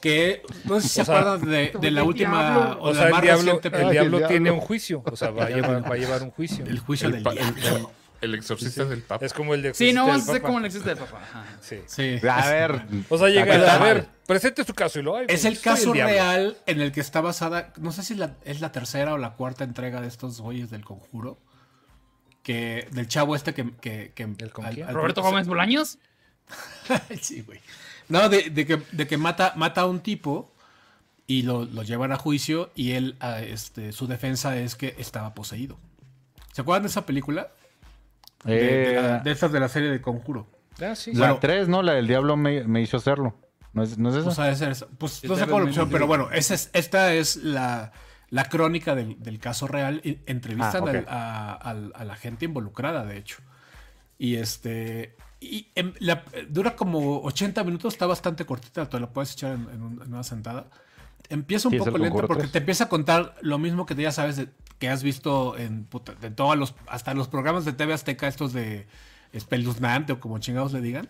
[SPEAKER 2] Que no sé si se
[SPEAKER 4] [LAUGHS] O sea,
[SPEAKER 2] acuerdan de, de la última o,
[SPEAKER 4] O
[SPEAKER 2] la
[SPEAKER 4] sea, el
[SPEAKER 2] más
[SPEAKER 4] diablo,
[SPEAKER 2] reciente
[SPEAKER 4] el
[SPEAKER 2] película.
[SPEAKER 4] diablo tiene un juicio. O sea, va a llevar, va a llevar un juicio.
[SPEAKER 2] El juicio
[SPEAKER 5] El
[SPEAKER 2] del
[SPEAKER 5] pa-
[SPEAKER 2] diablo.
[SPEAKER 5] el- el exorcista del Papa.
[SPEAKER 4] Es como el de
[SPEAKER 1] Sí, no
[SPEAKER 4] Exorcista
[SPEAKER 1] vamos a
[SPEAKER 4] del
[SPEAKER 1] ser
[SPEAKER 4] Papa.
[SPEAKER 1] como el existe de papá. Ajá.
[SPEAKER 4] Sí.
[SPEAKER 2] Sí.
[SPEAKER 3] A ver.
[SPEAKER 4] O sea, llega,
[SPEAKER 3] Acá está.
[SPEAKER 4] a ver, presente su caso y lo ay,
[SPEAKER 2] Es
[SPEAKER 4] güey,
[SPEAKER 2] el
[SPEAKER 4] soy
[SPEAKER 2] caso
[SPEAKER 4] diablo.
[SPEAKER 2] real en el que está basada, no sé si la- es la tercera o la cuarta entrega de estos güeyes del conjuro, que del chavo este que... que, que
[SPEAKER 4] ¿El con quién?
[SPEAKER 1] ¿Roberto Gómez Bolaños?
[SPEAKER 2] [LAUGHS] sí, güey. No, de, de que, de que mata, mata a un tipo y lo, lo llevan a juicio y él, ah, este, su defensa es que estaba poseído. ¿Se acuerdan de esa película? De, de la-
[SPEAKER 3] Eh,
[SPEAKER 2] de esas de la serie de Conjuro.
[SPEAKER 4] Ah, sí.
[SPEAKER 3] La 3, ¿no? La del diablo me, me hizo hacerlo. ¿No es, no es eso?
[SPEAKER 2] Pues, ha de ser esa. Pues,
[SPEAKER 1] El
[SPEAKER 2] no sé
[SPEAKER 1] Devil
[SPEAKER 2] cuál
[SPEAKER 1] May
[SPEAKER 2] opción,
[SPEAKER 1] Cry.
[SPEAKER 2] pero bueno, esa es- esta es la, la crónica del, del caso real. Y Entrevistan
[SPEAKER 3] Ah, ok.
[SPEAKER 2] al- a, al- a la gente involucrada, de hecho. Y este. Y em, la- dura como 80 minutos, está bastante cortita, te la puedes echar en, en un- en una sentada. Empieza un
[SPEAKER 3] Sí, es
[SPEAKER 2] poco
[SPEAKER 3] el
[SPEAKER 2] lento
[SPEAKER 3] Conjuro
[SPEAKER 2] porque
[SPEAKER 3] 3.
[SPEAKER 2] te empieza a contar lo mismo que ya sabes de- que has visto en puta- de todos los, hasta los programas de TV Azteca, estos de espeluznante o como chingados le digan.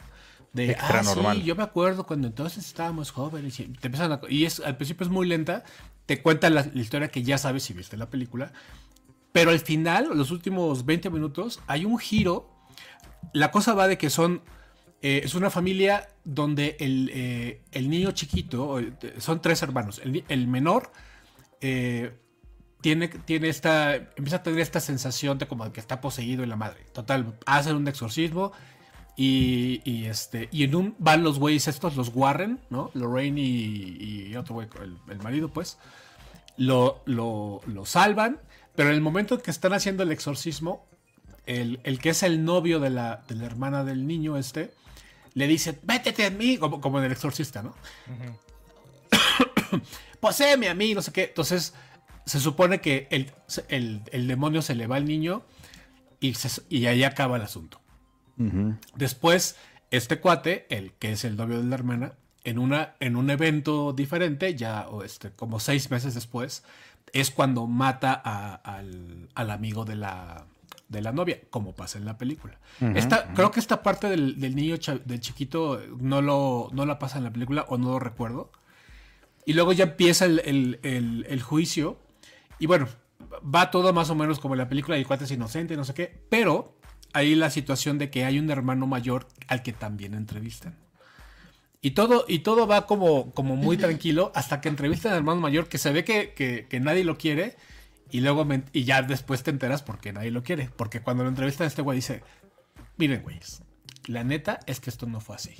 [SPEAKER 2] De,
[SPEAKER 3] Extra
[SPEAKER 2] "Ah, sí,
[SPEAKER 3] normal".
[SPEAKER 2] yo me acuerdo cuando entonces estábamos jóvenes y te empiezan a- y es al principio es muy lenta, te cuentan la, la historia que ya sabes si viste la película, pero al final, los últimos 20 minutos, hay un giro. La cosa va de que son eh, es una familia donde el, eh, el niño chiquito, eh, son tres hermanos, el, ni- el menor eh, tiene, tiene esta, empieza a tener esta sensación de como de que está poseído en la madre. Total, hacen un exorcismo y, y este, y en un van los güeyes estos, los Warren, ¿no? Lorraine y, y otro güey, el, el marido pues, lo, lo, lo salvan, pero en el momento en que están haciendo el exorcismo, el, el que es el novio de la, de la hermana del niño este, le dice, métete en mí, como, como en el exorcista, ¿no? [COUGHS] Poseeme a mí, no sé qué. Entonces, se supone que el, el- el demonio se le va al niño y, se- y ahí acaba el asunto.
[SPEAKER 3] Ujú.
[SPEAKER 2] Después, este cuate, el que es el novio de la hermana, en, una, en un evento diferente, ya o este, como seis meses después, es cuando mata a- al, al amigo de la, de la novia, como pasa en la película. Esta- Creo que esta parte del, del niño, cha- del chiquito, no, lo, no la pasa en la película o no lo recuerdo. Y luego ya empieza el, el- el- el juicio. Y bueno, va todo más o menos como en la película, el cuate es inocente, no sé qué. Pero hay la situación de que hay un hermano mayor al que también entrevistan. Y todo, y todo va como, como muy tranquilo hasta que entrevistan al hermano mayor que se ve que, que- que nadie lo quiere. Y luego men- y ya después te enteras por qué nadie lo quiere. Porque cuando lo entrevistan, este güey dice: Miren, güeyes, la neta es que esto no fue así.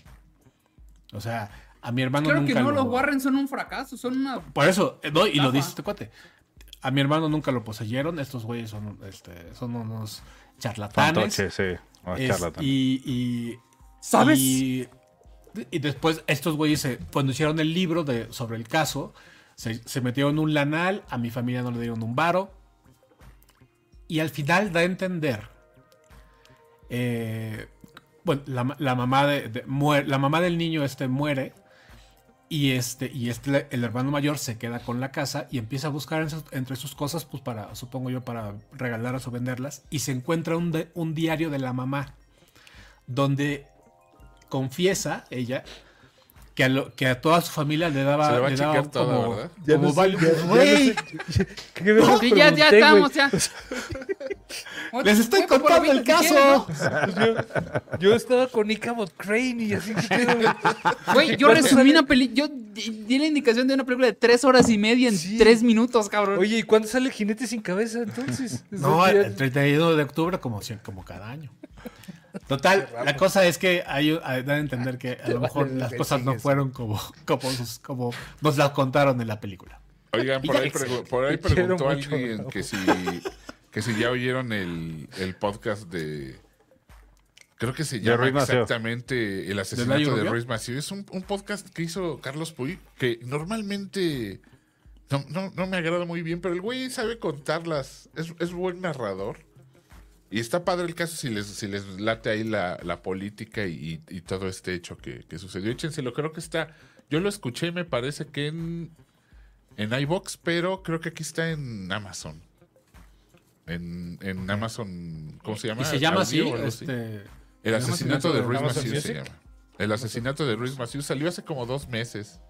[SPEAKER 2] O sea, a mi hermano
[SPEAKER 1] Claro que
[SPEAKER 2] nunca
[SPEAKER 1] no,
[SPEAKER 2] lo-
[SPEAKER 1] los Warren son un fracaso, son una...
[SPEAKER 2] por eso, eh, no, y lo
[SPEAKER 1] Ajá.
[SPEAKER 2] dice este cuate. A mi hermano nunca lo poseyeron. Estos güeyes son, este, son unos charlatanes.
[SPEAKER 3] Fantoche, sí. Ah,
[SPEAKER 2] Es-
[SPEAKER 3] charlatán.
[SPEAKER 2] y, y-
[SPEAKER 1] ¿Sabes?
[SPEAKER 2] Y, y después estos güeyes, se- cuando hicieron el libro de, sobre el caso, se, se metieron un lanal, a mi familia no le dieron un varo. Y al final da a entender. eh, bueno, la, ma- la mamá de, de- muere- la mamá del niño este muere. Y este, y este, el hermano mayor se queda con la casa y empieza a buscar en sus- entre sus cosas, pues para, supongo yo, para regalarlas o venderlas. Y se encuentra un, de- un diario de la mamá, donde confiesa ella que a, lo- que a toda su familia le daba,
[SPEAKER 5] Se la va a
[SPEAKER 2] le daba
[SPEAKER 5] checar toda,
[SPEAKER 2] como,
[SPEAKER 5] ¿verdad?
[SPEAKER 2] como val- Güey,
[SPEAKER 4] ¿Qué [LAUGHS] vergas
[SPEAKER 1] Sí, ya, ya
[SPEAKER 4] pregunté, güey? [LAUGHS]
[SPEAKER 1] estamos, ya.
[SPEAKER 2] les estoy
[SPEAKER 1] Güey, pues, por lo
[SPEAKER 2] contando el
[SPEAKER 1] menos si quieren,
[SPEAKER 4] [LAUGHS]
[SPEAKER 2] caso.
[SPEAKER 4] Pues Yo estaba con Nika Crane y así que pedo, güey?
[SPEAKER 1] ¿no? Güey, yo
[SPEAKER 4] Pues
[SPEAKER 1] resumí una peli... Yo di di la indicación de una película de tres horas y media en
[SPEAKER 4] Sí.
[SPEAKER 1] tres minutos, cabrón.
[SPEAKER 4] [LAUGHS] Oye, ¿y cuándo sale Jinete sin cabeza entonces?
[SPEAKER 2] No,
[SPEAKER 4] Ya-
[SPEAKER 2] el 31 de octubre como, si- como cada año. Total, la cosa es que hay, hay- dan a entender que a lo mejor
[SPEAKER 4] vale,
[SPEAKER 2] las
[SPEAKER 4] me
[SPEAKER 2] cosas no
[SPEAKER 4] sigues.
[SPEAKER 2] fueron como, como, sus- como nos las contaron en la película.
[SPEAKER 5] Oigan, por ahí, pregu- por ahí
[SPEAKER 4] Te quiero
[SPEAKER 5] preguntó
[SPEAKER 4] mucho,
[SPEAKER 5] alguien
[SPEAKER 4] bravo.
[SPEAKER 5] que si, que si ya oyeron el, el podcast de. Creo que se llama
[SPEAKER 3] Ruiz Maceo.
[SPEAKER 5] exactamente El
[SPEAKER 2] Nayo
[SPEAKER 5] asesinato de
[SPEAKER 2] Rubio?
[SPEAKER 5] Ruiz Maceo. Es un, un podcast que hizo Carlos Puy, que normalmente no, no- no me agrada muy bien, pero el güey sabe contarlas. Es, es buen narrador. Y está padre el caso si les, si les late ahí la, la política y, y todo este hecho que, que sucedió. Échenselo, creo que está. Yo lo escuché, me parece que en en iBox, pero creo que aquí está en Amazon. En, en Amazon, ¿cómo se llama?
[SPEAKER 2] Y se llama así,
[SPEAKER 5] Audio o algo así.
[SPEAKER 2] este,
[SPEAKER 5] El asesinato de Ruiz
[SPEAKER 4] Amazon
[SPEAKER 5] Maciú se
[SPEAKER 4] Music.
[SPEAKER 5] llama. El asesinato de Ruiz Maciú salió hace como dos meses.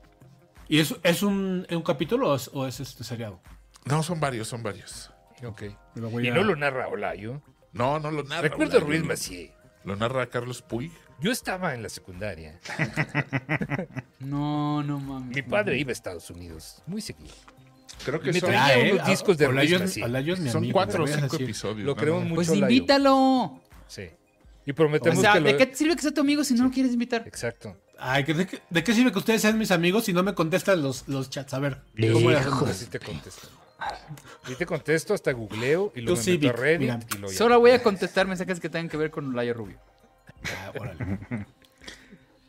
[SPEAKER 2] ¿Y es, es un, un capítulo o es, o es este seriado?
[SPEAKER 5] No, son varios, son varios.
[SPEAKER 4] Ok.
[SPEAKER 2] Lo voy
[SPEAKER 4] Y
[SPEAKER 2] a-
[SPEAKER 4] no lo narra Olayo.
[SPEAKER 5] No, no lo narra.
[SPEAKER 4] Recuerdo
[SPEAKER 5] Olayo,
[SPEAKER 4] Ruiz
[SPEAKER 5] lo-
[SPEAKER 4] Macié.
[SPEAKER 5] Lo narra Carlos Puig.
[SPEAKER 4] Yo estaba en la secundaria.
[SPEAKER 1] No, no mames.
[SPEAKER 4] Mi padre iba a Estados Unidos muy seguido.
[SPEAKER 5] Creo que
[SPEAKER 4] Me
[SPEAKER 5] son,
[SPEAKER 4] traía unos
[SPEAKER 2] a-
[SPEAKER 4] discos de
[SPEAKER 2] Olayo es-
[SPEAKER 4] Ruiz Macié.
[SPEAKER 2] Olayo es mi
[SPEAKER 5] son
[SPEAKER 2] amigo,
[SPEAKER 5] cuatro o
[SPEAKER 2] lo voy a
[SPEAKER 5] cinco
[SPEAKER 2] decir.
[SPEAKER 5] episodios.
[SPEAKER 4] Lo
[SPEAKER 5] ¿no?
[SPEAKER 4] creemos
[SPEAKER 5] No, no.
[SPEAKER 4] mucho.
[SPEAKER 1] Pues
[SPEAKER 4] Olayo.
[SPEAKER 1] invítalo.
[SPEAKER 4] Sí. Y prometemos
[SPEAKER 1] O sea,
[SPEAKER 4] que lo...
[SPEAKER 1] ¿de qué te sirve que sea tu amigo si no lo quieres invitar?
[SPEAKER 4] Exacto.
[SPEAKER 2] Ay, ¿de, qué- de qué sirve que ustedes sean mis amigos si no me contestan los, los chats? A ver, ¿cómo le hacemos?
[SPEAKER 4] Así te contesto. Y te contesto hasta googleo y
[SPEAKER 2] Tú
[SPEAKER 4] luego
[SPEAKER 2] sí,
[SPEAKER 4] me meto a
[SPEAKER 2] Vic,
[SPEAKER 4] Reddit
[SPEAKER 2] mira.
[SPEAKER 4] y lo
[SPEAKER 1] Solo voy a contestar mensajes que tengan que ver con Layo Rubio.
[SPEAKER 2] Ah, órale.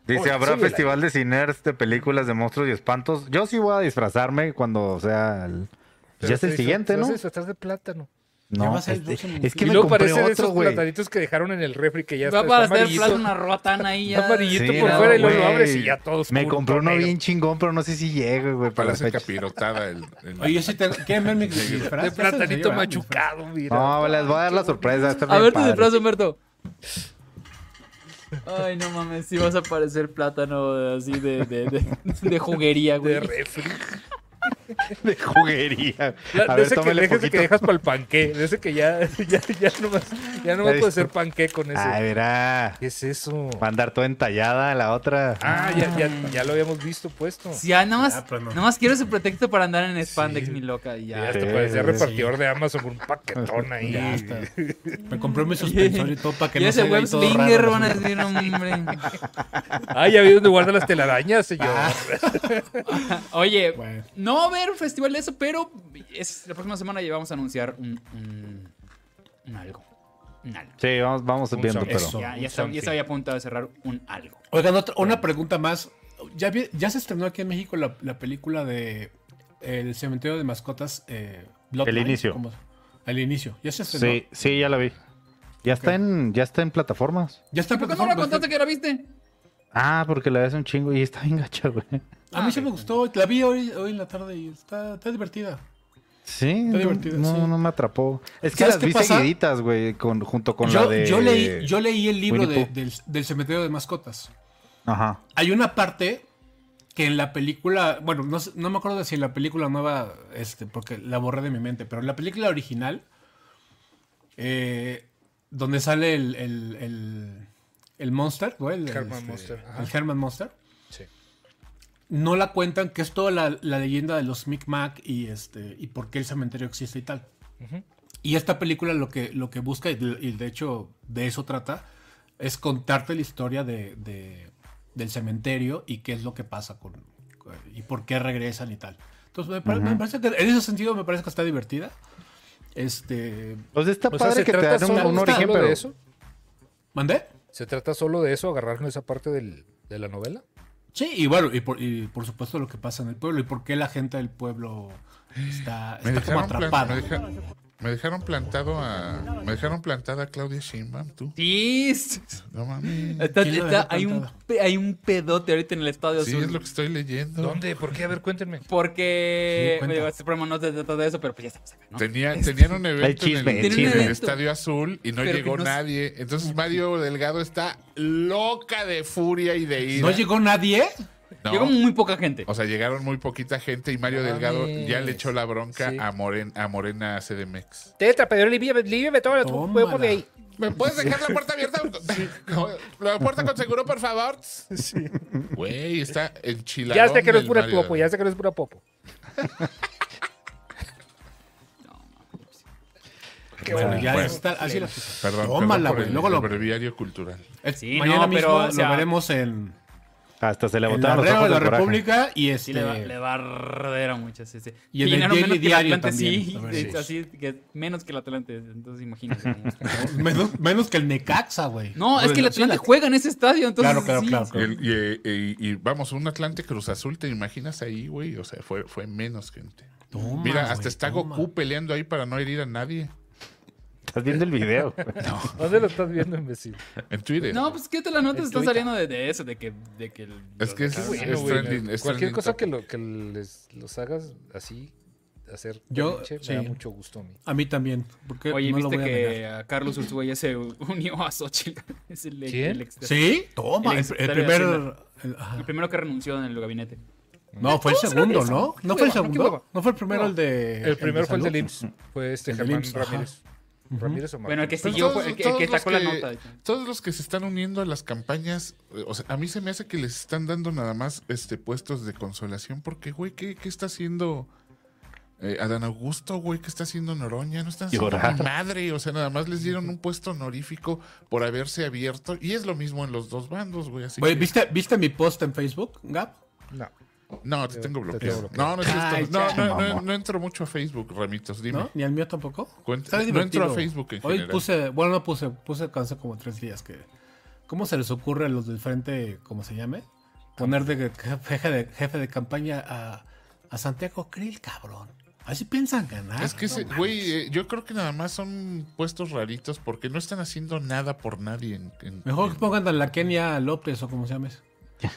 [SPEAKER 3] Dice,
[SPEAKER 4] Oye,
[SPEAKER 2] oh,
[SPEAKER 3] ¿habrá
[SPEAKER 4] síguela.
[SPEAKER 3] festival de ciners de películas de monstruos y espantos? Yo sí voy a disfrazarme cuando sea el... pues ya es el siguiente, ¿no?
[SPEAKER 4] Estás de plátano.
[SPEAKER 2] Ya
[SPEAKER 3] No,
[SPEAKER 2] va a
[SPEAKER 3] es,
[SPEAKER 2] ser el próximo.
[SPEAKER 3] es que
[SPEAKER 4] y
[SPEAKER 3] me
[SPEAKER 4] luego
[SPEAKER 3] compré
[SPEAKER 4] parece de
[SPEAKER 3] otro,
[SPEAKER 4] esos
[SPEAKER 3] güey.
[SPEAKER 4] platanitos que dejaron en el refri que ya
[SPEAKER 1] Va
[SPEAKER 4] está,
[SPEAKER 1] a
[SPEAKER 4] está
[SPEAKER 1] estar
[SPEAKER 4] amarillito.
[SPEAKER 1] una rotana ahí ya.
[SPEAKER 4] Está amarillito
[SPEAKER 1] Sí,
[SPEAKER 4] por
[SPEAKER 1] no,
[SPEAKER 4] fuera y luego lo
[SPEAKER 1] güey.
[SPEAKER 4] abres y ya todos.
[SPEAKER 3] Me compré uno bien chingón, pero no sé si llegue, güey, para la
[SPEAKER 5] Parece
[SPEAKER 3] fecha.
[SPEAKER 5] capirotada el. el-
[SPEAKER 2] Oye, yo sí tengo. ¿Quieren ver mi disfraz?
[SPEAKER 4] [LAUGHS] De
[SPEAKER 2] Ya se los
[SPEAKER 4] platanito
[SPEAKER 2] llevan,
[SPEAKER 4] machucado, mira.
[SPEAKER 3] No, les voy a dar la sorpresa. está
[SPEAKER 1] A
[SPEAKER 3] bien
[SPEAKER 1] ver tu
[SPEAKER 3] padre.
[SPEAKER 1] disfraz, Humberto. Ay, no mames, si vas a parecer plátano así de, de, de, de [LAUGHS] juguería, güey.
[SPEAKER 4] De refri.
[SPEAKER 3] [LAUGHS] De juguería.
[SPEAKER 4] La-
[SPEAKER 3] A
[SPEAKER 4] de
[SPEAKER 3] ver,
[SPEAKER 4] ese que,
[SPEAKER 3] tómale
[SPEAKER 4] de ese que
[SPEAKER 3] poquito.
[SPEAKER 4] dejas para el panqué. De ese que ya, [LAUGHS] ya, ya nomás, ya nomás
[SPEAKER 3] Ahí
[SPEAKER 4] puede
[SPEAKER 3] está.
[SPEAKER 4] ser panqué con ese.
[SPEAKER 3] Ay, verá.
[SPEAKER 4] ¿Qué es eso?
[SPEAKER 3] Va a andar toda entallada la otra.
[SPEAKER 4] Ah, ya, ya, ya lo habíamos visto puesto.
[SPEAKER 1] Si ya, ah, nada más,
[SPEAKER 2] Ya, pero no.
[SPEAKER 1] nada más quiero ese pretexto para andar en spandex, mi loca, y
[SPEAKER 4] Ya
[SPEAKER 1] ya.
[SPEAKER 4] hasta
[SPEAKER 3] Sí,
[SPEAKER 4] parecía
[SPEAKER 3] sí,
[SPEAKER 4] repartidor de Amazon con un paquetón ahí.
[SPEAKER 2] Ya está. [LAUGHS] Me compré mi suspensor y todo para que
[SPEAKER 1] y
[SPEAKER 2] no
[SPEAKER 1] ese
[SPEAKER 2] se vea
[SPEAKER 1] web
[SPEAKER 2] ahí todo raro,
[SPEAKER 1] slinger
[SPEAKER 2] ¿no?
[SPEAKER 1] van a decir, hombre.
[SPEAKER 4] Ah, ya vi dónde guarda las telarañas, señor.
[SPEAKER 3] Ah,
[SPEAKER 1] Oye,
[SPEAKER 2] Bueno.
[SPEAKER 1] no va a haber festival de eso, pero es, la próxima semana ya vamos a anunciar un, un, un algo. Un algo.
[SPEAKER 3] Sí, vamos, vamos
[SPEAKER 4] Un
[SPEAKER 3] viendo,
[SPEAKER 4] sombrero.
[SPEAKER 3] pero.
[SPEAKER 2] Eso.
[SPEAKER 1] Ya,
[SPEAKER 4] un
[SPEAKER 1] ya, estaba- ya
[SPEAKER 4] something.
[SPEAKER 1] se había apuntado a cerrar un algo.
[SPEAKER 2] Oigan, otra- una pregunta más. ¿Ya, vi- ya se estrenó aquí en México la, la película de eh, El cementerio de mascotas. eh, Bloodline?
[SPEAKER 3] El inicio.
[SPEAKER 2] ¿Cómo? El inicio. Ya se estrenó.
[SPEAKER 3] Sí, sí, ya la vi. Ya está en, ya está en plataformas.
[SPEAKER 2] Ya está
[SPEAKER 1] ¿Por qué no la contaste que la viste?
[SPEAKER 3] Ah, porque la ves un chingo y está bien gacha, güey.
[SPEAKER 2] Ah, A mí se me gustó. La vi hoy, hoy en la tarde y está, está divertida.
[SPEAKER 3] Sí,
[SPEAKER 2] Está
[SPEAKER 3] no,
[SPEAKER 2] divertida,
[SPEAKER 3] no,
[SPEAKER 2] sí.
[SPEAKER 3] no me atrapó. Es que
[SPEAKER 2] ¿Sabes
[SPEAKER 3] las
[SPEAKER 2] qué
[SPEAKER 3] vi
[SPEAKER 2] pasa?
[SPEAKER 3] seguiditas, güey, con, junto con
[SPEAKER 2] yo,
[SPEAKER 3] la de.
[SPEAKER 2] yo leí, yo leí el libro
[SPEAKER 3] Winnie
[SPEAKER 2] de-
[SPEAKER 3] Pooh.
[SPEAKER 2] del, del cementerio de mascotas.
[SPEAKER 3] Ajá.
[SPEAKER 2] Hay una parte que en la película, bueno, no, sé- no me acuerdo de si en la película nueva, este, porque la borré de mi mente, pero en la película original, eh, donde sale el, el, el, el Monster, ¿no? El, el,
[SPEAKER 4] Herman Monster, ajá.
[SPEAKER 2] el Herman Monster,
[SPEAKER 4] Sí.
[SPEAKER 2] no la cuentan, que es toda la, la leyenda de los Micmac y, este, y por qué el cementerio existe y tal. Y esta película lo que, lo que busca, y de, y de hecho de eso trata, es contarte la historia de, de- del cementerio y qué es lo que pasa con, y por qué regresan y tal. Entonces me, pare- me parece que en ese sentido me parece que está divertida. Este,
[SPEAKER 3] Pues está
[SPEAKER 4] O sea,
[SPEAKER 3] padre
[SPEAKER 4] ¿se
[SPEAKER 3] que te
[SPEAKER 4] trata
[SPEAKER 3] dan un,
[SPEAKER 4] solo-
[SPEAKER 3] un
[SPEAKER 4] solo
[SPEAKER 3] origen, pero.
[SPEAKER 4] de eso?
[SPEAKER 2] ¿Mandé?
[SPEAKER 4] ¿Se trata solo de eso, agarraron esa parte del, de la novela?
[SPEAKER 2] Sí, y bueno, y por, y por supuesto lo que pasa en el pueblo y por qué la gente del pueblo está,
[SPEAKER 5] Me
[SPEAKER 2] está como
[SPEAKER 5] dejaron, plan-
[SPEAKER 2] atrapada.
[SPEAKER 5] me deja- me dejaron plantado a. Me dejaron plantada a Claudia Sheinbaum, tú.
[SPEAKER 1] Sí. s- s-
[SPEAKER 5] No mames.
[SPEAKER 1] está-
[SPEAKER 2] ¿Quién la
[SPEAKER 1] está-
[SPEAKER 2] dejó
[SPEAKER 1] hay, un,
[SPEAKER 2] plantada?
[SPEAKER 1] pe- hay un pedote ahorita en el Estadio
[SPEAKER 5] Sí,
[SPEAKER 1] Azul.
[SPEAKER 5] es lo que estoy leyendo.
[SPEAKER 4] ¿Dónde? ¿Por qué? A ver, cuéntenme.
[SPEAKER 1] Porque
[SPEAKER 2] Sí, cuenta.
[SPEAKER 1] digo, este programa no se trata de eso, pero pues ya estamos acá, ¿no?
[SPEAKER 5] Tenía, tenían un evento en
[SPEAKER 3] chisme,
[SPEAKER 5] el,
[SPEAKER 3] el
[SPEAKER 5] en el
[SPEAKER 1] chisme.
[SPEAKER 5] Estadio Azul y no
[SPEAKER 1] Pero que
[SPEAKER 5] llegó
[SPEAKER 1] no-
[SPEAKER 5] nadie. Entonces Mario Delgado está loca de furia y de ira.
[SPEAKER 2] ¿No llegó nadie?
[SPEAKER 5] No.
[SPEAKER 1] Llegó muy poca gente.
[SPEAKER 5] O sea, llegaron muy poquita gente y Mario
[SPEAKER 4] No
[SPEAKER 5] Delgado
[SPEAKER 4] mames.
[SPEAKER 5] ya le echó la bronca
[SPEAKER 4] Sí.
[SPEAKER 5] a, Moren- a Morena CDMX.
[SPEAKER 4] Tetra, pero líviame, líviame todo el
[SPEAKER 2] Tómala.
[SPEAKER 4] huevo de ahí.
[SPEAKER 5] ¿Me puedes dejar la puerta [LAUGHS] abierta? la puerta con seguro, por favor. Güey, está enchilado.
[SPEAKER 4] Ya sé que no es pura popo, ya sé que no es pura popo. Qué
[SPEAKER 2] Ah, Bueno,
[SPEAKER 4] bueno.
[SPEAKER 2] ya
[SPEAKER 5] bueno.
[SPEAKER 2] está, así la-
[SPEAKER 5] Perdón,
[SPEAKER 2] Tómala,
[SPEAKER 5] perdón por
[SPEAKER 2] güey.
[SPEAKER 5] el
[SPEAKER 2] Luego lo,
[SPEAKER 5] breviario cultural.
[SPEAKER 2] Eh,
[SPEAKER 1] Sí,
[SPEAKER 2] mañana
[SPEAKER 1] no,
[SPEAKER 2] mismo
[SPEAKER 1] pero, o sea,
[SPEAKER 2] lo veremos en,
[SPEAKER 3] Hasta se le
[SPEAKER 2] en la
[SPEAKER 3] botaron los
[SPEAKER 2] Reo
[SPEAKER 3] ojos
[SPEAKER 2] de la
[SPEAKER 3] del coraje.
[SPEAKER 2] República y este.
[SPEAKER 1] Sí, le va, le va a arder a muchas. Sí, sí.
[SPEAKER 2] Y en el
[SPEAKER 1] llenaron
[SPEAKER 2] Daily
[SPEAKER 1] menos que el
[SPEAKER 2] Diario
[SPEAKER 1] Atlante,
[SPEAKER 2] también,
[SPEAKER 1] sí,
[SPEAKER 2] a ver.
[SPEAKER 1] de-
[SPEAKER 2] Sí.
[SPEAKER 1] así que menos que el Atlante. Entonces imagínate. [LAUGHS] cómo está.
[SPEAKER 2] menos, menos que el Necaxa, güey.
[SPEAKER 1] no, es que el
[SPEAKER 2] la
[SPEAKER 1] Atlante juega en ese estadio, entonces.
[SPEAKER 2] Claro, claro,
[SPEAKER 1] sí,
[SPEAKER 2] claro.
[SPEAKER 5] Y, el- y- y- y- y vamos, un Atlante Cruz Azul, ¿te imaginas ahí, güey? O sea, fue, fue menos gente.
[SPEAKER 2] Toma,
[SPEAKER 5] Mira,
[SPEAKER 2] güey,
[SPEAKER 5] hasta está
[SPEAKER 2] toma.
[SPEAKER 5] Goku peleando ahí para no herir a nadie.
[SPEAKER 3] Estás viendo el
[SPEAKER 2] [LAUGHS]
[SPEAKER 3] video.
[SPEAKER 4] ¿Dónde lo estás viendo, imbécil?
[SPEAKER 5] En Twitter.
[SPEAKER 1] No, pues qué te la nota
[SPEAKER 4] El
[SPEAKER 1] está
[SPEAKER 4] Twitter.
[SPEAKER 1] saliendo de, de eso, de que, de que el-
[SPEAKER 5] es que es,
[SPEAKER 1] los-
[SPEAKER 5] es
[SPEAKER 4] güey,
[SPEAKER 5] trending. es
[SPEAKER 4] cualquier
[SPEAKER 5] trending
[SPEAKER 4] cosa
[SPEAKER 5] topic.
[SPEAKER 4] que, lo, que les, los hagas así, hacer
[SPEAKER 2] Yo,
[SPEAKER 4] berrinche,
[SPEAKER 2] sí.
[SPEAKER 4] me da mucho gusto a mí.
[SPEAKER 2] A mí también. Porque
[SPEAKER 1] Oye,
[SPEAKER 2] no lo
[SPEAKER 1] ¿viste
[SPEAKER 2] voy a
[SPEAKER 1] que
[SPEAKER 2] negar.
[SPEAKER 1] a Carlos Ursúa ya se [LAUGHS] unió a Xochitl? Es el,
[SPEAKER 4] ¿Quién?
[SPEAKER 1] el ex-
[SPEAKER 2] Sí, toma.
[SPEAKER 1] El
[SPEAKER 2] El, el
[SPEAKER 1] exsecretario de
[SPEAKER 2] primer.
[SPEAKER 1] Hacienda.
[SPEAKER 2] el- ajá.
[SPEAKER 1] El primero que renunció en el gabinete.
[SPEAKER 2] no, fue el segundo, ¿no? ¿No fue
[SPEAKER 1] hueva, no, qué
[SPEAKER 2] el segundo?
[SPEAKER 1] hueva.
[SPEAKER 2] ¿No fue el primero el de.
[SPEAKER 4] El primero fue el del
[SPEAKER 2] salud?
[SPEAKER 4] IMSS. Fue este
[SPEAKER 2] El del
[SPEAKER 4] Germán
[SPEAKER 2] IMSS, ajá.
[SPEAKER 4] Ramírez. Ramírez o Martínez.
[SPEAKER 1] Bueno, el que
[SPEAKER 5] Pero
[SPEAKER 1] siguió fue el que, el que
[SPEAKER 5] todos
[SPEAKER 1] sacó
[SPEAKER 5] los
[SPEAKER 1] la
[SPEAKER 5] que-
[SPEAKER 1] nota.
[SPEAKER 5] Todos los que se están uniendo a las campañas, eh, o sea, a mí se me hace que les están dando nada más este puestos de consolación, porque, güey, ¿qué, qué está haciendo eh, Adán Augusto, güey? ¿Qué está haciendo Noroña? No están haciendo
[SPEAKER 3] Llorar.
[SPEAKER 5] ni madre, o sea, nada más les dieron un puesto honorífico por haberse abierto, y es lo mismo en los dos bandos, güey, así
[SPEAKER 2] Güey,
[SPEAKER 5] que-
[SPEAKER 2] ¿viste, ¿viste mi post en Facebook, Gap?
[SPEAKER 4] No.
[SPEAKER 5] No, te tengo bloqueado.
[SPEAKER 4] tengo bloqueado.
[SPEAKER 5] No, no es cierto.
[SPEAKER 2] Ay,
[SPEAKER 5] No,
[SPEAKER 2] ya.
[SPEAKER 5] no, no,
[SPEAKER 3] Mamón.
[SPEAKER 5] no entro mucho a Facebook, Ramitos, dime.
[SPEAKER 2] ¿No? ¿Ni al mío tampoco?
[SPEAKER 5] Cuenta-
[SPEAKER 2] Está
[SPEAKER 5] no
[SPEAKER 2] divertido.
[SPEAKER 5] entro a Facebook en
[SPEAKER 2] Hoy
[SPEAKER 5] general.
[SPEAKER 2] puse, bueno, no puse, puse hace como tres días que ¿Cómo se les ocurre a los del frente, cómo se llame? Poner de jefe de, jefe de campaña a, a Santiago Krill, cabrón. Así piensan ganar.
[SPEAKER 5] Es que, ese-
[SPEAKER 2] No
[SPEAKER 5] güey,
[SPEAKER 2] mames.
[SPEAKER 5] eh, yo creo que nada más son puestos raritos porque no están haciendo nada por nadie. en- en-
[SPEAKER 2] Mejor que pongan a la Kenia López o como se llame.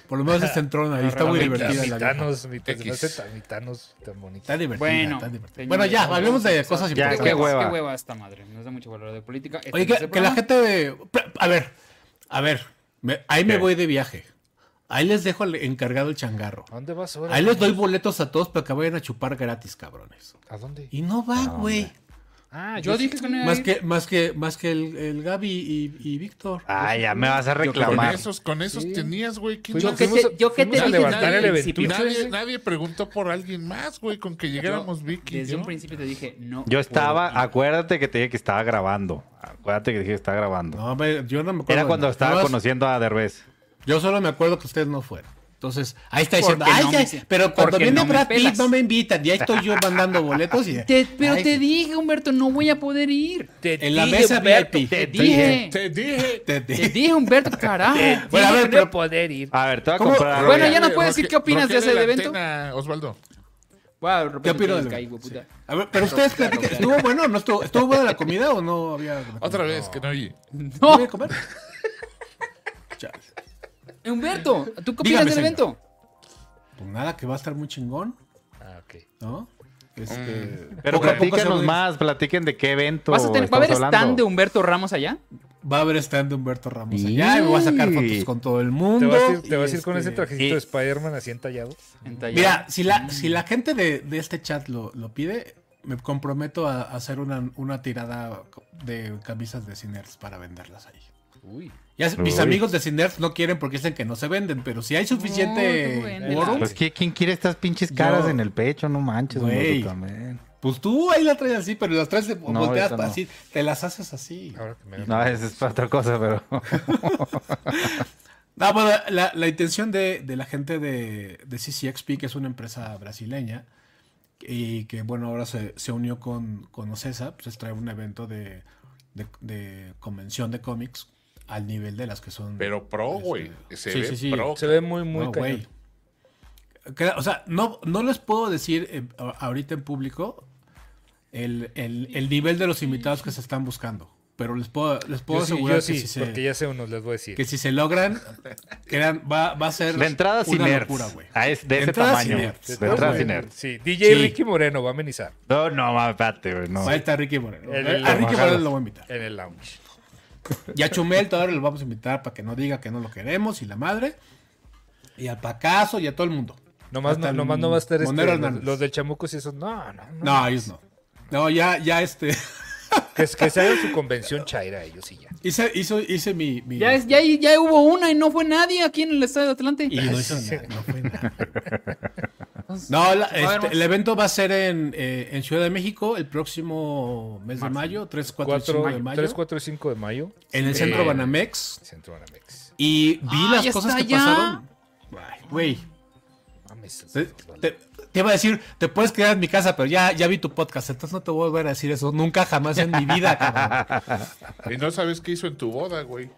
[SPEAKER 2] Por lo menos es centrona y está muy
[SPEAKER 5] Ramita,
[SPEAKER 2] divertida la vieja.
[SPEAKER 4] Mitanos,
[SPEAKER 5] X.
[SPEAKER 4] mitanos, tan bonita.
[SPEAKER 2] Está divertida,
[SPEAKER 1] Bueno,
[SPEAKER 2] está divertida.
[SPEAKER 1] señores,
[SPEAKER 2] Bueno, ya, hablemos de
[SPEAKER 1] vamos a-
[SPEAKER 2] cosas
[SPEAKER 3] Ya,
[SPEAKER 1] Qué
[SPEAKER 2] importantes.
[SPEAKER 3] qué
[SPEAKER 1] hueva,
[SPEAKER 3] hueva.
[SPEAKER 1] qué hueva esta madre. Nos da mucho valor de política. Este
[SPEAKER 2] Oye,
[SPEAKER 1] es
[SPEAKER 2] que,
[SPEAKER 1] el
[SPEAKER 2] que
[SPEAKER 1] programa.
[SPEAKER 2] la gente. A ver, a ver, me- ahí me voy de viaje. Ahí les dejo al encargado el changarro.
[SPEAKER 3] Ah,
[SPEAKER 4] ¿A dónde vas ahora?
[SPEAKER 2] Ahí les doy boletos a todos para que vayan a chupar gratis, cabrones.
[SPEAKER 4] ¿A dónde?
[SPEAKER 2] Y no va, güey.
[SPEAKER 4] Ah,
[SPEAKER 1] Yo dije que no iba a
[SPEAKER 2] Más
[SPEAKER 1] ir.
[SPEAKER 2] que, más que, más que el, el Gaby y, y Víctor.
[SPEAKER 3] Ah, ya me vas a
[SPEAKER 5] Con
[SPEAKER 3] reclamar.
[SPEAKER 5] esos, con esos
[SPEAKER 4] Sí.
[SPEAKER 5] tenías, güey. ¿quién
[SPEAKER 1] Yo
[SPEAKER 5] más?
[SPEAKER 1] Pues que te, yo que te
[SPEAKER 4] fuimos a
[SPEAKER 1] dije
[SPEAKER 4] levantar
[SPEAKER 1] desde
[SPEAKER 4] el
[SPEAKER 1] el principio.
[SPEAKER 4] eventito.
[SPEAKER 5] Nadie, nadie preguntó por alguien más, güey, con que llegáramos Vicky. y
[SPEAKER 1] Desde
[SPEAKER 5] yo.
[SPEAKER 1] un principio te dije, no.
[SPEAKER 3] Yo estaba,
[SPEAKER 1] puedo Ah. ir.
[SPEAKER 3] acuérdate que te dije que estaba grabando. Acuérdate que dije que estaba grabando.
[SPEAKER 2] No, me- yo no me acuerdo.
[SPEAKER 3] Era
[SPEAKER 2] de
[SPEAKER 3] cuando
[SPEAKER 2] nada.
[SPEAKER 3] estaba
[SPEAKER 2] Nada más-
[SPEAKER 3] conociendo a Derbez.
[SPEAKER 2] Yo solo me acuerdo que ustedes no fueron. Entonces, ahí está
[SPEAKER 1] Porque
[SPEAKER 2] diciendo, ay,
[SPEAKER 1] no
[SPEAKER 2] ya,
[SPEAKER 1] me-
[SPEAKER 2] pero cuando
[SPEAKER 1] porque
[SPEAKER 2] viene
[SPEAKER 1] no me
[SPEAKER 2] Brad Pitt
[SPEAKER 1] pelas.
[SPEAKER 2] no me invitan. Y ahí estoy yo mandando boletos y...
[SPEAKER 1] [LAUGHS] Te- pero
[SPEAKER 2] Ay,
[SPEAKER 1] te dije, Humberto, no voy a poder ir.
[SPEAKER 2] En la mesa VIP.
[SPEAKER 1] Te dije.
[SPEAKER 5] Te dije.
[SPEAKER 2] Te- te-
[SPEAKER 1] Te dije, Humberto, carajo.
[SPEAKER 2] Bueno, a ver, pero-
[SPEAKER 4] poder ir.
[SPEAKER 1] Ah,
[SPEAKER 3] A ver, te voy a
[SPEAKER 2] ¿Cómo?
[SPEAKER 3] comprar. algo
[SPEAKER 1] Bueno,
[SPEAKER 3] ya.
[SPEAKER 1] ya no
[SPEAKER 5] Roque-
[SPEAKER 1] puedes decir qué opinas de ese
[SPEAKER 5] Roquele la
[SPEAKER 1] evento.
[SPEAKER 5] antena, Osvaldo.
[SPEAKER 1] Wow, Roberto,
[SPEAKER 2] ¿Qué opino
[SPEAKER 1] te
[SPEAKER 2] del-
[SPEAKER 1] caí, hueputa.
[SPEAKER 2] sí. A ver, pero ustedes platiquen, ¿estuvo bueno o no estuvo, estuvo buena la comida o no [LAUGHS] había
[SPEAKER 5] Otra vez, que no oye.
[SPEAKER 2] ¿No
[SPEAKER 1] No,
[SPEAKER 2] había comer? Chale.
[SPEAKER 1] Humberto, ¿tú qué opinas
[SPEAKER 2] Dígame,
[SPEAKER 1] del
[SPEAKER 2] señor.
[SPEAKER 1] evento?
[SPEAKER 2] Pues nada, que va a estar muy chingón,
[SPEAKER 4] Ah, ok.
[SPEAKER 2] ¿no? Este,
[SPEAKER 3] Pero
[SPEAKER 2] poco a poco se
[SPEAKER 3] platícanos
[SPEAKER 2] va-
[SPEAKER 3] más, platiquen de qué evento.
[SPEAKER 1] ¿Vas a tener- ¿Va a
[SPEAKER 3] estamos
[SPEAKER 1] haber stand
[SPEAKER 3] hablando.
[SPEAKER 1] de Humberto Ramos allá?
[SPEAKER 2] Va a haber stand de Humberto Ramos allá y me voy a sacar fotos con todo el
[SPEAKER 4] ¿Te
[SPEAKER 2] mundo.
[SPEAKER 4] vas a ir, te
[SPEAKER 2] y
[SPEAKER 4] vas a ir con ese Mm.
[SPEAKER 2] este,
[SPEAKER 4] trajecito de Spider-Man así entallado?
[SPEAKER 1] En Tallada.
[SPEAKER 2] Mira, si la, si la gente de, de este chat lo, lo pide, me comprometo a, a hacer una, una tirada de camisas de Ciners para venderlas ahí.
[SPEAKER 1] Uy.
[SPEAKER 2] Ya sé, mis
[SPEAKER 3] Uy.
[SPEAKER 2] amigos de Ciners no quieren porque dicen que no se venden, pero si hay
[SPEAKER 1] No, tú
[SPEAKER 2] suficiente
[SPEAKER 1] véndela.
[SPEAKER 2] quórum,
[SPEAKER 3] Pues, ¿qui- ¿quién quiere estas pinches caras
[SPEAKER 2] Yo-
[SPEAKER 3] en el pecho? No manches,
[SPEAKER 2] Güey.
[SPEAKER 3] hombre, tú también.
[SPEAKER 2] pues tú ahí la traes así, pero las traes de
[SPEAKER 3] No,
[SPEAKER 2] volteas
[SPEAKER 3] ahorita no.
[SPEAKER 2] así, te las haces así.
[SPEAKER 4] Ahora que me
[SPEAKER 3] No, esa es para otra cosa, pues, [LAUGHS] pero.
[SPEAKER 2] No, Ah, bueno, la, la intención de, de la gente de, de CCXP, que es una empresa brasileña, y que bueno, ahora se, se unió con, con Ocesa, pues trae un evento de, de- de convención de cómics al nivel de las que son. este,
[SPEAKER 5] Pero pro, güey. Se
[SPEAKER 2] Sí,
[SPEAKER 5] ve
[SPEAKER 2] sí, sí.
[SPEAKER 5] pro.
[SPEAKER 4] Se ve muy, muy
[SPEAKER 2] No,
[SPEAKER 4] cañón.
[SPEAKER 2] güey. Que- O sea, no, no les puedo decir eh, a- ahorita en público el, el- el nivel de los invitados que se están buscando. Pero les puedo, les puedo
[SPEAKER 4] Yo sí,
[SPEAKER 2] asegurar
[SPEAKER 4] yo
[SPEAKER 2] que
[SPEAKER 4] sí,
[SPEAKER 2] si se-
[SPEAKER 4] porque ya sé unos, les voy a decir.
[SPEAKER 2] que si se logran, quedan- va, va a ser
[SPEAKER 3] La entrada sin
[SPEAKER 2] una
[SPEAKER 3] nerds.
[SPEAKER 2] locura, güey.
[SPEAKER 3] Ah, es de ese
[SPEAKER 2] Entrada sin
[SPEAKER 3] tamaño.
[SPEAKER 2] nerds.
[SPEAKER 3] La entrada
[SPEAKER 2] Sí,
[SPEAKER 3] sin
[SPEAKER 2] güey.
[SPEAKER 3] nerds.
[SPEAKER 4] Sí, DJ
[SPEAKER 2] Sí.
[SPEAKER 4] Ricky Moreno va a amenizar
[SPEAKER 3] No, no, mames, espérate, güey. No.
[SPEAKER 2] Va a estar Ricky Moreno.
[SPEAKER 4] El-
[SPEAKER 2] eh, a Ricky
[SPEAKER 3] Ojalá.
[SPEAKER 2] Moreno lo voy a invitar.
[SPEAKER 4] en el lounge.
[SPEAKER 2] Y a Chumel todavía lo vamos a invitar para que no diga que no lo queremos y la madre. Y al Pacaso y a todo el mundo.
[SPEAKER 4] Nomás,
[SPEAKER 2] Hasta
[SPEAKER 4] no,
[SPEAKER 2] el
[SPEAKER 4] nomás no va a estar este,
[SPEAKER 2] Monero
[SPEAKER 4] los,
[SPEAKER 2] Hernández.
[SPEAKER 4] los del chamuco y esos. No, no, no.
[SPEAKER 2] No, ellos no. No, ya, ya este. [LAUGHS]
[SPEAKER 4] Que, es- que se haga su convención chaira ellos y ya.
[SPEAKER 2] Hice, hizo- hice mi. mi-
[SPEAKER 1] Ya, es, ya, ya hubo una y no fue nadie aquí en el Estadio de Atlante.
[SPEAKER 2] Y no hizo nada, no fue nada. No, la-
[SPEAKER 1] ver,
[SPEAKER 2] este,
[SPEAKER 1] vamos.
[SPEAKER 2] el evento va a ser en, eh, en Ciudad de México el próximo mes de mayo, 3, 4 y 5 de
[SPEAKER 4] 4,
[SPEAKER 2] mayo.
[SPEAKER 4] 3, 4 y 5 de mayo.
[SPEAKER 2] en el
[SPEAKER 4] Sí.
[SPEAKER 2] centro
[SPEAKER 4] Eh,
[SPEAKER 2] Banamex.
[SPEAKER 4] Centro Banamex.
[SPEAKER 2] Y vi
[SPEAKER 1] Ah, ya
[SPEAKER 2] las cosas
[SPEAKER 1] está
[SPEAKER 2] que
[SPEAKER 1] ya.
[SPEAKER 2] pasaron. Ay, Güey,
[SPEAKER 4] Mames.
[SPEAKER 2] te, te- te iba a decir, te puedes quedar en mi casa, pero ya, ya vi tu podcast, entonces no te voy a volver a decir eso nunca jamás en mi [LAUGHS] vida, cabrón.
[SPEAKER 5] Y no sabes qué hizo en tu boda, güey.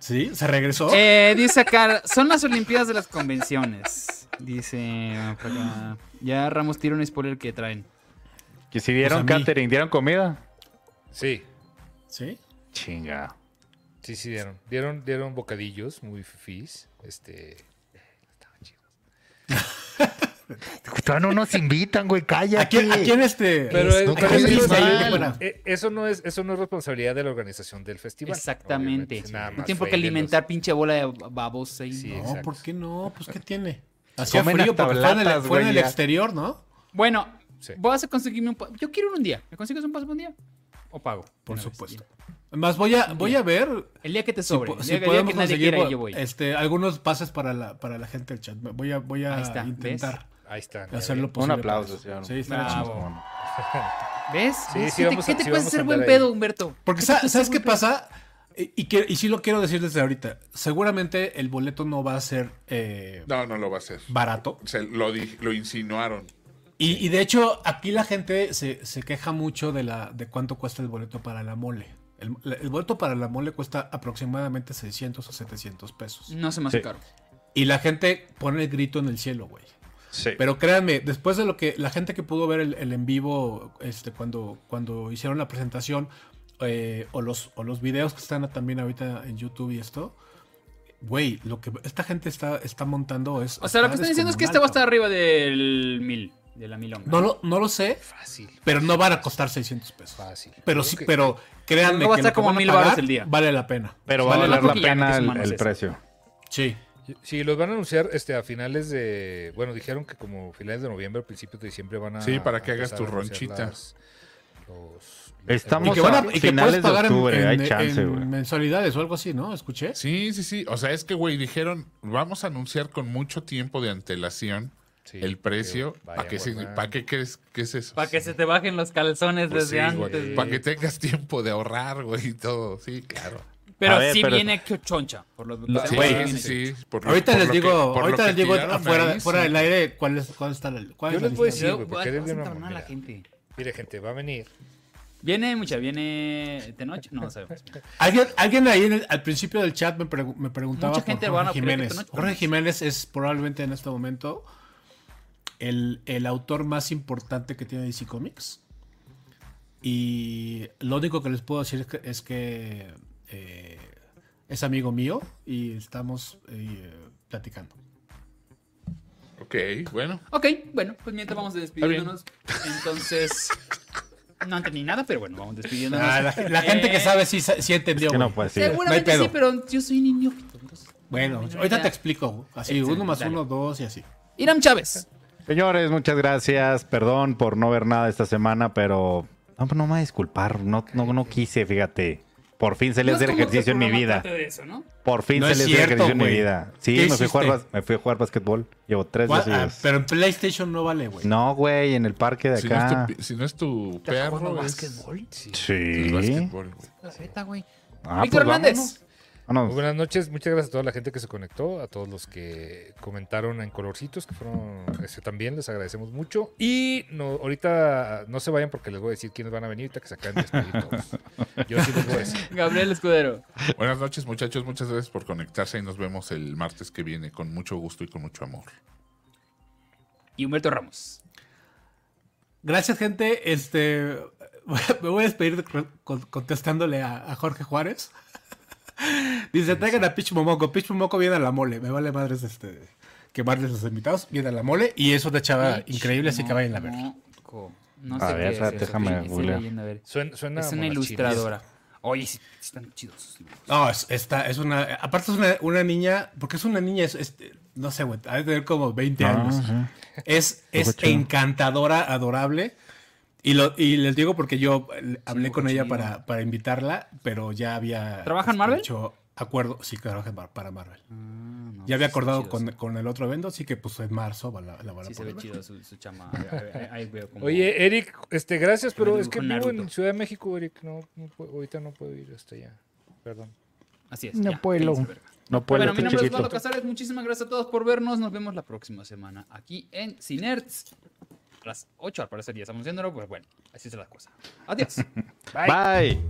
[SPEAKER 2] ¿Sí? ¿Se regresó?
[SPEAKER 1] Eh, dice acá, son las Olimpiadas de las convenciones. Dice por acá, Ya Ramos tira un spoiler que traen.
[SPEAKER 3] Que si dieron
[SPEAKER 2] Pues a mí.
[SPEAKER 3] catering, dieron comida.
[SPEAKER 4] Sí,
[SPEAKER 2] ¿Sí?
[SPEAKER 3] Chinga.
[SPEAKER 4] sí, sí dieron. Dieron, dieron bocadillos muy fifís. Este. Estaban chidos.
[SPEAKER 3] Todavía no nos invitan, güey,
[SPEAKER 2] ¿A
[SPEAKER 3] cállate.
[SPEAKER 2] quién, a quién este?
[SPEAKER 4] Pero,
[SPEAKER 2] ¿a
[SPEAKER 4] eh,
[SPEAKER 2] quién
[SPEAKER 4] pero
[SPEAKER 2] le
[SPEAKER 4] eso,
[SPEAKER 2] diste ahí
[SPEAKER 4] no
[SPEAKER 2] que
[SPEAKER 4] es,
[SPEAKER 2] fuera?
[SPEAKER 4] eh, eso no es eso no es responsabilidad de la organización del festival.
[SPEAKER 1] Exactamente.
[SPEAKER 4] obviamente, nada
[SPEAKER 1] No
[SPEAKER 4] más
[SPEAKER 1] tienen por
[SPEAKER 4] fue
[SPEAKER 1] qué
[SPEAKER 4] de los-
[SPEAKER 1] alimentar pinche bola de babos ahí.
[SPEAKER 4] Sí,
[SPEAKER 1] ¿no?
[SPEAKER 2] No,
[SPEAKER 4] exacto.
[SPEAKER 2] ¿por qué no? Pues, ¿qué tiene? Hacía
[SPEAKER 3] Comen
[SPEAKER 2] frío
[SPEAKER 3] hasta
[SPEAKER 2] porque fue en el,
[SPEAKER 3] blatas,
[SPEAKER 2] fue en
[SPEAKER 3] güey,
[SPEAKER 2] el
[SPEAKER 3] ya.
[SPEAKER 2] exterior, ¿no?
[SPEAKER 1] Bueno,
[SPEAKER 4] Sí.
[SPEAKER 1] vas a conseguirme un... pa- Yo quiero ir un día. ¿Me consigues un paso por un día? ¿O pago?
[SPEAKER 2] Por
[SPEAKER 1] Una vez,
[SPEAKER 2] supuesto.
[SPEAKER 1] bien.
[SPEAKER 2] Más voy a, voy a ver
[SPEAKER 1] El día que te sobre.
[SPEAKER 2] po-
[SPEAKER 1] el
[SPEAKER 2] si
[SPEAKER 1] día que- el día
[SPEAKER 2] podemos
[SPEAKER 1] que nadie
[SPEAKER 2] conseguir
[SPEAKER 1] quiera,
[SPEAKER 2] po-
[SPEAKER 1] yo voy.
[SPEAKER 2] Este, algunos pases para la, para la gente del chat. Voy a, voy a
[SPEAKER 1] Ahí está, ¿ves?
[SPEAKER 2] intentar
[SPEAKER 4] Ahí está.
[SPEAKER 2] hacer lo
[SPEAKER 4] mira,
[SPEAKER 2] posible.
[SPEAKER 3] aplauso,
[SPEAKER 2] para eso.
[SPEAKER 3] señor.
[SPEAKER 2] Sí, está
[SPEAKER 1] Bravo.
[SPEAKER 2] chido.
[SPEAKER 1] ¿Ves?
[SPEAKER 4] Sí,
[SPEAKER 1] ¿Ves?
[SPEAKER 4] sí
[SPEAKER 1] ¿Qué te,
[SPEAKER 4] vamos a-
[SPEAKER 1] qué te cuesta
[SPEAKER 4] sí vamos a
[SPEAKER 1] ser
[SPEAKER 4] andar
[SPEAKER 1] buen
[SPEAKER 4] ahí.
[SPEAKER 1] pedo, Humberto?
[SPEAKER 2] Porque sa- ¿sabes qué pasa? Y, y, que- y sí lo quiero decir desde ahorita. Seguramente el boleto no va a ser eh,
[SPEAKER 5] No, no lo va a hacer.
[SPEAKER 2] barato.
[SPEAKER 5] Se lo, di- lo insinuaron.
[SPEAKER 2] Y, y de hecho, aquí la gente se, se queja mucho de, la, de cuánto cuesta el boleto para la mole. El, el boleto para la mole cuesta aproximadamente 600 o 700 pesos.
[SPEAKER 1] No se me hace
[SPEAKER 3] Sí.
[SPEAKER 1] caro.
[SPEAKER 2] Y la gente pone el grito en el cielo, güey.
[SPEAKER 3] Sí.
[SPEAKER 2] Pero créanme, después de lo que la gente que pudo ver el, el en vivo, este, cuando, cuando hicieron la presentación, eh, o, los, o los videos que están también ahorita en YouTube y esto, güey, lo que esta gente está, está montando es.
[SPEAKER 1] O sea, lo
[SPEAKER 2] está
[SPEAKER 1] que están diciendo es que este va a estar
[SPEAKER 2] descomunal,
[SPEAKER 1] arriba del mil, de la milonga.
[SPEAKER 2] No lo, no lo sé,
[SPEAKER 4] Fácil,
[SPEAKER 2] pero no van a costar 600 pesos.
[SPEAKER 3] Ah,
[SPEAKER 4] fácil.
[SPEAKER 2] Pero
[SPEAKER 4] Creo
[SPEAKER 2] sí,
[SPEAKER 4] que-
[SPEAKER 2] pero créanme
[SPEAKER 1] Luego va a
[SPEAKER 2] que
[SPEAKER 1] estar
[SPEAKER 2] lo que
[SPEAKER 1] como
[SPEAKER 2] van a
[SPEAKER 1] mil varos
[SPEAKER 2] pagar
[SPEAKER 1] el día.
[SPEAKER 2] Vale la pena.
[SPEAKER 3] Pero va a
[SPEAKER 1] Vale,
[SPEAKER 3] valer
[SPEAKER 1] no,
[SPEAKER 3] la
[SPEAKER 1] porque ya
[SPEAKER 3] pena
[SPEAKER 1] metes
[SPEAKER 3] el,
[SPEAKER 1] manos
[SPEAKER 3] el
[SPEAKER 1] esas.
[SPEAKER 3] precio.
[SPEAKER 2] Sí.
[SPEAKER 4] Sí, los van a anunciar este, a finales de. Bueno, dijeron que como finales de noviembre, principios de diciembre van a.
[SPEAKER 5] Sí, para que
[SPEAKER 4] a
[SPEAKER 5] hagas
[SPEAKER 4] empezar
[SPEAKER 5] tu
[SPEAKER 4] a anunciar
[SPEAKER 5] ronchita.
[SPEAKER 4] las- los-
[SPEAKER 3] Estamos
[SPEAKER 2] Y que, van a,
[SPEAKER 3] a
[SPEAKER 2] y que puedes
[SPEAKER 3] finales de
[SPEAKER 2] pagar en-
[SPEAKER 3] octubre,
[SPEAKER 2] en,
[SPEAKER 3] hay chance,
[SPEAKER 2] en
[SPEAKER 3] güey.
[SPEAKER 2] mensualidades o algo así, ¿no? ¿Escuché?
[SPEAKER 5] Sí, sí, sí. O sea, es que, güey, dijeron, vamos a anunciar con mucho tiempo de antelación
[SPEAKER 4] Sí,
[SPEAKER 5] el precio.
[SPEAKER 4] que
[SPEAKER 5] ¿Para qué,
[SPEAKER 4] vayan
[SPEAKER 5] signi- ¿pa' qué crees que es eso?
[SPEAKER 8] Para que se te bajen los calzones
[SPEAKER 5] Pues
[SPEAKER 8] desde
[SPEAKER 5] sí, güey,
[SPEAKER 8] antes. güey.
[SPEAKER 5] Para que tengas tiempo de ahorrar, güey, y todo. Sí, claro.
[SPEAKER 1] Pero
[SPEAKER 3] A ver,
[SPEAKER 1] sí
[SPEAKER 3] pero-
[SPEAKER 1] viene choncha. Por lo que
[SPEAKER 4] Lo-
[SPEAKER 1] sea,
[SPEAKER 5] Sí,
[SPEAKER 1] sí
[SPEAKER 5] sí,
[SPEAKER 1] viene
[SPEAKER 5] sí,
[SPEAKER 1] choncha.
[SPEAKER 5] sí, por lo-
[SPEAKER 2] Ahorita
[SPEAKER 5] por
[SPEAKER 2] les
[SPEAKER 5] lo que-
[SPEAKER 2] digo,
[SPEAKER 5] por lo
[SPEAKER 2] ahorita
[SPEAKER 5] que
[SPEAKER 2] les digo
[SPEAKER 5] tiraron
[SPEAKER 2] afuera,
[SPEAKER 5] ahí,
[SPEAKER 2] fuera
[SPEAKER 5] sí.
[SPEAKER 2] del aire cuál es, cuál está la- cuál
[SPEAKER 4] Yo
[SPEAKER 2] es la
[SPEAKER 4] les voy a
[SPEAKER 2] diferencia.
[SPEAKER 4] decir, güey, porque
[SPEAKER 1] Vas-
[SPEAKER 4] eres
[SPEAKER 1] vas a
[SPEAKER 4] bien
[SPEAKER 1] entornar a la
[SPEAKER 4] mamón.
[SPEAKER 1] gente.
[SPEAKER 4] Mire, gente, va a venir.
[SPEAKER 1] Viene mucha, viene de noche, no lo sabemos.
[SPEAKER 2] ¿Alguien, alguien ahí en el- al principio del chat me, pregu- me preguntaba
[SPEAKER 1] Mucha
[SPEAKER 2] por
[SPEAKER 1] gente
[SPEAKER 2] Jorge
[SPEAKER 1] van a creer que
[SPEAKER 2] Jiménez.
[SPEAKER 1] tú no-
[SPEAKER 2] Jorge Jiménez es probablemente en este momento el, el autor más importante que tiene DC Comics. Y lo único que les puedo decir es que es, que, eh, es amigo mío y estamos eh, platicando.
[SPEAKER 5] Ok, bueno.
[SPEAKER 1] Ok, bueno, pues mientras vamos despidiéndonos. Entonces, no entendí nada, pero bueno, vamos despidiéndonos.
[SPEAKER 2] Ah, la, la gente que
[SPEAKER 1] Eh,
[SPEAKER 2] sabe sí, sa- sí entendió.
[SPEAKER 3] Que no pues, puede
[SPEAKER 2] güey.
[SPEAKER 3] ser.
[SPEAKER 2] No
[SPEAKER 1] Seguramente
[SPEAKER 2] hay pedo.
[SPEAKER 1] sí, pero yo soy un neófito. entonces.
[SPEAKER 2] Bueno, ahorita te explico. Así,
[SPEAKER 1] Excelente,
[SPEAKER 2] uno más
[SPEAKER 1] dale.
[SPEAKER 2] uno, dos y así.
[SPEAKER 1] Iram Chávez.
[SPEAKER 3] Señores, muchas gracias. Perdón por no ver nada esta semana, pero no, no me voy a disculpar. No, no, no quise, fíjate. Por fin se
[SPEAKER 1] No
[SPEAKER 3] le
[SPEAKER 1] es
[SPEAKER 3] hace
[SPEAKER 1] como que
[SPEAKER 2] este
[SPEAKER 3] ejercicio en mi
[SPEAKER 1] programa
[SPEAKER 3] vida.
[SPEAKER 1] trate de eso, ¿no?
[SPEAKER 3] Por fin
[SPEAKER 2] No
[SPEAKER 3] se
[SPEAKER 2] es
[SPEAKER 3] le hace
[SPEAKER 2] cierto,
[SPEAKER 3] ejercicio en mi
[SPEAKER 2] güey.
[SPEAKER 3] vida.
[SPEAKER 2] ¿Qué
[SPEAKER 3] Sí, me fui, a jugar,
[SPEAKER 2] hiciste?
[SPEAKER 3] bas- me fui a jugar basquetbol. Llevo tres
[SPEAKER 2] ¿Cuál?
[SPEAKER 3] veces.
[SPEAKER 2] Ah, pero en PlayStation no vale, güey.
[SPEAKER 3] No, güey, en el parque de
[SPEAKER 5] Si no, es
[SPEAKER 3] acá.
[SPEAKER 5] tu, pi- si no es tu perro, es el
[SPEAKER 3] Sí.
[SPEAKER 5] básquetbol, güey.
[SPEAKER 3] Ah,
[SPEAKER 1] Víctor
[SPEAKER 3] pues
[SPEAKER 1] Hernández.
[SPEAKER 3] vámonos.
[SPEAKER 4] Muy buenas noches, muchas gracias a toda la gente que se conectó, a todos los que comentaron en colorcitos, que fueron este, también, les agradecemos mucho. Y no, ahorita no se vayan porque les voy a decir quiénes van a venir, ahorita que se acaben de despedir todos. Yo sí les voy a decir.
[SPEAKER 1] Gabriel Escudero.
[SPEAKER 5] Buenas noches, muchachos. Muchas gracias por conectarse y nos vemos el martes que viene con mucho gusto y con mucho amor.
[SPEAKER 1] Y Humberto Ramos.
[SPEAKER 2] Gracias, gente. Este, [LAUGHS] me voy a despedir de- con- contestándole a, a Jorge Juárez. [LAUGHS] Dice, traigan a Pitch Momoco. Pitch Momoco viene a la mole. Me vale madres este, quemarles los invitados. Viene a la mole. Y es una chava increíble, así que vayan a ver.
[SPEAKER 1] Moco. No
[SPEAKER 3] A
[SPEAKER 1] sé
[SPEAKER 3] ver,
[SPEAKER 1] qué es eso,
[SPEAKER 3] déjame
[SPEAKER 1] sí, estoy
[SPEAKER 3] googlear.
[SPEAKER 1] leyendo, a ver.
[SPEAKER 4] Suena, suena
[SPEAKER 1] Es una
[SPEAKER 4] monachín.
[SPEAKER 1] ilustradora. Oye, sí, sí están chidos. sus dibujos.
[SPEAKER 2] No, es, está, es una... Aparte es una, una niña... Porque es una niña, es, es- no sé, güey. Ha de tener como 20 años.
[SPEAKER 3] Ah,
[SPEAKER 2] Es, es
[SPEAKER 3] chido.
[SPEAKER 2] encantadora, adorable. Y, lo, y les digo porque yo eh, hablé con ella para, para invitarla, pero ya había...
[SPEAKER 1] ¿Trabaja en
[SPEAKER 2] este,
[SPEAKER 1] Marvel?
[SPEAKER 2] hecho acuerdo, sí, que trabaja en Mar- para Marvel.
[SPEAKER 1] No,
[SPEAKER 2] ya había
[SPEAKER 1] Ah, sí,
[SPEAKER 2] acordado
[SPEAKER 1] está
[SPEAKER 2] con,
[SPEAKER 1] chido,
[SPEAKER 2] con el otro evento, así que pues en marzo va la, la van a
[SPEAKER 1] Sí, se
[SPEAKER 2] poner.
[SPEAKER 1] ve chido su, su chama. A ver, ahí- ahí veo como-
[SPEAKER 4] Oye, Eric, este, gracias,
[SPEAKER 1] Que me
[SPEAKER 4] pero es que
[SPEAKER 1] dibujó
[SPEAKER 4] vivo en
[SPEAKER 1] Naruto.
[SPEAKER 4] Ciudad de México, Eric, no, no puedo- ahorita no puedo ir hasta allá. Perdón.
[SPEAKER 1] Así es.
[SPEAKER 3] No
[SPEAKER 1] ya,
[SPEAKER 3] puedo.
[SPEAKER 1] váyanse a verga.
[SPEAKER 3] No puedo,
[SPEAKER 1] Bueno, mi
[SPEAKER 3] estoy
[SPEAKER 1] nombre es
[SPEAKER 3] chiquito.
[SPEAKER 1] Osvaldo Casares. Muchísimas gracias a todos por vernos. Nos vemos la próxima semana aquí en Cinerts. A las 8 al parecer ya estamos haciéndolo, pues bueno, así es la cosa. Adiós.
[SPEAKER 3] Bye.